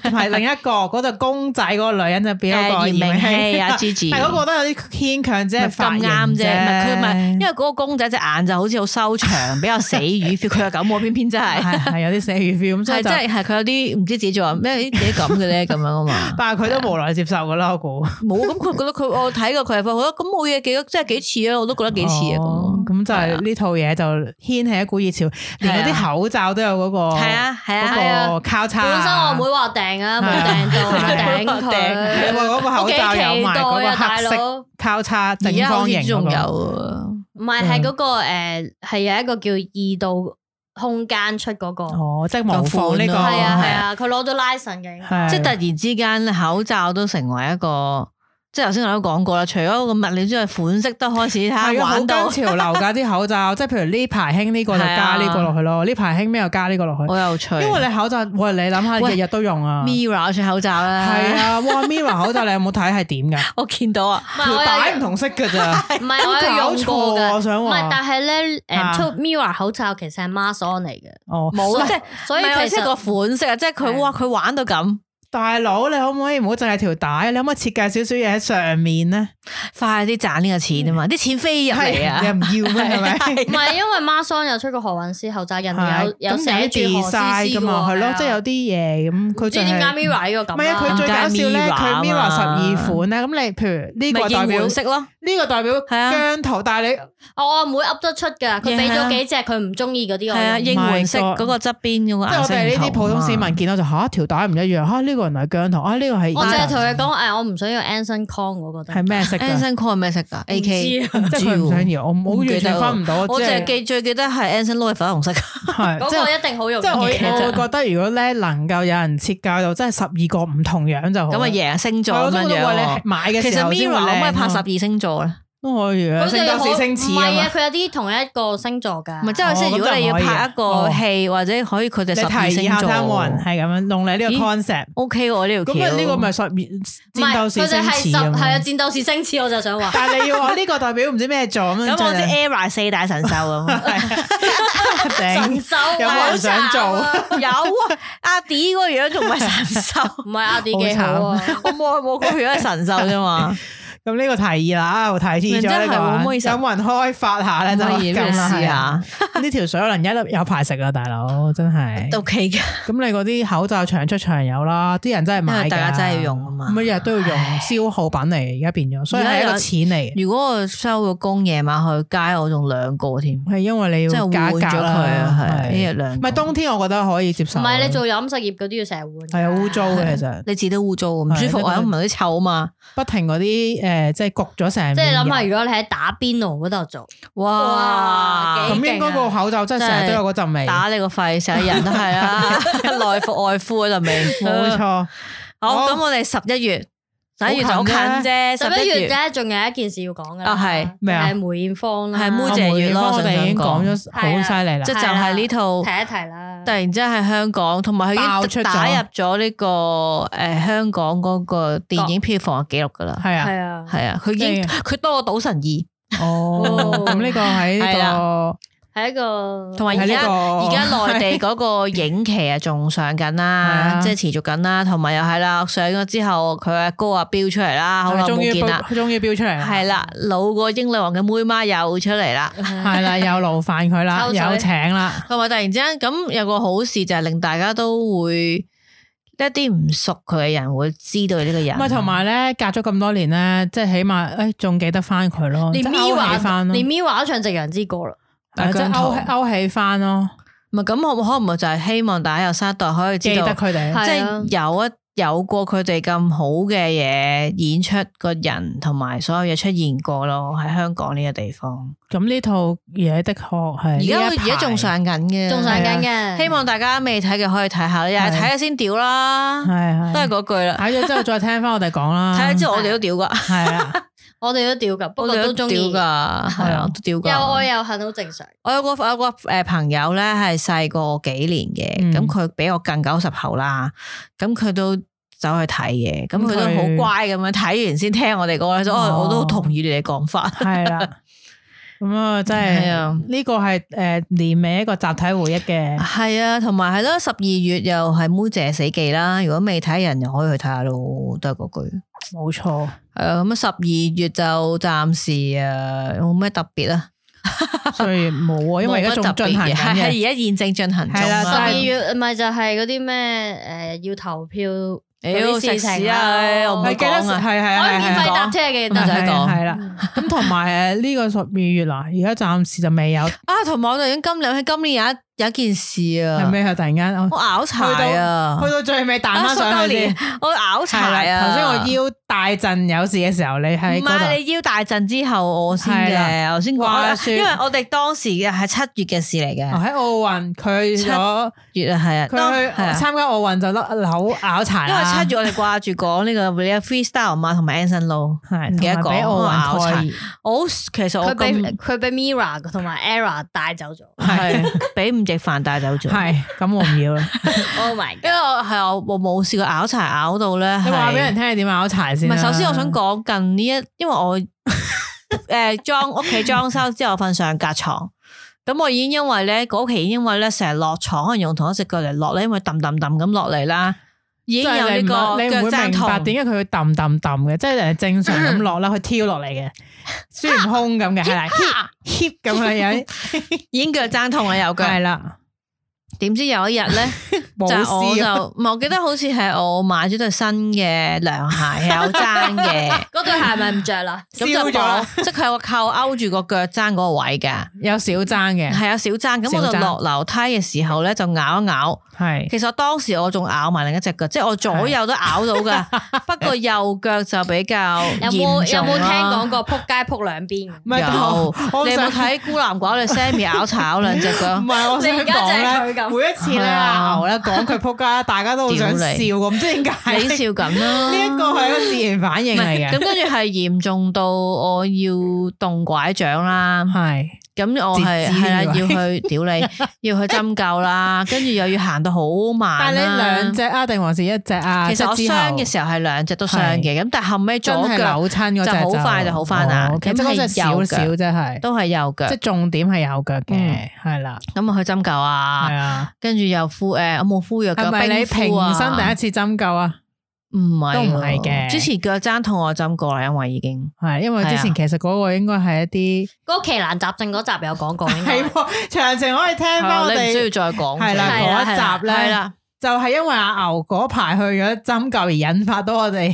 [SPEAKER 4] 同埋另一個嗰隻公仔嗰個女人就變咗個嚴
[SPEAKER 3] 誒嚴明
[SPEAKER 4] [laughs]
[SPEAKER 3] 熙啊
[SPEAKER 4] 明熙，
[SPEAKER 3] ，Gigi，
[SPEAKER 4] 但係嗰個都有啲牽強，只係
[SPEAKER 3] 咁啱啫，唔係佢咪因為嗰個公仔隻眼就好似好修長，比較死魚 feel，佢又咁喎，偏偏真
[SPEAKER 4] [laughs]
[SPEAKER 3] 係
[SPEAKER 4] 係係有啲死魚 feel 咁，所
[SPEAKER 3] 係
[SPEAKER 4] 以就
[SPEAKER 3] 真係係佢有啲唔知自己做咩咦自己咁嘅咧咁樣
[SPEAKER 4] [laughs]
[SPEAKER 3] 啊嘛。
[SPEAKER 4] 但係佢都無奈接受噶啦，我估
[SPEAKER 3] 冇咁佢覺得佢我睇過佢係覺得咁冇嘢幾真係幾似啊，我都覺得幾似啊
[SPEAKER 4] 哦
[SPEAKER 3] 咁。
[SPEAKER 4] 咁就係呢套嘢就掀起一股熱潮，連嗰
[SPEAKER 3] 係
[SPEAKER 4] 啲
[SPEAKER 3] 啊
[SPEAKER 4] 口罩都有嗰個
[SPEAKER 3] 係啊係啊係
[SPEAKER 4] 嗰
[SPEAKER 3] 啊，
[SPEAKER 4] 個交叉。
[SPEAKER 2] 本身我妹話訂啊，冇訂
[SPEAKER 4] [laughs]
[SPEAKER 2] 到，
[SPEAKER 4] 係啊
[SPEAKER 2] 頂佢。
[SPEAKER 4] 我嗰個
[SPEAKER 2] 我
[SPEAKER 4] 口
[SPEAKER 2] 幾
[SPEAKER 4] 罩有
[SPEAKER 2] 期
[SPEAKER 4] 埋
[SPEAKER 2] 待
[SPEAKER 4] 嗰個
[SPEAKER 2] 啊，大
[SPEAKER 4] 黑色
[SPEAKER 2] 佬。
[SPEAKER 4] 交叉
[SPEAKER 3] 而
[SPEAKER 4] 正
[SPEAKER 3] 家好
[SPEAKER 4] 方形嗰
[SPEAKER 3] 似仲有
[SPEAKER 4] 個。
[SPEAKER 3] 啊，
[SPEAKER 2] 唔係
[SPEAKER 4] 嗯
[SPEAKER 2] 係嗰個誒係有一個叫二度空間出嗰個，係
[SPEAKER 4] 哦，即係模仿呢個
[SPEAKER 3] 個款
[SPEAKER 2] 啊係
[SPEAKER 3] 係
[SPEAKER 2] 啊，佢攞咗 license 嘅。
[SPEAKER 4] 係
[SPEAKER 3] 即係突然之間口罩都成為一個，即係頭先我都講過啦，除咗個物料之外，款式都開始睇下
[SPEAKER 4] 係啊，好
[SPEAKER 3] 玩到啊
[SPEAKER 4] 跟。潮流噶啲口罩， [laughs] 即係譬如呢排興呢個就加呢個落去咯，呢排興咩又加呢個落去
[SPEAKER 3] 好，有趣。
[SPEAKER 4] 因為你口罩，喂你諗下
[SPEAKER 3] 喂
[SPEAKER 4] 日日都用啊，係
[SPEAKER 3] Mira 出口罩啦，
[SPEAKER 4] 啊，哇 Mira 口罩你有冇睇係點噶？
[SPEAKER 3] 我見到啊，
[SPEAKER 2] 唔係
[SPEAKER 4] 條
[SPEAKER 2] 我
[SPEAKER 4] 帶
[SPEAKER 2] 有
[SPEAKER 4] 唔同色噶咋，
[SPEAKER 2] 唔 [laughs] 係我有用過
[SPEAKER 4] 搞錯啊
[SPEAKER 2] 㗎，
[SPEAKER 4] 我想
[SPEAKER 2] 唔
[SPEAKER 4] 話
[SPEAKER 2] 係但係咧
[SPEAKER 4] 啊
[SPEAKER 2] 誒出 Mirror 口罩其實係 mask on 嚟嘅，
[SPEAKER 4] 哦，
[SPEAKER 3] 冇
[SPEAKER 2] 所以
[SPEAKER 3] 即係
[SPEAKER 2] 所以
[SPEAKER 3] 唔係我
[SPEAKER 2] 其
[SPEAKER 3] 即係個
[SPEAKER 2] 實
[SPEAKER 3] 款式啊，即係佢
[SPEAKER 2] 係
[SPEAKER 3] 哇佢玩到咁，
[SPEAKER 4] 大佬你可唔可以唔好淨係條帶，你可唔可以設計少少嘢喺上面咧？
[SPEAKER 3] 快啲賺呢個錢啊嘛，啲錢飛入嚟
[SPEAKER 4] 係你又
[SPEAKER 3] 啊！
[SPEAKER 4] 唔
[SPEAKER 2] [laughs]
[SPEAKER 4] 要咩？係咪？
[SPEAKER 2] 唔係因為 mask on 有出過何韻詩口罩，人哋
[SPEAKER 4] 係
[SPEAKER 2] 有有
[SPEAKER 4] 咁有
[SPEAKER 2] 寫
[SPEAKER 4] 啲
[SPEAKER 2] 住何詩
[SPEAKER 4] design
[SPEAKER 2] 詩
[SPEAKER 4] 噶
[SPEAKER 2] 㗎
[SPEAKER 4] 嘛，
[SPEAKER 2] 喎
[SPEAKER 4] 係咯，
[SPEAKER 2] 啊
[SPEAKER 4] 即係有啲嘢咁，佢
[SPEAKER 2] 唔知
[SPEAKER 4] 就
[SPEAKER 2] 點解
[SPEAKER 4] 係
[SPEAKER 2] Mirror 呢個
[SPEAKER 4] 唔
[SPEAKER 2] 咁
[SPEAKER 4] 係啊，佢最搞笑咧，佢
[SPEAKER 3] 唔介
[SPEAKER 2] 啊
[SPEAKER 4] Mirror 十
[SPEAKER 3] Mirror
[SPEAKER 4] 二款咧，咁你譬如呢
[SPEAKER 3] 咪
[SPEAKER 4] 個代
[SPEAKER 3] 見
[SPEAKER 4] 表
[SPEAKER 3] 款式咯，
[SPEAKER 4] 呢個代表
[SPEAKER 3] 係啊
[SPEAKER 4] 姜圖，但係你
[SPEAKER 2] 哦我阿妹噏得出㗎，佢俾
[SPEAKER 3] 係啊
[SPEAKER 2] 咗幾隻佢唔中意嗰啲
[SPEAKER 3] 係啊，
[SPEAKER 2] 我用。
[SPEAKER 3] 應援式嗰個側邊嗰個
[SPEAKER 4] 即係
[SPEAKER 3] 顏
[SPEAKER 4] 我
[SPEAKER 3] 色
[SPEAKER 4] 哋呢啲
[SPEAKER 3] 唔同
[SPEAKER 4] 普
[SPEAKER 3] 啊嘛
[SPEAKER 4] 通市民見到就嚇條帶唔一樣，嚇呢個原來係姜糖，啊呢個係
[SPEAKER 2] 我淨係
[SPEAKER 4] Eden
[SPEAKER 2] 同佢講誒，我唔想要 Anson Kong 嗰個得唔得。
[SPEAKER 4] 係咩色㗎？
[SPEAKER 3] Anson Call 係咩色㗎？A 啊
[SPEAKER 2] 唔
[SPEAKER 3] K
[SPEAKER 2] 知
[SPEAKER 4] 即係佢唔想要，我我
[SPEAKER 3] 唔
[SPEAKER 4] 完
[SPEAKER 3] 記得
[SPEAKER 4] 全
[SPEAKER 3] 喎
[SPEAKER 4] 分唔到，
[SPEAKER 3] 我
[SPEAKER 4] 即
[SPEAKER 3] 淨
[SPEAKER 4] 係
[SPEAKER 3] 係記最記得係 Anson Lo 係粉紅色，
[SPEAKER 4] 係
[SPEAKER 2] 嗰
[SPEAKER 4] 即
[SPEAKER 2] 個
[SPEAKER 4] 係
[SPEAKER 2] 一定好容易
[SPEAKER 4] 即係我
[SPEAKER 3] 其實
[SPEAKER 4] 我會
[SPEAKER 2] 嘅。
[SPEAKER 4] 覺得如果咧能夠有人設計到真係十二個唔同樣就好。
[SPEAKER 3] 咁啊贏星座
[SPEAKER 4] 哦係我
[SPEAKER 3] 咁
[SPEAKER 4] 都
[SPEAKER 3] 樣
[SPEAKER 4] 覺得喂
[SPEAKER 3] 樣
[SPEAKER 4] 你買
[SPEAKER 3] 喎。
[SPEAKER 4] 嘅
[SPEAKER 3] 其
[SPEAKER 4] 時
[SPEAKER 3] 實
[SPEAKER 4] 候
[SPEAKER 3] Mirror 可唔可以拍十
[SPEAKER 4] 十？
[SPEAKER 3] 二星座咧？
[SPEAKER 4] 我如
[SPEAKER 2] 佢
[SPEAKER 4] 星
[SPEAKER 2] 哋
[SPEAKER 4] 多
[SPEAKER 2] 好
[SPEAKER 4] 是星
[SPEAKER 2] 唔
[SPEAKER 4] 矢啊
[SPEAKER 2] 係啊
[SPEAKER 4] 嘛，，
[SPEAKER 2] 佢有啲同一個星座㗎。
[SPEAKER 3] 唔係即係即
[SPEAKER 4] 哦咁
[SPEAKER 3] 係如果你要拍一個戲或者可以佢
[SPEAKER 4] 你
[SPEAKER 3] 哋十二
[SPEAKER 4] 提議
[SPEAKER 3] 星
[SPEAKER 4] 下
[SPEAKER 3] 座，
[SPEAKER 4] 睇有冇人係咁樣弄你呢個
[SPEAKER 3] 咦
[SPEAKER 4] concept。
[SPEAKER 3] O K 喎呢條
[SPEAKER 4] 咁啊，
[SPEAKER 3] 橋。
[SPEAKER 4] 呢個咪十二
[SPEAKER 2] 唔
[SPEAKER 4] 戰鬥
[SPEAKER 2] 係佢
[SPEAKER 4] 士
[SPEAKER 2] 哋係
[SPEAKER 4] 星
[SPEAKER 2] 十
[SPEAKER 4] 矢咁
[SPEAKER 2] 係啊，
[SPEAKER 4] 樣。
[SPEAKER 2] 戰鬥士星矢我就想
[SPEAKER 4] [laughs]
[SPEAKER 2] 話。
[SPEAKER 4] 但係你要我呢個代表唔知咩座咁樣。
[SPEAKER 3] 咁我知 Era 四大神獸啊
[SPEAKER 4] [laughs]
[SPEAKER 3] 咁。
[SPEAKER 4] 啊頂哎
[SPEAKER 2] 神獸啊
[SPEAKER 4] 有冇人想做
[SPEAKER 2] 好慘啊
[SPEAKER 4] [laughs]
[SPEAKER 3] 有啊，阿迪個樣仲唔係神獸， [laughs]
[SPEAKER 2] 唔係阿迪幾好啊？
[SPEAKER 3] 我冇冇個樣係神獸
[SPEAKER 4] [laughs]
[SPEAKER 3] 啫嘛。
[SPEAKER 4] 咁呢個提議啦，我提議咗呢
[SPEAKER 3] 真係啊喎可唔
[SPEAKER 4] 個，
[SPEAKER 3] 可以
[SPEAKER 4] 有冇人開發下咧？就
[SPEAKER 3] 可以
[SPEAKER 4] 咁啦，
[SPEAKER 3] 咩事
[SPEAKER 4] 係
[SPEAKER 3] 啊
[SPEAKER 4] 啊！呢條水可能一粒有排食啊，大佬真係。
[SPEAKER 3] O K 嘅，
[SPEAKER 4] 咁你嗰啲口罩長出長有啦，啲人真係
[SPEAKER 3] 因
[SPEAKER 4] 買㗎，
[SPEAKER 3] 為大家真係要用啊嘛
[SPEAKER 4] 每日日都要用，消耗品嚟，而家變咗，所以係一個錢嚟嘅，
[SPEAKER 3] 如果我收咗工夜晚去街，我仲兩個添，
[SPEAKER 4] 係因為你
[SPEAKER 3] 即
[SPEAKER 4] 要
[SPEAKER 3] 係
[SPEAKER 4] 加
[SPEAKER 3] 換咗
[SPEAKER 4] 價
[SPEAKER 3] 佢啊，
[SPEAKER 4] 啦，
[SPEAKER 3] 係一日兩
[SPEAKER 4] 唔
[SPEAKER 3] 個。
[SPEAKER 4] 係冬天，我覺得可以接
[SPEAKER 2] 唔
[SPEAKER 4] 受。啊
[SPEAKER 2] 係你做飲食業嗰啲要成日換。
[SPEAKER 4] 係啊，污糟嘅其實，
[SPEAKER 3] 你自己都污糟，唔舒服
[SPEAKER 4] 係
[SPEAKER 3] 啊，
[SPEAKER 4] 即係
[SPEAKER 3] 唔係啲臭啊嘛。
[SPEAKER 4] 不停嗰啲誒，即係焗咗成面油。
[SPEAKER 2] 即係諗下，如果你喺打邊爐嗰度做，
[SPEAKER 3] 哇
[SPEAKER 2] 哇！幾
[SPEAKER 4] 咁應該個口罩真係成日都有嗰陣味，
[SPEAKER 3] 啊打你個肺，成日人都
[SPEAKER 4] [laughs]
[SPEAKER 3] 係啦，內服外敷嗰陣味。
[SPEAKER 4] 冇錯。
[SPEAKER 3] 好，
[SPEAKER 4] 好
[SPEAKER 3] 咁我哋十一月，十一月就
[SPEAKER 4] 好
[SPEAKER 3] 好
[SPEAKER 4] 近
[SPEAKER 3] 近
[SPEAKER 4] 啫
[SPEAKER 3] 啫，
[SPEAKER 2] 十
[SPEAKER 3] 十
[SPEAKER 2] 一
[SPEAKER 3] 一
[SPEAKER 2] 月
[SPEAKER 3] 月
[SPEAKER 2] 咧，仲有一件事要講㗎啦。
[SPEAKER 3] 啊係
[SPEAKER 4] 咩啊
[SPEAKER 2] 係梅艷芳啦，
[SPEAKER 3] 係梅
[SPEAKER 4] 我
[SPEAKER 3] 多
[SPEAKER 4] 梅
[SPEAKER 3] 謝
[SPEAKER 4] 艷
[SPEAKER 3] 月咯
[SPEAKER 4] 芳我哋已經講咗
[SPEAKER 2] 係
[SPEAKER 4] 好
[SPEAKER 2] 啊
[SPEAKER 4] 犀利啦
[SPEAKER 3] 即。係就
[SPEAKER 2] 係啦
[SPEAKER 3] 係呢套。
[SPEAKER 2] 提一提啦
[SPEAKER 3] 突。然之間喺香港，同埋
[SPEAKER 4] 啊爆
[SPEAKER 3] 佢已
[SPEAKER 4] 出咗
[SPEAKER 3] 經打入咗呢、個誒、呃香港嗰個電影票房嘅記錄噶啦，
[SPEAKER 4] 係啊，
[SPEAKER 2] 係啊，
[SPEAKER 3] 係啊，佢已
[SPEAKER 4] 即
[SPEAKER 3] 經
[SPEAKER 4] 係
[SPEAKER 3] 佢多過《賭神二》，
[SPEAKER 4] 哦，咁呢個喺
[SPEAKER 3] 係
[SPEAKER 4] 呢
[SPEAKER 2] 係一個
[SPEAKER 3] 同埋而
[SPEAKER 4] 喺呢
[SPEAKER 3] 家
[SPEAKER 4] 個
[SPEAKER 3] 而家內地嗰個影期啊仲上緊
[SPEAKER 4] 係啊
[SPEAKER 3] 啦，即係持續緊啦，同埋又係啦，上咗之後佢阿哥啊飆出嚟啦，好
[SPEAKER 4] 個
[SPEAKER 3] 耐
[SPEAKER 4] 終
[SPEAKER 3] 冇
[SPEAKER 4] 於
[SPEAKER 3] 見
[SPEAKER 4] 標
[SPEAKER 3] 啦，
[SPEAKER 4] 終於標出嚟啦，
[SPEAKER 3] 係啦，老過英女王嘅妹媽又出嚟啦。
[SPEAKER 2] 嗯
[SPEAKER 4] 係
[SPEAKER 3] [laughs]
[SPEAKER 4] 啦，有勞煩佢啦，
[SPEAKER 2] 抽水
[SPEAKER 4] 有請啦，
[SPEAKER 3] 同埋突然之間咁有個好事就係令大家都會一啲唔熟佢嘅人會知道呢個人，
[SPEAKER 4] 咪啊同埋咧，隔咗咁多年咧，即係起碼誒仲記得翻佢咯，即
[SPEAKER 2] 連
[SPEAKER 4] 係勾起
[SPEAKER 2] Miwa
[SPEAKER 4] 翻咯
[SPEAKER 2] 連，Miwa 都唱《夕陽之歌》啦。
[SPEAKER 4] 係即係勾起勾起翻咯，
[SPEAKER 3] 唔係咁，可可唔可就係希望大家有新一代可以
[SPEAKER 4] 記
[SPEAKER 3] 知道，
[SPEAKER 4] 得佢哋
[SPEAKER 2] 係
[SPEAKER 3] 即
[SPEAKER 2] 啊
[SPEAKER 3] 係有一有過佢哋咁好嘅嘢演出個人同埋所有嘢出現過咯，喺香港呢個地方。
[SPEAKER 4] 咁呢套嘢的確係
[SPEAKER 3] 而家
[SPEAKER 4] 呢一
[SPEAKER 3] 而家仲
[SPEAKER 4] 排
[SPEAKER 3] 上緊
[SPEAKER 4] 啊
[SPEAKER 3] 嘅，啊
[SPEAKER 2] 仲上緊嘅，
[SPEAKER 3] 希望大家未睇嘅可以睇下啦，又係睇下先屌啦，
[SPEAKER 4] 係
[SPEAKER 3] 都係
[SPEAKER 4] 係
[SPEAKER 3] 嗰句啦。
[SPEAKER 4] 睇咗之後再聽翻我哋講啦，
[SPEAKER 3] 睇下之後我哋都屌噶，
[SPEAKER 4] 係啦。
[SPEAKER 2] 我哋都屌噶，不
[SPEAKER 3] 我
[SPEAKER 2] 過
[SPEAKER 3] 哋
[SPEAKER 2] 都
[SPEAKER 3] 都
[SPEAKER 2] 中
[SPEAKER 3] 屌
[SPEAKER 2] 意
[SPEAKER 3] 噶，係啊，都屌噶。
[SPEAKER 2] 有愛有恨好正常。
[SPEAKER 3] 我有個我有個誒朋友咧，係細過我幾年
[SPEAKER 4] 嗯
[SPEAKER 3] 嘅，咁佢比我近九十後啦，咁佢都走去睇嘅，咁佢都
[SPEAKER 4] 咁
[SPEAKER 3] 好
[SPEAKER 4] 佢
[SPEAKER 3] 乖咁樣睇完先聽我哋講，所以我
[SPEAKER 4] 哦
[SPEAKER 3] 我都同意你哋講法。
[SPEAKER 4] 系啦，咁啊， [laughs] 真
[SPEAKER 3] 係啊
[SPEAKER 4] 係呢個係诶年尾一個集體回憶嘅。
[SPEAKER 3] 系啊，同埋係咯，十二月又係妹姐死記啦。如果未睇嘅人又可以去睇下咯，都係嗰句。
[SPEAKER 4] 冇錯，
[SPEAKER 3] 系啊，咁啊十二月就暫時诶冇咩特別啊啦，
[SPEAKER 4] 所以冇啊，因為而家仲進行緊
[SPEAKER 3] 係
[SPEAKER 4] 嘅。
[SPEAKER 3] 係而家現正進行中啊
[SPEAKER 4] 係啦
[SPEAKER 2] 十
[SPEAKER 4] 但
[SPEAKER 2] 二
[SPEAKER 4] 係
[SPEAKER 2] 月咪就係嗰啲咩诶要投票嗰
[SPEAKER 3] 妖
[SPEAKER 2] 啲
[SPEAKER 3] 食
[SPEAKER 2] 事
[SPEAKER 3] 屎
[SPEAKER 2] 情
[SPEAKER 3] 啊唉我唔
[SPEAKER 2] 我
[SPEAKER 3] 會
[SPEAKER 4] 係記得
[SPEAKER 3] 講啊
[SPEAKER 4] 係係係
[SPEAKER 2] 可以免
[SPEAKER 4] 係
[SPEAKER 2] 費
[SPEAKER 4] 係
[SPEAKER 2] 搭車嘅，記
[SPEAKER 3] 唔使
[SPEAKER 2] 得。
[SPEAKER 3] 講
[SPEAKER 4] 係啦。咁同埋呃誒呢個十二月嗱，而家暫時就未
[SPEAKER 3] [laughs]
[SPEAKER 4] 有，
[SPEAKER 3] 啊，同埋我哋今年喺今年有一有一件事
[SPEAKER 4] 係
[SPEAKER 3] 啊，
[SPEAKER 4] 咩？突然間我
[SPEAKER 3] 我拗柴啊
[SPEAKER 4] 去，到最尾彈
[SPEAKER 3] 啊
[SPEAKER 4] 翻
[SPEAKER 3] 蘇
[SPEAKER 4] 上
[SPEAKER 3] 兜
[SPEAKER 4] 去先
[SPEAKER 3] 年。我拗
[SPEAKER 4] 係
[SPEAKER 3] 柴
[SPEAKER 4] 啦
[SPEAKER 3] 啊，
[SPEAKER 4] 頭先我腰大陣有事嘅時候，你喺
[SPEAKER 3] 唔
[SPEAKER 4] 嗰
[SPEAKER 3] 係
[SPEAKER 4] 度。
[SPEAKER 3] 你腰大陣之後我先
[SPEAKER 4] 係
[SPEAKER 3] 嘅，
[SPEAKER 4] 啦
[SPEAKER 3] 我先
[SPEAKER 4] 話
[SPEAKER 3] 講，
[SPEAKER 4] 說
[SPEAKER 3] 因為我哋當時嘅係七月嘅事嚟
[SPEAKER 4] 哦
[SPEAKER 3] 嘅，
[SPEAKER 4] 喺奧運，佢
[SPEAKER 3] 七
[SPEAKER 4] 咗
[SPEAKER 3] 月啊係啊，當
[SPEAKER 4] 佢去
[SPEAKER 3] 係啊
[SPEAKER 4] 參加奧運就甩扭拗柴
[SPEAKER 3] 因為
[SPEAKER 4] 啦
[SPEAKER 3] 七月我哋掛住講呢個 freestyle 嘛，同埋 Anson Low，
[SPEAKER 4] 係
[SPEAKER 3] 唔記得
[SPEAKER 4] 同埋俾
[SPEAKER 3] 講
[SPEAKER 4] 奧運
[SPEAKER 3] 拗
[SPEAKER 4] 賽
[SPEAKER 3] 柴
[SPEAKER 4] 爾。
[SPEAKER 3] 我好其實我
[SPEAKER 2] 佢俾
[SPEAKER 3] 咁
[SPEAKER 2] 佢俾 Mira 同埋 Era 帶走
[SPEAKER 4] [laughs]
[SPEAKER 2] 咗。
[SPEAKER 3] [laughs] 係俾伍直凡帶走咗，
[SPEAKER 4] 係咁我唔要
[SPEAKER 3] [laughs]
[SPEAKER 4] 啦。
[SPEAKER 2] Oh my！
[SPEAKER 3] 因為我係我我冇試過拗柴拗到咧，
[SPEAKER 4] 你話
[SPEAKER 3] 係
[SPEAKER 4] 俾人聽你點啊拗柴
[SPEAKER 3] 唔
[SPEAKER 4] 先啦？
[SPEAKER 3] 係，首先我想講近呢一，因為
[SPEAKER 4] [laughs]
[SPEAKER 3] 我誒裝屋企裝修之後瞓上格床，咁我已經因為咧嗰期因為咧成日落床，可能用同一隻腳嚟落咧，因為揼揼揼咁落嚟啦，已
[SPEAKER 4] 即
[SPEAKER 3] 經
[SPEAKER 4] 係
[SPEAKER 3] 有
[SPEAKER 4] 你
[SPEAKER 3] 呢
[SPEAKER 4] 唔你唔
[SPEAKER 3] 個
[SPEAKER 4] 會
[SPEAKER 3] 腳踭
[SPEAKER 4] 明白
[SPEAKER 3] 痛。
[SPEAKER 4] 點解佢會揼揼揼嘅，即係人哋正常咁落啦，佢挑落嚟
[SPEAKER 3] [laughs]
[SPEAKER 4] 嘅，孫悟空咁嘅，係啦 hip hip 咁
[SPEAKER 3] [laughs]
[SPEAKER 4] 樣樣，
[SPEAKER 3] 已經腳踭痛啦，右腳。
[SPEAKER 4] 係啦，
[SPEAKER 3] 點知有一日
[SPEAKER 4] [laughs]
[SPEAKER 3] 咧，就
[SPEAKER 4] 冇
[SPEAKER 3] 係我
[SPEAKER 4] 事啊，
[SPEAKER 3] 就唔係我記得好似係我買咗對新嘅涼鞋，係有踭
[SPEAKER 4] [laughs]
[SPEAKER 3] 嘅，
[SPEAKER 2] 嗰對鞋咪唔着啦，
[SPEAKER 3] 咁就
[SPEAKER 4] 燒咗啦
[SPEAKER 3] 綁，即係佢有個扣勾住個腳踭嗰個
[SPEAKER 4] [laughs]
[SPEAKER 3] 位㗎，
[SPEAKER 4] 有小爭嘅，
[SPEAKER 3] 係啊小踭。咁我
[SPEAKER 4] 小
[SPEAKER 3] 就
[SPEAKER 4] 踭
[SPEAKER 3] 落樓梯嘅時候咧，就咬一咬。
[SPEAKER 4] 係
[SPEAKER 3] 其實我當時我仲咬埋另一隻腳，即係我左右都咬到
[SPEAKER 2] [laughs]
[SPEAKER 3] 噶，不過右腳就比較
[SPEAKER 2] 有
[SPEAKER 4] 啊
[SPEAKER 2] 冇
[SPEAKER 3] 嚴
[SPEAKER 2] 有
[SPEAKER 3] 重啦
[SPEAKER 2] 冇聽講？過撲街撲兩邊？
[SPEAKER 4] 唔係但
[SPEAKER 3] 有
[SPEAKER 4] 我我
[SPEAKER 3] 你有
[SPEAKER 4] 想
[SPEAKER 3] 冇睇孤男寡女 Sammy 咬柴咬兩隻腳
[SPEAKER 4] [laughs] 唔？係，我想
[SPEAKER 2] 你而家就
[SPEAKER 4] 講
[SPEAKER 2] 係佢
[SPEAKER 3] [laughs]
[SPEAKER 4] 咧，
[SPEAKER 2] 咁
[SPEAKER 4] 每一次
[SPEAKER 3] 係
[SPEAKER 4] 咧
[SPEAKER 3] 啊
[SPEAKER 4] 阿牛咧講佢仆街，大家都好想
[SPEAKER 3] 屌
[SPEAKER 4] 笑
[SPEAKER 3] 你
[SPEAKER 4] 喎，唔知點解
[SPEAKER 3] 你笑緊啦，
[SPEAKER 4] 呢一個係一個自然反應
[SPEAKER 3] 唔
[SPEAKER 4] 嚟
[SPEAKER 3] 係咁
[SPEAKER 4] 嘅，
[SPEAKER 3] 跟住係嚴重到我要動拐杖啦，
[SPEAKER 4] 係
[SPEAKER 3] 咁我係
[SPEAKER 4] 截肢
[SPEAKER 3] 係啦，
[SPEAKER 4] 以
[SPEAKER 3] 要
[SPEAKER 4] 為
[SPEAKER 3] 去屌
[SPEAKER 2] [laughs]
[SPEAKER 3] 你，要去針灸啦，跟住又要行到好慢
[SPEAKER 4] 但係你
[SPEAKER 3] 啦
[SPEAKER 4] 兩隻啊，定還是一隻啊？
[SPEAKER 3] 其實我
[SPEAKER 4] 即係之後
[SPEAKER 3] 傷嘅時候係兩隻都傷嘅，咁但係後尾
[SPEAKER 4] 真
[SPEAKER 3] 左
[SPEAKER 4] 係
[SPEAKER 3] 腳
[SPEAKER 4] 扭親嗰隻
[SPEAKER 3] 就好快就好返啦
[SPEAKER 4] 哦，OK，
[SPEAKER 3] 咁
[SPEAKER 4] 即係嗰隻
[SPEAKER 3] 係右
[SPEAKER 4] 少
[SPEAKER 3] 腳
[SPEAKER 4] 少啫，係
[SPEAKER 3] 都係右腳
[SPEAKER 4] 即係，重點係右腳
[SPEAKER 3] 嗯
[SPEAKER 4] 嘅，係啦，
[SPEAKER 3] 咁啊去針灸啊
[SPEAKER 4] 係。啊。
[SPEAKER 3] 跟住又敷誒，我冇敷藥嘅，
[SPEAKER 4] 係咪你
[SPEAKER 3] 冰敷
[SPEAKER 4] 平
[SPEAKER 3] 啊
[SPEAKER 4] 生第一次針灸啊？
[SPEAKER 3] 唔係喎
[SPEAKER 4] 都唔係嘅
[SPEAKER 3] 之前腳踭痛我針過啦，因為已經
[SPEAKER 4] 係，因為之
[SPEAKER 3] 係啊
[SPEAKER 4] 前其實嗰個應該係一啲
[SPEAKER 2] 嗰個奇難雜症嗰集有講過，應該
[SPEAKER 4] 係喎，長情可以聽
[SPEAKER 3] 係
[SPEAKER 4] 翻
[SPEAKER 3] 啊
[SPEAKER 4] 我
[SPEAKER 3] 你唔需要
[SPEAKER 4] 哋
[SPEAKER 3] 再講
[SPEAKER 4] 係啦
[SPEAKER 2] 係啦係
[SPEAKER 4] 嗰一
[SPEAKER 2] 啦
[SPEAKER 4] 集咧，
[SPEAKER 3] 係啦，
[SPEAKER 4] 就係因為阿牛嗰排去咗針灸而引發到我哋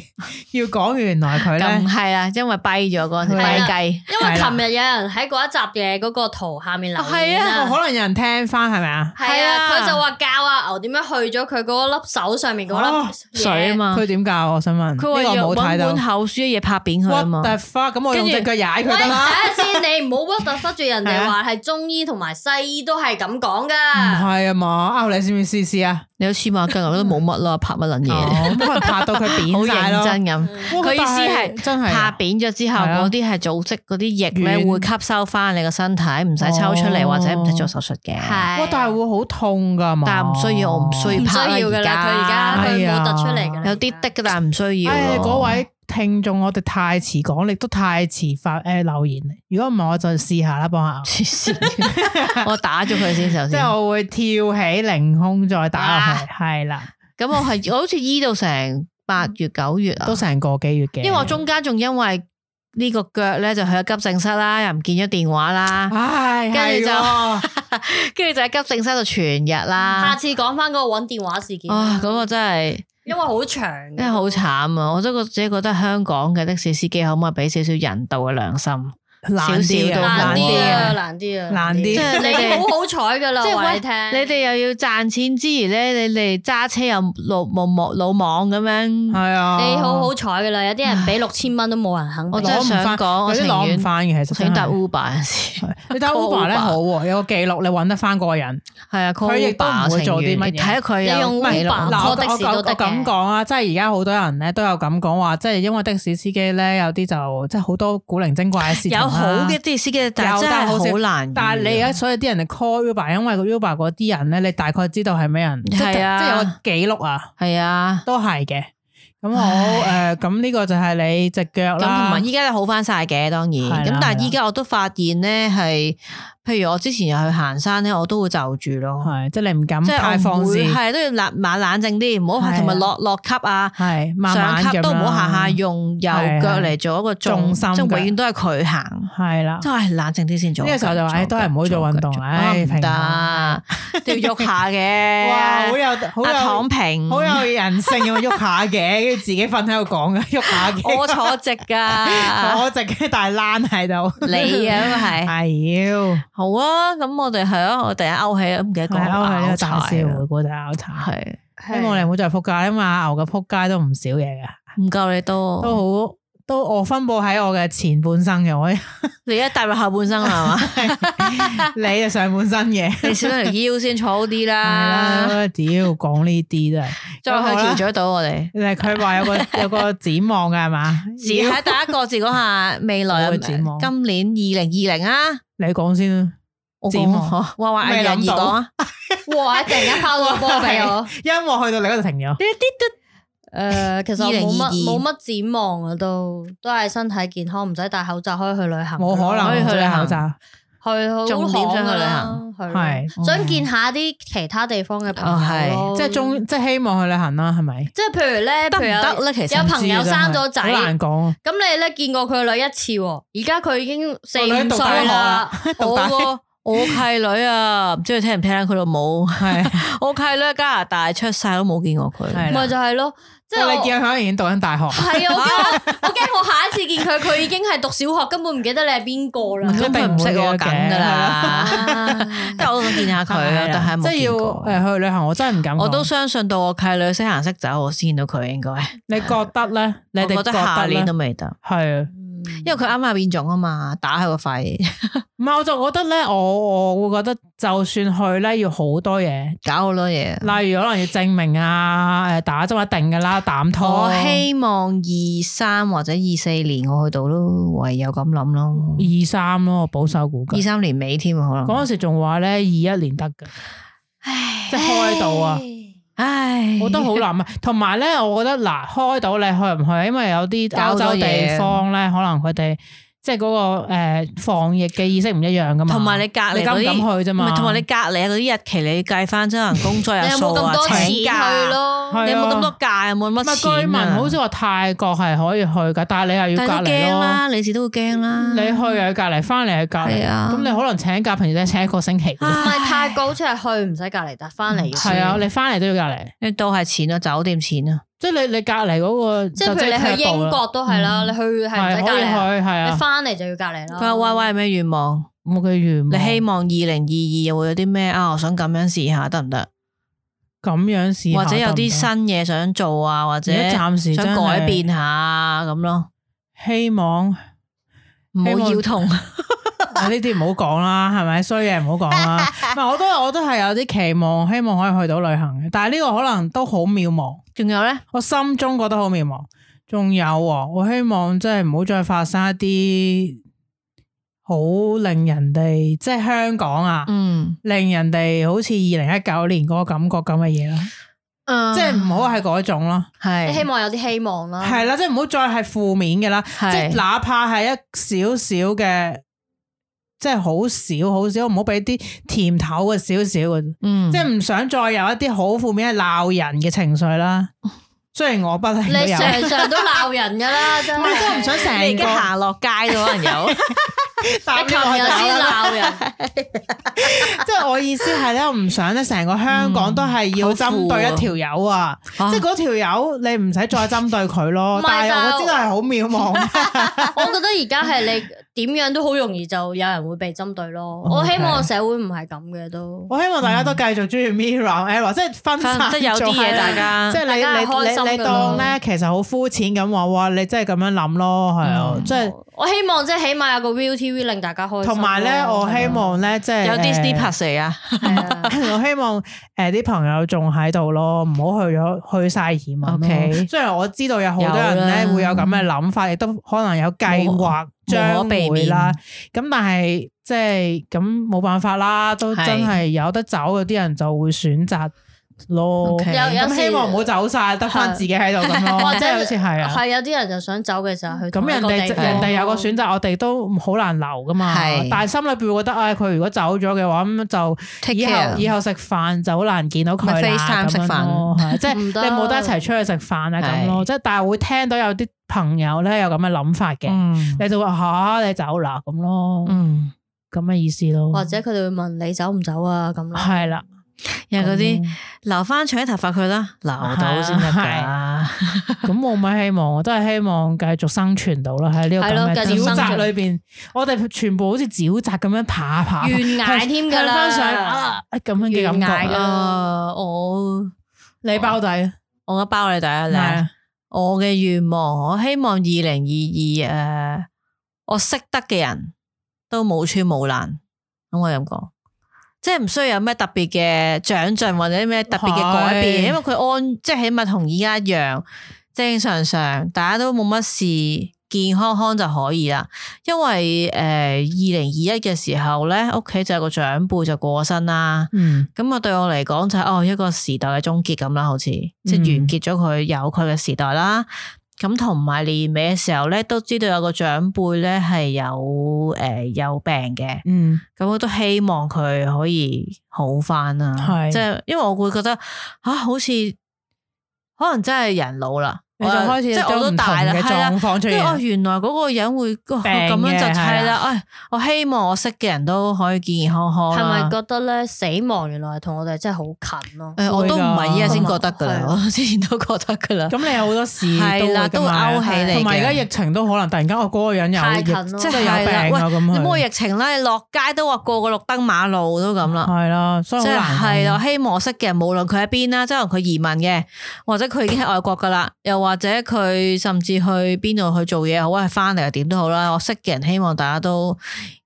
[SPEAKER 4] 要講原來佢哦
[SPEAKER 3] 咁
[SPEAKER 4] 咧
[SPEAKER 3] 係啦，因為跛咗嗰陣時
[SPEAKER 4] 係
[SPEAKER 3] 跛
[SPEAKER 2] 啦
[SPEAKER 3] 雞，
[SPEAKER 2] 因為琴日有人喺嗰一集嘅嗰個圖下面留言
[SPEAKER 3] 啊
[SPEAKER 4] 可
[SPEAKER 2] 啦，
[SPEAKER 4] 能有人聽翻哦係咪啊？
[SPEAKER 2] 係
[SPEAKER 3] 係
[SPEAKER 2] 啊，
[SPEAKER 3] 啊
[SPEAKER 2] 佢就話教阿牛點樣去咗佢嗰粒手上面嗰
[SPEAKER 4] 哦
[SPEAKER 2] 粒嘢
[SPEAKER 3] 水啊，嘛，
[SPEAKER 4] 佢點教我想問？
[SPEAKER 3] 佢話
[SPEAKER 4] 呢個
[SPEAKER 3] 要
[SPEAKER 4] 冇
[SPEAKER 3] 揾
[SPEAKER 4] 睇到
[SPEAKER 3] 本。口書嘅嘢拍扁佢啊
[SPEAKER 4] What
[SPEAKER 3] 嘛，
[SPEAKER 4] the fuck？咁我用只
[SPEAKER 3] 跟住
[SPEAKER 4] 腳踩佢 [laughs]
[SPEAKER 2] 喂，
[SPEAKER 4] 得
[SPEAKER 2] 睇
[SPEAKER 4] 啦。
[SPEAKER 2] 下先，你唔好屈突忽住人哋話係中醫同埋西醫都係咁講
[SPEAKER 4] 唔
[SPEAKER 2] 噶，
[SPEAKER 4] 係啊嘛，啊你試唔試試啊？
[SPEAKER 3] 你都黐馬筋，我都冇乜啦，拍乜撚嘢，
[SPEAKER 4] 哦，可能拍到佢
[SPEAKER 3] 好
[SPEAKER 4] 扁
[SPEAKER 3] [laughs]
[SPEAKER 4] 晒
[SPEAKER 3] 認
[SPEAKER 4] 咯。
[SPEAKER 3] 真咁。
[SPEAKER 4] 哇
[SPEAKER 3] 佢意思
[SPEAKER 4] 但
[SPEAKER 3] 係
[SPEAKER 4] 真係啊
[SPEAKER 3] 拍扁咗之後，
[SPEAKER 4] 係啊
[SPEAKER 3] 嗰啲係組織嗰啲液咧
[SPEAKER 4] 軟
[SPEAKER 3] 會吸收翻你個身體，唔使抽出嚟
[SPEAKER 4] 哦
[SPEAKER 3] 或者唔使做手術嘅。
[SPEAKER 2] 係
[SPEAKER 4] 哇，但係會好啊痛噶嘛？
[SPEAKER 3] 但係唔需要我唔需要
[SPEAKER 2] 唔需要噶啦，佢而家佢冇突出嚟噶啦，
[SPEAKER 3] 有啲的，但係唔需要
[SPEAKER 4] 唉
[SPEAKER 3] 咯。
[SPEAKER 4] 嗰位聽眾，我哋太遲講，亦都太遲發诶留言。如果唔係，我就試下啦，幫下我。
[SPEAKER 3] 黐線我打咗佢先首
[SPEAKER 4] 即
[SPEAKER 3] 先。
[SPEAKER 4] 係我會跳起凌空再打落去，係啦，
[SPEAKER 3] 咁我係我好似醫到成八月九月啊
[SPEAKER 4] 都，成個幾月嘅。
[SPEAKER 3] 因為我中間仲因為呢個腳咧就去咗急症室啦，又唔見咗電話啦，
[SPEAKER 4] 啊唉，
[SPEAKER 3] 跟住就
[SPEAKER 4] 係喎
[SPEAKER 3] 跟住就喺急症室度全日
[SPEAKER 2] 下
[SPEAKER 4] 啊
[SPEAKER 3] 啦。
[SPEAKER 2] 次講翻嗰個揾電話事件啦，
[SPEAKER 3] 啊！嗰個真係
[SPEAKER 2] 因為好長，
[SPEAKER 3] 真係好慘啊！我真係覺自己覺得香港嘅的士司機可唔可以俾少少人道嘅良心？
[SPEAKER 4] 難啲
[SPEAKER 3] [laughs] 少少都
[SPEAKER 4] 啊
[SPEAKER 2] 難
[SPEAKER 4] 難
[SPEAKER 2] 啲
[SPEAKER 4] 啲
[SPEAKER 2] 啊，
[SPEAKER 4] 啊，
[SPEAKER 2] 難啲啊，
[SPEAKER 4] 難啲
[SPEAKER 2] 即係你哋好好彩噶啦，
[SPEAKER 3] 即係
[SPEAKER 2] 話
[SPEAKER 3] 喂
[SPEAKER 2] 你聽，
[SPEAKER 3] 你哋又要賺錢之餘咧，你哋揸車又老冇冇老莽咁樣，
[SPEAKER 4] 係啊，
[SPEAKER 2] 你好好彩噶啦，有啲人俾六千蚊都冇人肯俾，
[SPEAKER 3] 我真係
[SPEAKER 4] 攞唔
[SPEAKER 3] 想
[SPEAKER 4] 返
[SPEAKER 3] 講，我
[SPEAKER 4] 有
[SPEAKER 3] 情
[SPEAKER 4] 啲攞
[SPEAKER 3] 願
[SPEAKER 4] 唔翻嘅，其實
[SPEAKER 3] 想搭
[SPEAKER 4] 真係
[SPEAKER 3] Uber 有時。
[SPEAKER 4] 你打
[SPEAKER 3] Call
[SPEAKER 4] Uber 咧
[SPEAKER 3] Uber
[SPEAKER 4] 好喎，有個記錄，你揾得翻嗰個人。
[SPEAKER 3] 系啊，
[SPEAKER 4] 佢亦都唔會做啲乜嘢
[SPEAKER 3] 睇下佢
[SPEAKER 2] 你用
[SPEAKER 3] 有
[SPEAKER 4] 啊
[SPEAKER 3] 幾
[SPEAKER 2] Uber
[SPEAKER 4] 嗱，
[SPEAKER 3] 耐
[SPEAKER 4] 我
[SPEAKER 2] 坐的士
[SPEAKER 4] 我
[SPEAKER 2] 都得
[SPEAKER 4] 我咁
[SPEAKER 2] 嘅
[SPEAKER 4] 講啊，即係而家好多人咧都有咁講話，即係因為的士司機咧有啲就即係好多古靈精怪嘅事情啦
[SPEAKER 3] 有好嘅，的士司機，但係
[SPEAKER 4] 有
[SPEAKER 3] 真係
[SPEAKER 4] 但係好少
[SPEAKER 3] 好難遇啊。
[SPEAKER 4] 但係你而家所以啲人嚟 call Uber，因為個 Uber 嗰啲人咧，你大概知道係咩人，即
[SPEAKER 3] 嗯係啊
[SPEAKER 4] 即係有個記錄啊，
[SPEAKER 3] 係啊，
[SPEAKER 4] 都係嘅。咁好诶，咁呢個就係你只腳
[SPEAKER 3] 咁同
[SPEAKER 4] 啦
[SPEAKER 3] 埋，依家就好翻晒嘅，當然。
[SPEAKER 4] 係啦
[SPEAKER 3] 咁但係依家我都發現咧，係譬如我之前又去行山咧，我都會就住咯，
[SPEAKER 4] 係即係你唔敢
[SPEAKER 3] 即係
[SPEAKER 4] 太
[SPEAKER 3] 我
[SPEAKER 4] 放
[SPEAKER 3] 唔
[SPEAKER 4] 肆，
[SPEAKER 3] 會
[SPEAKER 4] 係
[SPEAKER 3] 係都要冷冷冷靜啲，唔好
[SPEAKER 4] 係啊
[SPEAKER 3] 係同埋落落級啊。
[SPEAKER 4] 慢慢
[SPEAKER 3] 上
[SPEAKER 4] 咁
[SPEAKER 3] 級都唔好下下
[SPEAKER 4] 啦
[SPEAKER 3] 用右腳嚟做一個重，
[SPEAKER 4] 重心
[SPEAKER 3] 即係
[SPEAKER 4] 腳
[SPEAKER 3] 永遠都係佢行。
[SPEAKER 4] 係啦，
[SPEAKER 3] [laughs] 真係冷靜啲先做。
[SPEAKER 4] 呢個時候就話
[SPEAKER 3] 做
[SPEAKER 4] 唉都係唔好做運動
[SPEAKER 3] 做
[SPEAKER 4] 啦唉
[SPEAKER 3] 啊唔
[SPEAKER 4] 平
[SPEAKER 3] 得
[SPEAKER 4] 衡，
[SPEAKER 3] [laughs] 都要喐下嘅。
[SPEAKER 4] 哇，好有好
[SPEAKER 3] 啊
[SPEAKER 4] 有
[SPEAKER 3] 躺平， [laughs]
[SPEAKER 4] 好有人性咁喐下嘅，跟住自己瞓喺度講嘅，喐下嘅，
[SPEAKER 3] [laughs] 我坐直
[SPEAKER 4] [laughs]
[SPEAKER 3] 噶，
[SPEAKER 4] 我直嘅大躝喺度，
[SPEAKER 3] 你
[SPEAKER 4] [laughs]
[SPEAKER 3] 啊咁係
[SPEAKER 4] 係妖。
[SPEAKER 3] 好啊。咁我哋係咯，我突然間勾起，唔記得
[SPEAKER 4] 係
[SPEAKER 3] 講
[SPEAKER 4] 啊，我係呢個
[SPEAKER 3] 拗
[SPEAKER 4] 大
[SPEAKER 3] 柴
[SPEAKER 4] 笑
[SPEAKER 3] 啊
[SPEAKER 4] 回顧大拗柴，
[SPEAKER 3] 係
[SPEAKER 4] 希望你唔好再撲街，因為阿牛嘅撲街都唔少嘢噶，
[SPEAKER 3] 唔夠你多。
[SPEAKER 4] 都好都我分布喺我嘅前半生
[SPEAKER 3] [laughs]
[SPEAKER 4] 嘅，我
[SPEAKER 3] 你而家踏入下半生
[SPEAKER 4] [laughs]
[SPEAKER 3] 啦，係嘛？
[SPEAKER 4] 你就上半身嘅，
[SPEAKER 3] 你少咗條腰先坐好啲
[SPEAKER 4] 係
[SPEAKER 3] 啦。
[SPEAKER 4] 啦，屌講呢啲真係，
[SPEAKER 3] 再去
[SPEAKER 4] 好啦
[SPEAKER 3] 橋咀島，
[SPEAKER 4] [laughs]
[SPEAKER 3] 我哋
[SPEAKER 4] 你係佢話有個有個展望嘅係
[SPEAKER 3] [laughs]
[SPEAKER 4] 嘛？
[SPEAKER 3] 只喺大家各自講下未來啊
[SPEAKER 4] 好嘅展望
[SPEAKER 3] 今年二零二零啊。
[SPEAKER 4] 你講先啦，
[SPEAKER 3] 我
[SPEAKER 4] 展
[SPEAKER 3] 講
[SPEAKER 4] 望
[SPEAKER 3] 啊哇哇，
[SPEAKER 4] 未
[SPEAKER 3] 阿楊
[SPEAKER 4] 諗
[SPEAKER 3] 怡
[SPEAKER 4] 到
[SPEAKER 3] 講啊。
[SPEAKER 2] 哇！突然間拋咗個波俾
[SPEAKER 4] [laughs]
[SPEAKER 2] 我。
[SPEAKER 4] 音樂去到你嗰度停咗，
[SPEAKER 2] 诶，其實我冇
[SPEAKER 3] 2022
[SPEAKER 2] 乜冇乜展望啊，都都係身體健康，唔使戴口罩，可以去旅行。
[SPEAKER 4] 冇可
[SPEAKER 3] 啊可以
[SPEAKER 4] 能
[SPEAKER 3] 去
[SPEAKER 4] 去
[SPEAKER 3] 旅行
[SPEAKER 4] 口罩，
[SPEAKER 2] 去
[SPEAKER 3] 重點想
[SPEAKER 2] 好行
[SPEAKER 3] 去
[SPEAKER 2] 噶
[SPEAKER 3] 旅
[SPEAKER 2] 啦
[SPEAKER 3] 行，
[SPEAKER 2] 係
[SPEAKER 4] 係哦
[SPEAKER 2] 咯想見下啲其他地方嘅朋
[SPEAKER 3] 哦係
[SPEAKER 2] 友咯
[SPEAKER 4] 即係中即係希望去旅行啦，係咪？
[SPEAKER 2] 即係譬如咧，
[SPEAKER 3] 得唔
[SPEAKER 2] 譬如有
[SPEAKER 3] 得咧其實
[SPEAKER 2] 有朋友
[SPEAKER 4] 唔知
[SPEAKER 2] 生
[SPEAKER 4] 啊
[SPEAKER 2] 咗仔，
[SPEAKER 4] 真係好難講啊。
[SPEAKER 2] 咁你咧見過佢個女一次喎，而家佢已經四
[SPEAKER 4] 個女
[SPEAKER 2] 五
[SPEAKER 4] 讀大
[SPEAKER 2] 歲
[SPEAKER 4] 學 [laughs]
[SPEAKER 2] 啦
[SPEAKER 4] 啦，
[SPEAKER 3] 我個我契女啊，唔知佢聽唔聽啦，佢老母。
[SPEAKER 4] 係，
[SPEAKER 3] [laughs] 我契女喺加拿大出世都冇見過佢。
[SPEAKER 4] 係啦
[SPEAKER 2] 咪就係咯，即
[SPEAKER 4] 即係
[SPEAKER 2] 係
[SPEAKER 4] 你
[SPEAKER 2] 我。
[SPEAKER 4] 見佢已經讀緊大學。
[SPEAKER 2] 係啊，我驚我我驚我下一次見佢，佢已經係讀小學，根本唔記得你係邊個啦
[SPEAKER 4] 唔。
[SPEAKER 3] 咁佢唔識我梗㗎啦， [laughs]
[SPEAKER 2] 啊
[SPEAKER 3] 但係我想見下佢啊，但係啊
[SPEAKER 4] 即
[SPEAKER 3] 冇
[SPEAKER 4] 係要
[SPEAKER 3] 見過。
[SPEAKER 4] 誒去旅行，我真係唔敢講。
[SPEAKER 3] 我都相信到我契女識行識走，我先見到佢應該。
[SPEAKER 4] 你覺得咧？你
[SPEAKER 3] 我
[SPEAKER 4] 哋
[SPEAKER 3] 覺得下年都未得，
[SPEAKER 4] 係啊
[SPEAKER 3] 因為佢啱啱變種啊嘛，打喺個 [laughs] 肺，
[SPEAKER 4] 唔係？我就覺得咧，我我會覺得就算去咧，要好多嘢，
[SPEAKER 3] 搞好多嘢。
[SPEAKER 4] 例如可能要證明啊，誒打針一定噶啦，膽拖。
[SPEAKER 3] 我希望二三或者二四年我去到咯，唯有咁諗咯。
[SPEAKER 4] 二三咯，我保守估
[SPEAKER 3] 二
[SPEAKER 4] 計。
[SPEAKER 3] 三年尾添啊，可能。
[SPEAKER 4] 嗰陣時仲話咧，二一年得嘅，即係開到啊！
[SPEAKER 3] 唉，
[SPEAKER 4] 我覺得好
[SPEAKER 3] [laughs]
[SPEAKER 4] 難啊，同埋咧，我覺得嗱，開到你去唔去？因為有啲歐洲地方咧，可能佢哋即係嗰個誒防疫嘅意識唔一樣噶嘛。
[SPEAKER 3] 同埋你隔離
[SPEAKER 4] 你敢
[SPEAKER 3] 嗰
[SPEAKER 4] 唔
[SPEAKER 3] 啲
[SPEAKER 4] 敢去啫
[SPEAKER 3] 唔
[SPEAKER 4] 嘛？
[SPEAKER 3] 係同埋你隔離嗰啲日期，你計翻真人工作日
[SPEAKER 2] 你有
[SPEAKER 3] 數
[SPEAKER 2] 冇咁
[SPEAKER 3] 啊
[SPEAKER 2] 多，錢
[SPEAKER 3] 請假
[SPEAKER 2] 去咯？
[SPEAKER 4] 係啊
[SPEAKER 3] 你有冇咁多假？有冇
[SPEAKER 4] 唔
[SPEAKER 3] 乜
[SPEAKER 4] 係
[SPEAKER 3] 錢啊
[SPEAKER 4] 據聞好似話泰國係可以去噶，但係你又要
[SPEAKER 3] 但
[SPEAKER 4] 隔
[SPEAKER 3] 係都
[SPEAKER 4] 離
[SPEAKER 3] 驚
[SPEAKER 4] 咯。
[SPEAKER 3] 啦，你自己都會驚啦。
[SPEAKER 4] 你去又要隔離，翻嚟又要隔離，
[SPEAKER 3] 係啊
[SPEAKER 4] 咁你可能請假，平時都係請一個星期。
[SPEAKER 2] 唔係泰國好似係去唔使隔離，但翻嚟要
[SPEAKER 4] 係啊，你翻嚟都要隔離，
[SPEAKER 3] 你都係錢啊，酒店錢啊，
[SPEAKER 4] 即係你你隔離嗰個
[SPEAKER 2] 即係
[SPEAKER 4] 就
[SPEAKER 2] 譬如
[SPEAKER 4] 係
[SPEAKER 2] 你去
[SPEAKER 4] 踢一步啦嗯
[SPEAKER 2] 英國都係啦，你去係唔
[SPEAKER 4] 係
[SPEAKER 2] 使
[SPEAKER 4] 可
[SPEAKER 2] 隔
[SPEAKER 4] 以
[SPEAKER 2] 離啊，
[SPEAKER 4] 去係
[SPEAKER 2] 你
[SPEAKER 4] 啊，
[SPEAKER 2] 翻嚟就要隔離啦。
[SPEAKER 3] 佢話：喂喂，有咩願望？
[SPEAKER 4] 冇嘅願
[SPEAKER 3] 你
[SPEAKER 4] 望
[SPEAKER 3] 希望二零二二又會有啲咩啊？我想咁樣試下得唔得？
[SPEAKER 4] 咁樣試下
[SPEAKER 3] 或者有啲
[SPEAKER 4] 得唔得
[SPEAKER 3] 新嘢想做啊，或者
[SPEAKER 4] 而家暫時
[SPEAKER 3] 想
[SPEAKER 4] 真係
[SPEAKER 3] 改變下咁咯，
[SPEAKER 4] 希望
[SPEAKER 3] [laughs]
[SPEAKER 4] 啊
[SPEAKER 3] 唔好
[SPEAKER 4] 希望 [laughs]
[SPEAKER 3] 腰痛。
[SPEAKER 4] 呢啲唔好講啦，係咪衰嘢唔好講
[SPEAKER 3] [laughs]
[SPEAKER 4] 啦。唔係我都我都係有啲期望，希望可以去到旅行嘅，但係呢個可能都好渺茫。
[SPEAKER 3] 仲有咧，
[SPEAKER 4] 我心中覺得好渺茫。仲有喎，我希望真係唔好再發生一啲好令人哋即係香港啊，
[SPEAKER 3] 嗯，
[SPEAKER 4] 令人哋好似二零一九年嗰個感覺咁嘅嘢啦，
[SPEAKER 3] 啊
[SPEAKER 4] 即係唔好係嗰種咯，
[SPEAKER 3] 係
[SPEAKER 2] 嗯你希望有啲希望
[SPEAKER 3] 啊
[SPEAKER 2] 啦。
[SPEAKER 4] 係啦，即係唔好再係負面嘅啦，即
[SPEAKER 3] 係
[SPEAKER 4] 係哪怕係一少少嘅，即係好少好少，唔好俾啲甜頭嘅少少嘅。
[SPEAKER 3] 嗯，
[SPEAKER 4] 即系唔想再有一啲好負面嘅鬧人嘅情緒啦。雖然我不停都
[SPEAKER 2] 你
[SPEAKER 4] 有，
[SPEAKER 2] 常常都鬧人噶啦，真
[SPEAKER 4] 我真係
[SPEAKER 2] 係
[SPEAKER 4] 唔想成
[SPEAKER 3] 你而
[SPEAKER 4] 個
[SPEAKER 3] 家行落街啊都可能
[SPEAKER 4] [laughs]
[SPEAKER 3] 有，
[SPEAKER 4] 搭
[SPEAKER 2] 你琴日先鬧人，
[SPEAKER 4] 即係我意思係咧，我唔想咧成個香港都係要針對一條友啊，即係嗰條友你唔使再針對佢
[SPEAKER 2] 唔
[SPEAKER 4] 咯
[SPEAKER 2] 係。
[SPEAKER 4] 但係
[SPEAKER 2] 就
[SPEAKER 4] 我知道係好渺茫，
[SPEAKER 2] 我覺得而家係你點樣都好容易就有人會被針對咯。
[SPEAKER 4] 哦
[SPEAKER 2] 我希望社會唔係咁嘅都。
[SPEAKER 4] 我希望大家都繼續中意 Mirror Error，即係分
[SPEAKER 3] 分
[SPEAKER 4] 散
[SPEAKER 3] 即係有啲
[SPEAKER 4] 做
[SPEAKER 3] 嘢啊大家
[SPEAKER 4] 即係你
[SPEAKER 2] 大家係開
[SPEAKER 4] 你
[SPEAKER 2] 心
[SPEAKER 4] 你你
[SPEAKER 2] 㗎咯
[SPEAKER 4] 當咧，其實好膚淺咁話，哇！你真係咁樣諗咯，係
[SPEAKER 3] 嗯
[SPEAKER 4] 啊，即係
[SPEAKER 2] 我希望即係起碼有個 Real TV 令大家開心咯。
[SPEAKER 4] 同埋咧，我希望咧，即係
[SPEAKER 3] 啊有啲 Disney
[SPEAKER 4] 誒
[SPEAKER 3] Plus 嚟啊，
[SPEAKER 2] 係啊
[SPEAKER 4] [laughs] 我希望誒啲朋友仲喺度咯，唔好去咗去晒移民咯。
[SPEAKER 3] OK
[SPEAKER 4] 雖然我知道有好多人咧
[SPEAKER 3] 有啦
[SPEAKER 4] 會有咁嘅諗法，亦都可能有計劃
[SPEAKER 3] 無可
[SPEAKER 4] 將
[SPEAKER 3] 避
[SPEAKER 4] 會
[SPEAKER 3] 免
[SPEAKER 4] 啦。咁但係即係咁冇辦法啦，都
[SPEAKER 3] 係
[SPEAKER 4] 真係有得走，有啲人就會選擇咯。
[SPEAKER 3] OK
[SPEAKER 2] 有有
[SPEAKER 4] 咁
[SPEAKER 2] 時
[SPEAKER 4] 希望唔好走晒，得翻自己喺度咁咯。
[SPEAKER 2] 或者
[SPEAKER 4] 即係好似係啊。
[SPEAKER 2] 係有啲人就想走嘅時候去
[SPEAKER 4] 咁
[SPEAKER 2] 同一
[SPEAKER 4] 人
[SPEAKER 2] 個
[SPEAKER 4] 哋
[SPEAKER 2] 地方
[SPEAKER 4] 人哋有個選擇，我哋都好難留噶嘛
[SPEAKER 3] 係。
[SPEAKER 4] 但係心裏邊會覺得，唉，佢如果走咗嘅話，咁就
[SPEAKER 3] Take
[SPEAKER 4] 以後
[SPEAKER 3] care
[SPEAKER 4] 以後食飯就好難見到佢
[SPEAKER 3] 咪
[SPEAKER 4] 啦。
[SPEAKER 3] FaceTime
[SPEAKER 4] 咁樣咯，係即係
[SPEAKER 2] 唔
[SPEAKER 4] 你
[SPEAKER 2] 得
[SPEAKER 4] 冇得一齊出去食飯啊咁咯。即係但係會聽到有啲朋友咧有咁嘅諗法嘅，
[SPEAKER 3] 嗯
[SPEAKER 4] 你就會嚇你走啦咁咯，
[SPEAKER 3] 嗯，
[SPEAKER 4] 咁嘅意思咯。
[SPEAKER 2] 或者佢哋會問你走唔走啊咁咯。
[SPEAKER 4] 係啦，
[SPEAKER 3] 又嗰
[SPEAKER 4] 咁
[SPEAKER 3] 啲
[SPEAKER 4] 咯
[SPEAKER 3] 留翻長啲頭髮佢啦，留
[SPEAKER 4] [laughs]
[SPEAKER 3] 到先得
[SPEAKER 4] 嗯係
[SPEAKER 3] 㗎
[SPEAKER 4] 啊。咁我咪希望，我都係希望繼續生存到啦，喺呢
[SPEAKER 2] 係咯
[SPEAKER 4] 個咁
[SPEAKER 2] 繼
[SPEAKER 4] 嘅
[SPEAKER 2] 續
[SPEAKER 4] 沼
[SPEAKER 2] 生
[SPEAKER 4] 澤
[SPEAKER 2] 存
[SPEAKER 4] 裏邊，我哋全部好似沼澤咁樣爬爬，
[SPEAKER 2] 懸崖添㗎啦
[SPEAKER 4] 向翻上
[SPEAKER 2] ờ.
[SPEAKER 4] 啊咁樣嘅感
[SPEAKER 2] 懸崖
[SPEAKER 4] 覺
[SPEAKER 2] 㗎。
[SPEAKER 3] 啊我 Ờ.
[SPEAKER 4] 你包底
[SPEAKER 3] 我一包你第一
[SPEAKER 4] 係
[SPEAKER 3] 靚。
[SPEAKER 4] 啊
[SPEAKER 3] 我嘅願望，我希望二零二二诶，我識得嘅人都冇穿冇爛，咁我咁講，即係唔需要有咩特別嘅長進或者咩特別嘅改變，
[SPEAKER 4] 係
[SPEAKER 3] 因為佢安即係起碼同而家一樣，正常常大家都冇乜事，健健康康就可以啦。因為诶二零二一嘅時候咧，屋企就有個長輩就過身啦。
[SPEAKER 4] 嗯，
[SPEAKER 3] 咁啊，對我嚟講就係、哦一個時代嘅終結咁啦，好似
[SPEAKER 4] 嗯
[SPEAKER 3] 即係完結咗佢有佢嘅時代啦。咁同埋年尾嘅時候咧，都知道有個長輩咧係有誒、呃有病嘅，
[SPEAKER 4] 嗯，
[SPEAKER 3] 咁我都希望佢可以好翻啦。
[SPEAKER 4] 係
[SPEAKER 3] 即係因為我會覺得啊，好似可能真係人老啦，
[SPEAKER 4] 你就
[SPEAKER 3] 我又
[SPEAKER 4] 開始
[SPEAKER 3] 即係我
[SPEAKER 4] 有
[SPEAKER 3] 都
[SPEAKER 4] 唔同
[SPEAKER 3] 大啦，
[SPEAKER 4] 嘅
[SPEAKER 3] 係啦
[SPEAKER 4] 狀。況出
[SPEAKER 3] 跟住哦，
[SPEAKER 4] 現，
[SPEAKER 3] 原來嗰個人會哦
[SPEAKER 4] 病
[SPEAKER 3] 咁樣就
[SPEAKER 4] 嘅係啦
[SPEAKER 3] 係啦。唉，我希望我識嘅人都可以健健康
[SPEAKER 4] 哦
[SPEAKER 3] 康
[SPEAKER 2] 係
[SPEAKER 3] 啦。
[SPEAKER 2] 咪覺得咧死亡原來係同我哋真係好近咯？
[SPEAKER 3] 诶、我都唔係依家先覺得噶啦
[SPEAKER 2] 係，啊
[SPEAKER 3] 我之前都覺得噶啦，
[SPEAKER 4] 咁你有好多事
[SPEAKER 3] 係啦
[SPEAKER 4] 都會㗎嘛
[SPEAKER 3] 都會勾起你嘅
[SPEAKER 4] 同埋而家疫情都可能突然間我嗰個人有
[SPEAKER 2] 太
[SPEAKER 4] 疫
[SPEAKER 2] 近咯
[SPEAKER 4] 即係
[SPEAKER 3] 係
[SPEAKER 4] 有
[SPEAKER 3] 啦
[SPEAKER 4] 病啊
[SPEAKER 3] 喂
[SPEAKER 4] 咁
[SPEAKER 3] 你冇
[SPEAKER 4] 樣，
[SPEAKER 3] 疫情啦，你落街都話過個綠燈馬路都咁啦，
[SPEAKER 4] 係啦，所以
[SPEAKER 3] 即
[SPEAKER 4] 好
[SPEAKER 3] 係
[SPEAKER 4] 難啊講
[SPEAKER 3] 係啦，我希望我識嘅人，無論佢喺邊啦，即係可能佢移民嘅，或者佢已經喺外國噶啦，又或者佢甚至去邊度去做嘢好，係翻嚟又點都好啦，我識嘅人希望大家都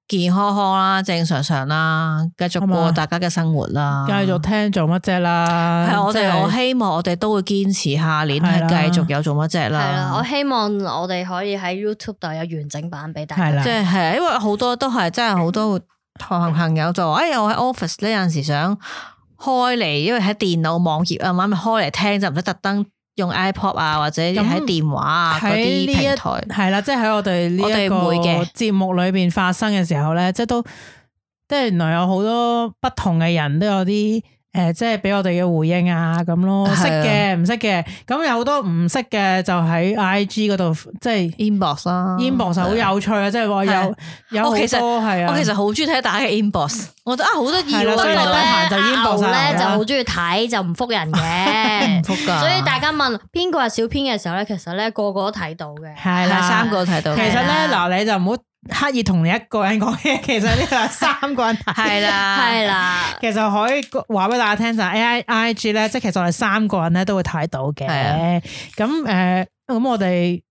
[SPEAKER 3] 健健康康啦，正常常啦，繼續
[SPEAKER 4] 係嘛
[SPEAKER 3] 過大家嘅生活啦，
[SPEAKER 4] 繼續聽做乜啫啦。
[SPEAKER 3] 係啊我
[SPEAKER 4] 即
[SPEAKER 3] 哋，
[SPEAKER 4] 係
[SPEAKER 3] 我希望我哋都會堅持下年
[SPEAKER 4] 係啦
[SPEAKER 3] 係繼續有做乜啫
[SPEAKER 2] 係
[SPEAKER 3] 啦，
[SPEAKER 2] 啦，我希望我哋可以喺 YouTube 度有完整版俾大
[SPEAKER 4] 係啦
[SPEAKER 2] 家。
[SPEAKER 3] 即係係，因為好多都係真係好多同行朋友就話：，哎呀，我喺 office 呢有陣時想開嚟，因為喺電腦網頁啊嘛，咪開嚟聽就唔使特登用 iPod 啊，或者喺電話啊嗰
[SPEAKER 4] 喺呢
[SPEAKER 3] 啲
[SPEAKER 4] 一
[SPEAKER 3] 平台。
[SPEAKER 4] 係啦，即係喺我哋
[SPEAKER 3] 我
[SPEAKER 4] 呢一
[SPEAKER 3] 哋會
[SPEAKER 4] 個
[SPEAKER 3] 嘅
[SPEAKER 4] 節目裏边發生嘅時候咧，即係都即係原來有好多不同嘅人都有啲。诶、即係俾我哋嘅回應啊，咁咯，
[SPEAKER 3] 係啊
[SPEAKER 4] 識嘅唔識嘅，咁有好多唔識嘅就喺 I G 嗰度，即係
[SPEAKER 3] inbox 啦
[SPEAKER 4] inbox 就好有趣啊，即係話有
[SPEAKER 3] 係
[SPEAKER 4] 有好多
[SPEAKER 3] 我其實哦
[SPEAKER 4] 係啊，
[SPEAKER 3] 我其實好中意睇大家嘅 inbox，我覺得啊好得意
[SPEAKER 4] 係啦
[SPEAKER 3] 喎，
[SPEAKER 4] 所以
[SPEAKER 3] 原
[SPEAKER 4] 我
[SPEAKER 3] 來
[SPEAKER 4] 得閒就
[SPEAKER 2] 阿
[SPEAKER 4] inbox
[SPEAKER 2] 牛
[SPEAKER 4] 晒
[SPEAKER 2] 咧
[SPEAKER 4] 我
[SPEAKER 2] 就
[SPEAKER 4] 啦啊
[SPEAKER 2] 好中意睇，就唔覆人
[SPEAKER 4] [laughs]
[SPEAKER 3] 唔
[SPEAKER 2] 嘅。
[SPEAKER 3] 復㗎，
[SPEAKER 2] 所以大家問邊個係小編嘅時候咧，其實咧個個都睇到嘅。
[SPEAKER 4] 係
[SPEAKER 3] 係
[SPEAKER 4] 啦，
[SPEAKER 3] 啦三個都睇到，
[SPEAKER 4] 其實
[SPEAKER 2] 係
[SPEAKER 4] 咧
[SPEAKER 2] 啦
[SPEAKER 4] 嗱，你就唔好刻意同你一個人講嘢，其實呢度係三個人睇。
[SPEAKER 3] 係
[SPEAKER 4] 啊
[SPEAKER 3] 啦，
[SPEAKER 2] 係啦，
[SPEAKER 4] 其實可以話俾大家聽就係 A I I G 咧，即係其實我哋三個人咧都會睇到嘅
[SPEAKER 3] 係啊。
[SPEAKER 4] 咁诶，呃咁我哋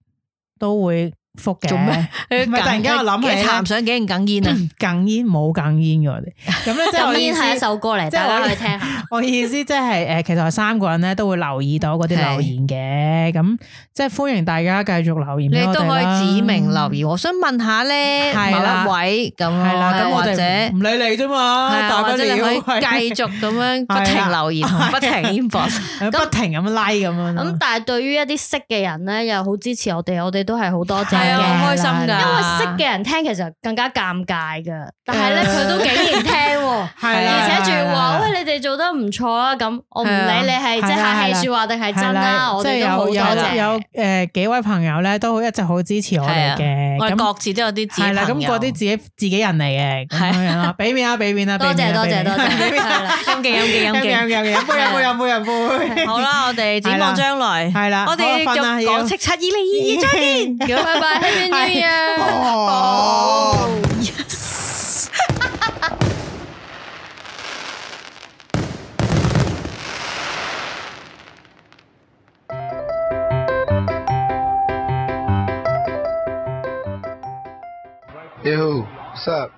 [SPEAKER 4] 都會复嘅。[laughs]
[SPEAKER 3] 做咩
[SPEAKER 4] 唔係突然間我諗起
[SPEAKER 3] 幾
[SPEAKER 4] 咧
[SPEAKER 3] 談上幾人哽咽啊，
[SPEAKER 4] 更煙冇更煙嘅我哋？咁
[SPEAKER 3] [laughs]
[SPEAKER 4] 咧即係我
[SPEAKER 2] 咁
[SPEAKER 4] 意
[SPEAKER 2] 煙係一
[SPEAKER 4] 思，
[SPEAKER 2] 首歌嚟，
[SPEAKER 4] 即係
[SPEAKER 2] 大
[SPEAKER 4] 我
[SPEAKER 2] 家去聽下。
[SPEAKER 4] [laughs] 我意思即係诶，呃其實我哋三個人咧都會留意到嗰啲留言嘅。咁即係歡迎大家繼續留言俾
[SPEAKER 3] 你
[SPEAKER 4] 我
[SPEAKER 3] 都
[SPEAKER 4] 哋
[SPEAKER 3] 可
[SPEAKER 4] 啦。
[SPEAKER 3] 以指明留言。我想問下咧，
[SPEAKER 4] 係
[SPEAKER 3] 某
[SPEAKER 4] 啦
[SPEAKER 3] 一位咁
[SPEAKER 4] 係啦，咁
[SPEAKER 3] 咯，
[SPEAKER 4] 我
[SPEAKER 3] 或
[SPEAKER 4] 哋
[SPEAKER 3] 者
[SPEAKER 4] 唔
[SPEAKER 3] 係
[SPEAKER 4] 理你啫嘛，大
[SPEAKER 3] 啊
[SPEAKER 4] 不
[SPEAKER 3] 或者你可以
[SPEAKER 4] 了
[SPEAKER 3] 繼續咁樣
[SPEAKER 4] 係啦
[SPEAKER 3] 不停留言同
[SPEAKER 4] [laughs]
[SPEAKER 3] 不停 inbox。
[SPEAKER 4] 不停咁 like 咁樣咯。
[SPEAKER 2] 咁但係對於一啲識嘅人咧，又好支持我哋，我哋都係好多謝
[SPEAKER 3] 係
[SPEAKER 4] 係
[SPEAKER 3] 啊，
[SPEAKER 2] 嘅。
[SPEAKER 3] 好開心㗎，
[SPEAKER 2] 因為識嘅人聽其實更加尷尬噶，但係咧
[SPEAKER 4] 誒
[SPEAKER 2] 佢都竟然聽喎。
[SPEAKER 4] [laughs] 係啦，
[SPEAKER 2] 而且仲要話
[SPEAKER 4] 係啦啊嗯
[SPEAKER 2] 喂，你哋做得唔錯啊！咁我唔理
[SPEAKER 3] 係啊
[SPEAKER 2] 你係即
[SPEAKER 4] 係啦
[SPEAKER 2] 係
[SPEAKER 4] 係
[SPEAKER 2] 客
[SPEAKER 4] 啦
[SPEAKER 2] 氣说話定係真啦，我
[SPEAKER 4] 即係
[SPEAKER 2] 哋都
[SPEAKER 4] 有
[SPEAKER 2] 好多
[SPEAKER 4] 有
[SPEAKER 2] 謝。
[SPEAKER 4] 有誒幾位朋友咧，都一直好支持我哋嘅。
[SPEAKER 3] 我哋
[SPEAKER 4] 咁
[SPEAKER 3] 各自都有啲自己
[SPEAKER 4] 係啦，咁
[SPEAKER 3] 朋友
[SPEAKER 4] 嗰
[SPEAKER 3] [laughs]
[SPEAKER 4] 啲自己自己人嚟嘅咁樣啦，俾面啊，俾面啊，
[SPEAKER 2] 多謝多謝
[SPEAKER 4] 謝
[SPEAKER 2] 多謝，
[SPEAKER 4] 謝。
[SPEAKER 2] 係啦
[SPEAKER 3] 陰記陰
[SPEAKER 4] [laughs]
[SPEAKER 3] 記
[SPEAKER 4] 飲嘅飲
[SPEAKER 3] 陰
[SPEAKER 4] 嘅飲杯飲杯飲杯飲
[SPEAKER 3] 記。
[SPEAKER 4] 杯，
[SPEAKER 3] 好啦，我哋展望將來，
[SPEAKER 4] 係啦，
[SPEAKER 3] 我哋
[SPEAKER 4] 好
[SPEAKER 3] 就
[SPEAKER 4] 瞓啦要
[SPEAKER 3] 講叱咤二
[SPEAKER 2] [laughs]
[SPEAKER 3] 零二二再見。
[SPEAKER 2] 拜拜，Happy New Year！
[SPEAKER 4] Oh 哦。
[SPEAKER 2] Oh
[SPEAKER 1] Hey, who? What's up?